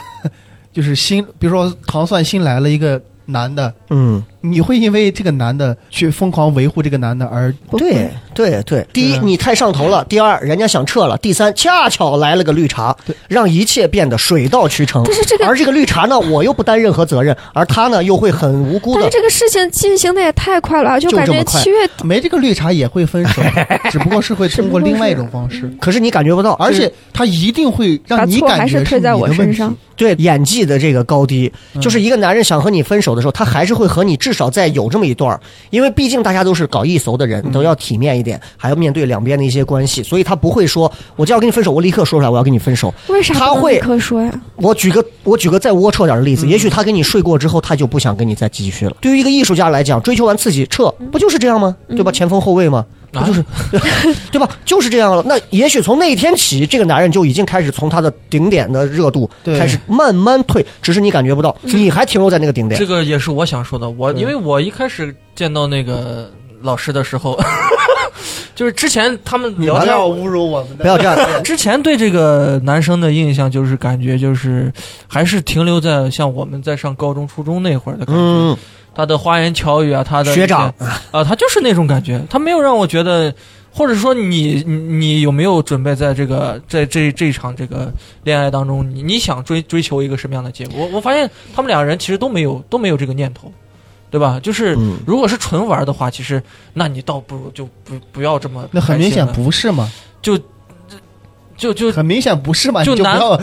就是新，比如说糖蒜新来了一个男的，嗯，你会因为这个男的去疯狂维护这个男的而对对对。啊第一，对你太上头了；第二，人家想撤了；第三，恰巧来了个绿茶对，让一切变得水到渠成 但。是这个，而这个绿茶呢，我又不担任何责任，而他呢又会很无辜但是的。这个事情进行的也太快了，就就感这觉么快七月没这个绿茶也会 分手，只不过是会通过另外一种方式，可是你感觉不到，而就是且他一定会嗯把让你错感还觉是推你在的我问身题。上。对演技的这个高低，就是一个男人想和你分手的时候，他还是会和你至少再有这么一段儿，因为毕竟大家都是搞艺俗的人，都要体面一点，还要面对两边的一些关系，所以他不会说我就要跟你分手，我立刻说出来我要跟你分手。为啥他不能会立刻说呀？我举个我举个再龌龊点的例嗯子，也许他跟你睡过之后，他就不想跟你再继续了。对于一个艺术家来讲，追求完刺激撤，嗯不就是这样吗？对吧？前锋后卫吗？不啊就是，对吧？就是这样了。那也许从那一天起，这个男人就已经开始从他的顶点的热度对开始慢慢退，只是你感觉不到，你还停留在那个顶点这。个嗯也是我想说的。我因为我一开始见到那个老师的时候， 就是之前他们聊天，侮辱我们不要 这样，之前对这个男生的印象就是感觉就是还是停留在像我们在上高中、初中那会儿的感觉。嗯，他的花言巧语啊，他的学长啊、他就是那种感觉，他没有让我觉得，或者说你你你有没有准备在这个在这这一场这个恋爱当中，你你想追追求一个什么样的结果？我我发现他们两人其实都没有都没有这个念头，对吧？就是、嗯如果是纯玩的话，其实那你倒不如就不不要这么那很开明心显了不是嘛，就啊就很明显不是嘛，就你就不男要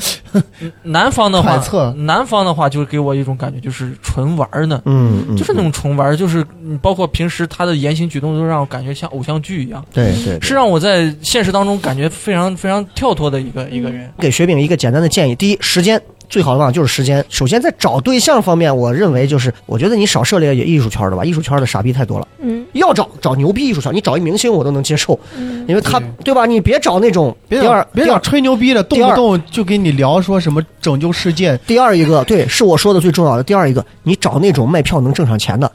男方的话揣测，男方的话就是给我一种感觉就是纯玩呢。嗯，嗯就是那种纯玩，就是嗯包括平时他的言行举动都让我感觉像偶像剧一样，对对，对是让我在现实当中感觉非常非常跳脱的一个一个人。给雪饼一个简单的建议：第一，时间最好的方法就是时间。首先，在找对象方面，我认为就是，我觉得你少涉猎艺术圈的吧，艺术圈的傻逼太多了。嗯要找找牛逼艺术圈，你找一明星我都能接受，嗯，因为他对吧？你别找那种第别二老别第老二吹牛逼了，动第不二动就跟你聊说什么拯救世界，第二一个，对，是我说的最重要的。第二一个，你找那种卖票能挣上钱的，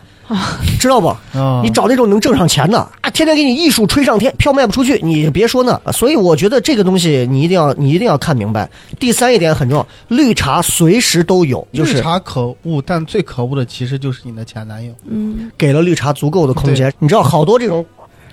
知道不？啊，你找那种能挣上钱的啊，天天给你艺术吹上天，票卖不出去，你别说呢。所以我觉得这个东西你一定要你一定要看明白。第三一点很重要，绿茶随时都有，就是绿茶可恶，但最可恶的其实就是你的前男友。嗯，给了绿茶足够的空间。你知道，好多这种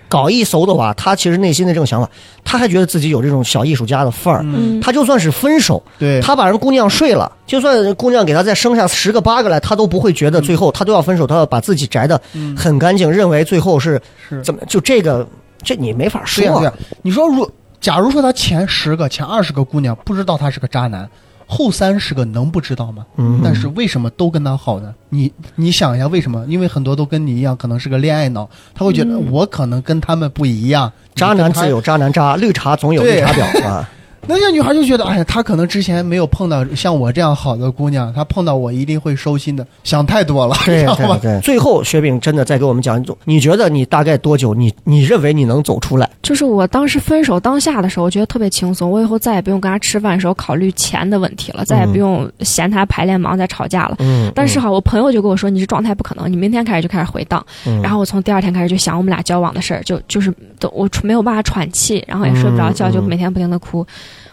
搞艺术的吧，他其实内心的这种想法，他还觉得自己有这种小艺术家的范儿。嗯他就算是分手，对，他把人姑娘睡了，就算人姑娘给他再生下十个八个来，他都不会觉得最后他都要分手，他要把自己摘的嗯很干净，认为最后是是怎么就这个这你没法说对呀、对呀、啊。你说如假如说他前十个、前二十个姑娘不知道他是个渣男，后三十个能不知道吗？嗯但是为什么都跟他好呢？你你想一下为什么？因为很多都跟你一样，可能是个恋爱脑，他会觉得嗯我可能跟他们不一样。渣男自有有渣男渣，绿茶总有对绿茶婊啊。那些女孩就觉得，哎呀，她可能之前没有碰到像我这样好的姑娘，她碰到我一定会收心的，想太多了，对 知道对吗？对，最后雪饼真的再给我们讲一种，你觉得你大概多久？你你认为你能走出来？就是我当时分手当下的时候，我觉得特别轻松，我以后再也不用跟他吃饭的时候考虑钱的问题了，再也不用嫌他排练忙再吵架了。嗯，但是哈，我朋友就跟我说，你这状态不可能，你明天开始就开始回荡。嗯，然后我从第二天开始就想我们俩交往的事儿，就就是都我没有办法喘气，然后也睡不着觉，嗯就嗯每天不停的哭。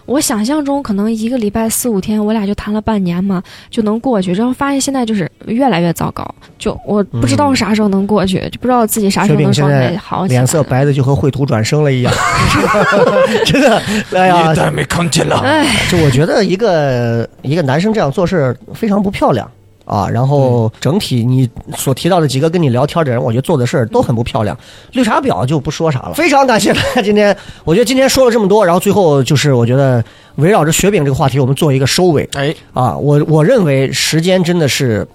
我想象中可能一个礼拜四五天，我俩就谈了半年嘛，就能过去。然后发现现在就是越来越糟糕，就我不知道啥时候能过去，就不知道自己啥时候薛能炳现状在态好起嗯来。脸色白的就和绘图转生了一样， 真的，哎呀一，代没看见了。哎，就我觉得一个一个男生这样做事非常不漂亮啊。然后整体你所提到的几个跟你聊天的人，我觉得做的事儿都很不漂亮。绿茶婊就不说啥了。非常感谢大家今天，我觉得今天说了这么多，然后最后就是我觉得围绕着雪饼这个话题，我们做一个收尾哎，啊。我我认为时间真的是。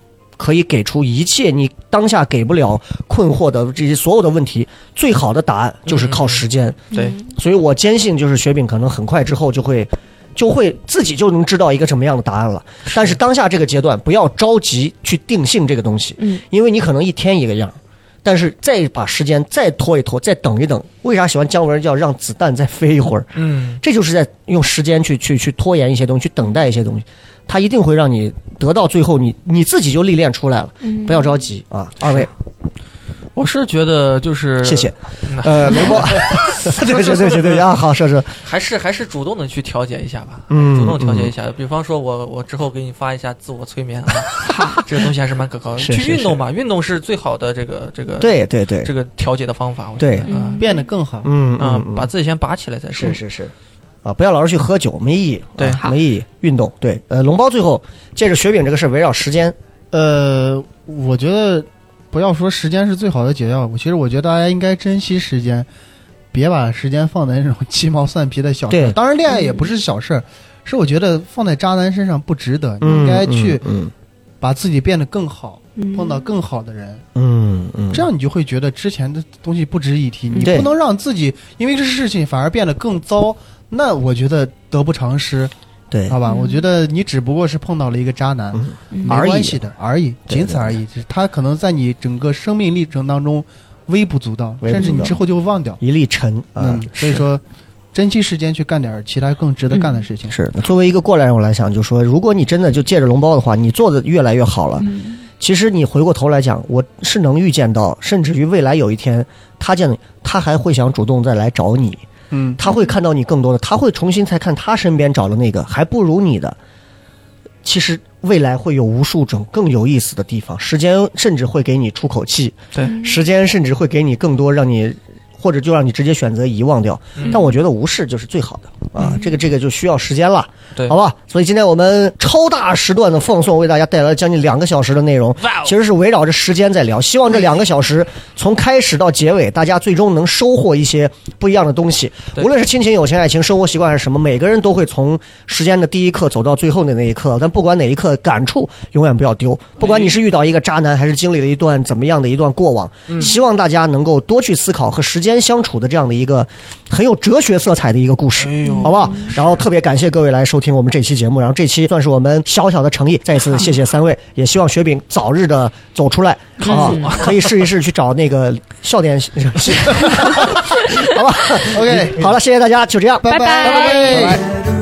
可以给出一切你当下给不了困惑的这些所有的问题，最好的答案就是靠时间。对，所以我坚信，就是雪饼可能很快之后就会，就会自己就能知道一个什么样的答案了。但是当下这个阶段，不要着急去定性这个东西，嗯，因为你可能一天一个样儿，但是再把时间再拖一拖，再等一等。为啥喜欢姜文叫让子弹再飞一会儿？嗯，这就是在用时间去去去拖延一些东西，去等待一些东西，它一定会让你得到最后你你自己就历练出来了。嗯不要着急啊，二位，我是觉得就是谢谢嗯。呃，雷 波，对对对对对啊，好，是是，还是还是主动的去调节一下吧，嗯主动调节一下。比方说我我之后给你发一下自我催眠啊，这个东西还是蛮可靠的。是是去运动吧，运动是最好的这个这个对对对，这个调节的方法。我觉对得啊嗯变得更好。嗯啊嗯，嗯把自己先拔起来再说是。是是，啊，不要老是去喝酒，没意义，对啊没意义。运动，对，呃，龙包最后借着雪饼这个事儿，围绕时间，呃，我觉得不要说时间是最好的解药，我其实我觉得大家应该珍惜时间，别把时间放在那种鸡毛蒜皮的小事对儿。当然，恋爱也不是小事儿，是我觉得放在渣男身上不值得，你应该去嗯把自己变得更好，嗯碰到更好的人。嗯嗯，这样你就会觉得之前的东西不值一提，你对不能让自己因为这事情反而变得更糟。那我觉得得不偿失，对好吧？嗯我觉得你只不过是碰到了一个渣男，哎嗯没而已关系的，而已，对仅此而已。就是他可能在你整个生命历程当中微不足道，微不足道甚至你之后就会忘掉。一粒尘啊嗯，，所以说，珍惜时间去干点儿其他更值得干的事情。是作为一个过来人，我来想，就说，如果你真的就借着龙包的话，你做的越来越好了，其实你回过头来讲，我是能预见到，甚至于未来有一天，他见他还会想主动再来找你，嗯，他会看到你更多的，他会重新再看他身边找的那个还不如你的。其实未来会有无数种更有意思的地方，时间甚至会给你出口气，对，时间甚至会给你更多让你，或者就让你直接选择遗忘掉。嗯但我觉得无视就是最好的啊，这个这个就需要时间了，对好吧？所以今天我们超大时段的放送，为大家带来了将近两个小时的内容，哇哦其实是围绕着时间在聊。希望这两个小时从开始到结尾，大家最终能收获一些不一样的东西。对无论是亲情、友情、爱情、生活习惯还是什么，每个人都会从时间的第一刻走到最后的那一刻。但不管哪一刻，感触永远不要丢。嗯不管你是遇到一个渣男，还是经历了一段怎么样的一段过往，嗯希望大家能够多去思考和时间相处的这样的一个很有哲学色彩的一个故事。哎呦好不好？然后特别感谢各位来收听我们这期节目，然后这期算是我们小小的诚意，再一次嗯谢谢三位，也希望雪饼早日的走出来嗯啊，可以试一试去找那个笑点， 好吧 OK 好了，谢谢大家，就这样，拜拜嗯拜拜拜。 Together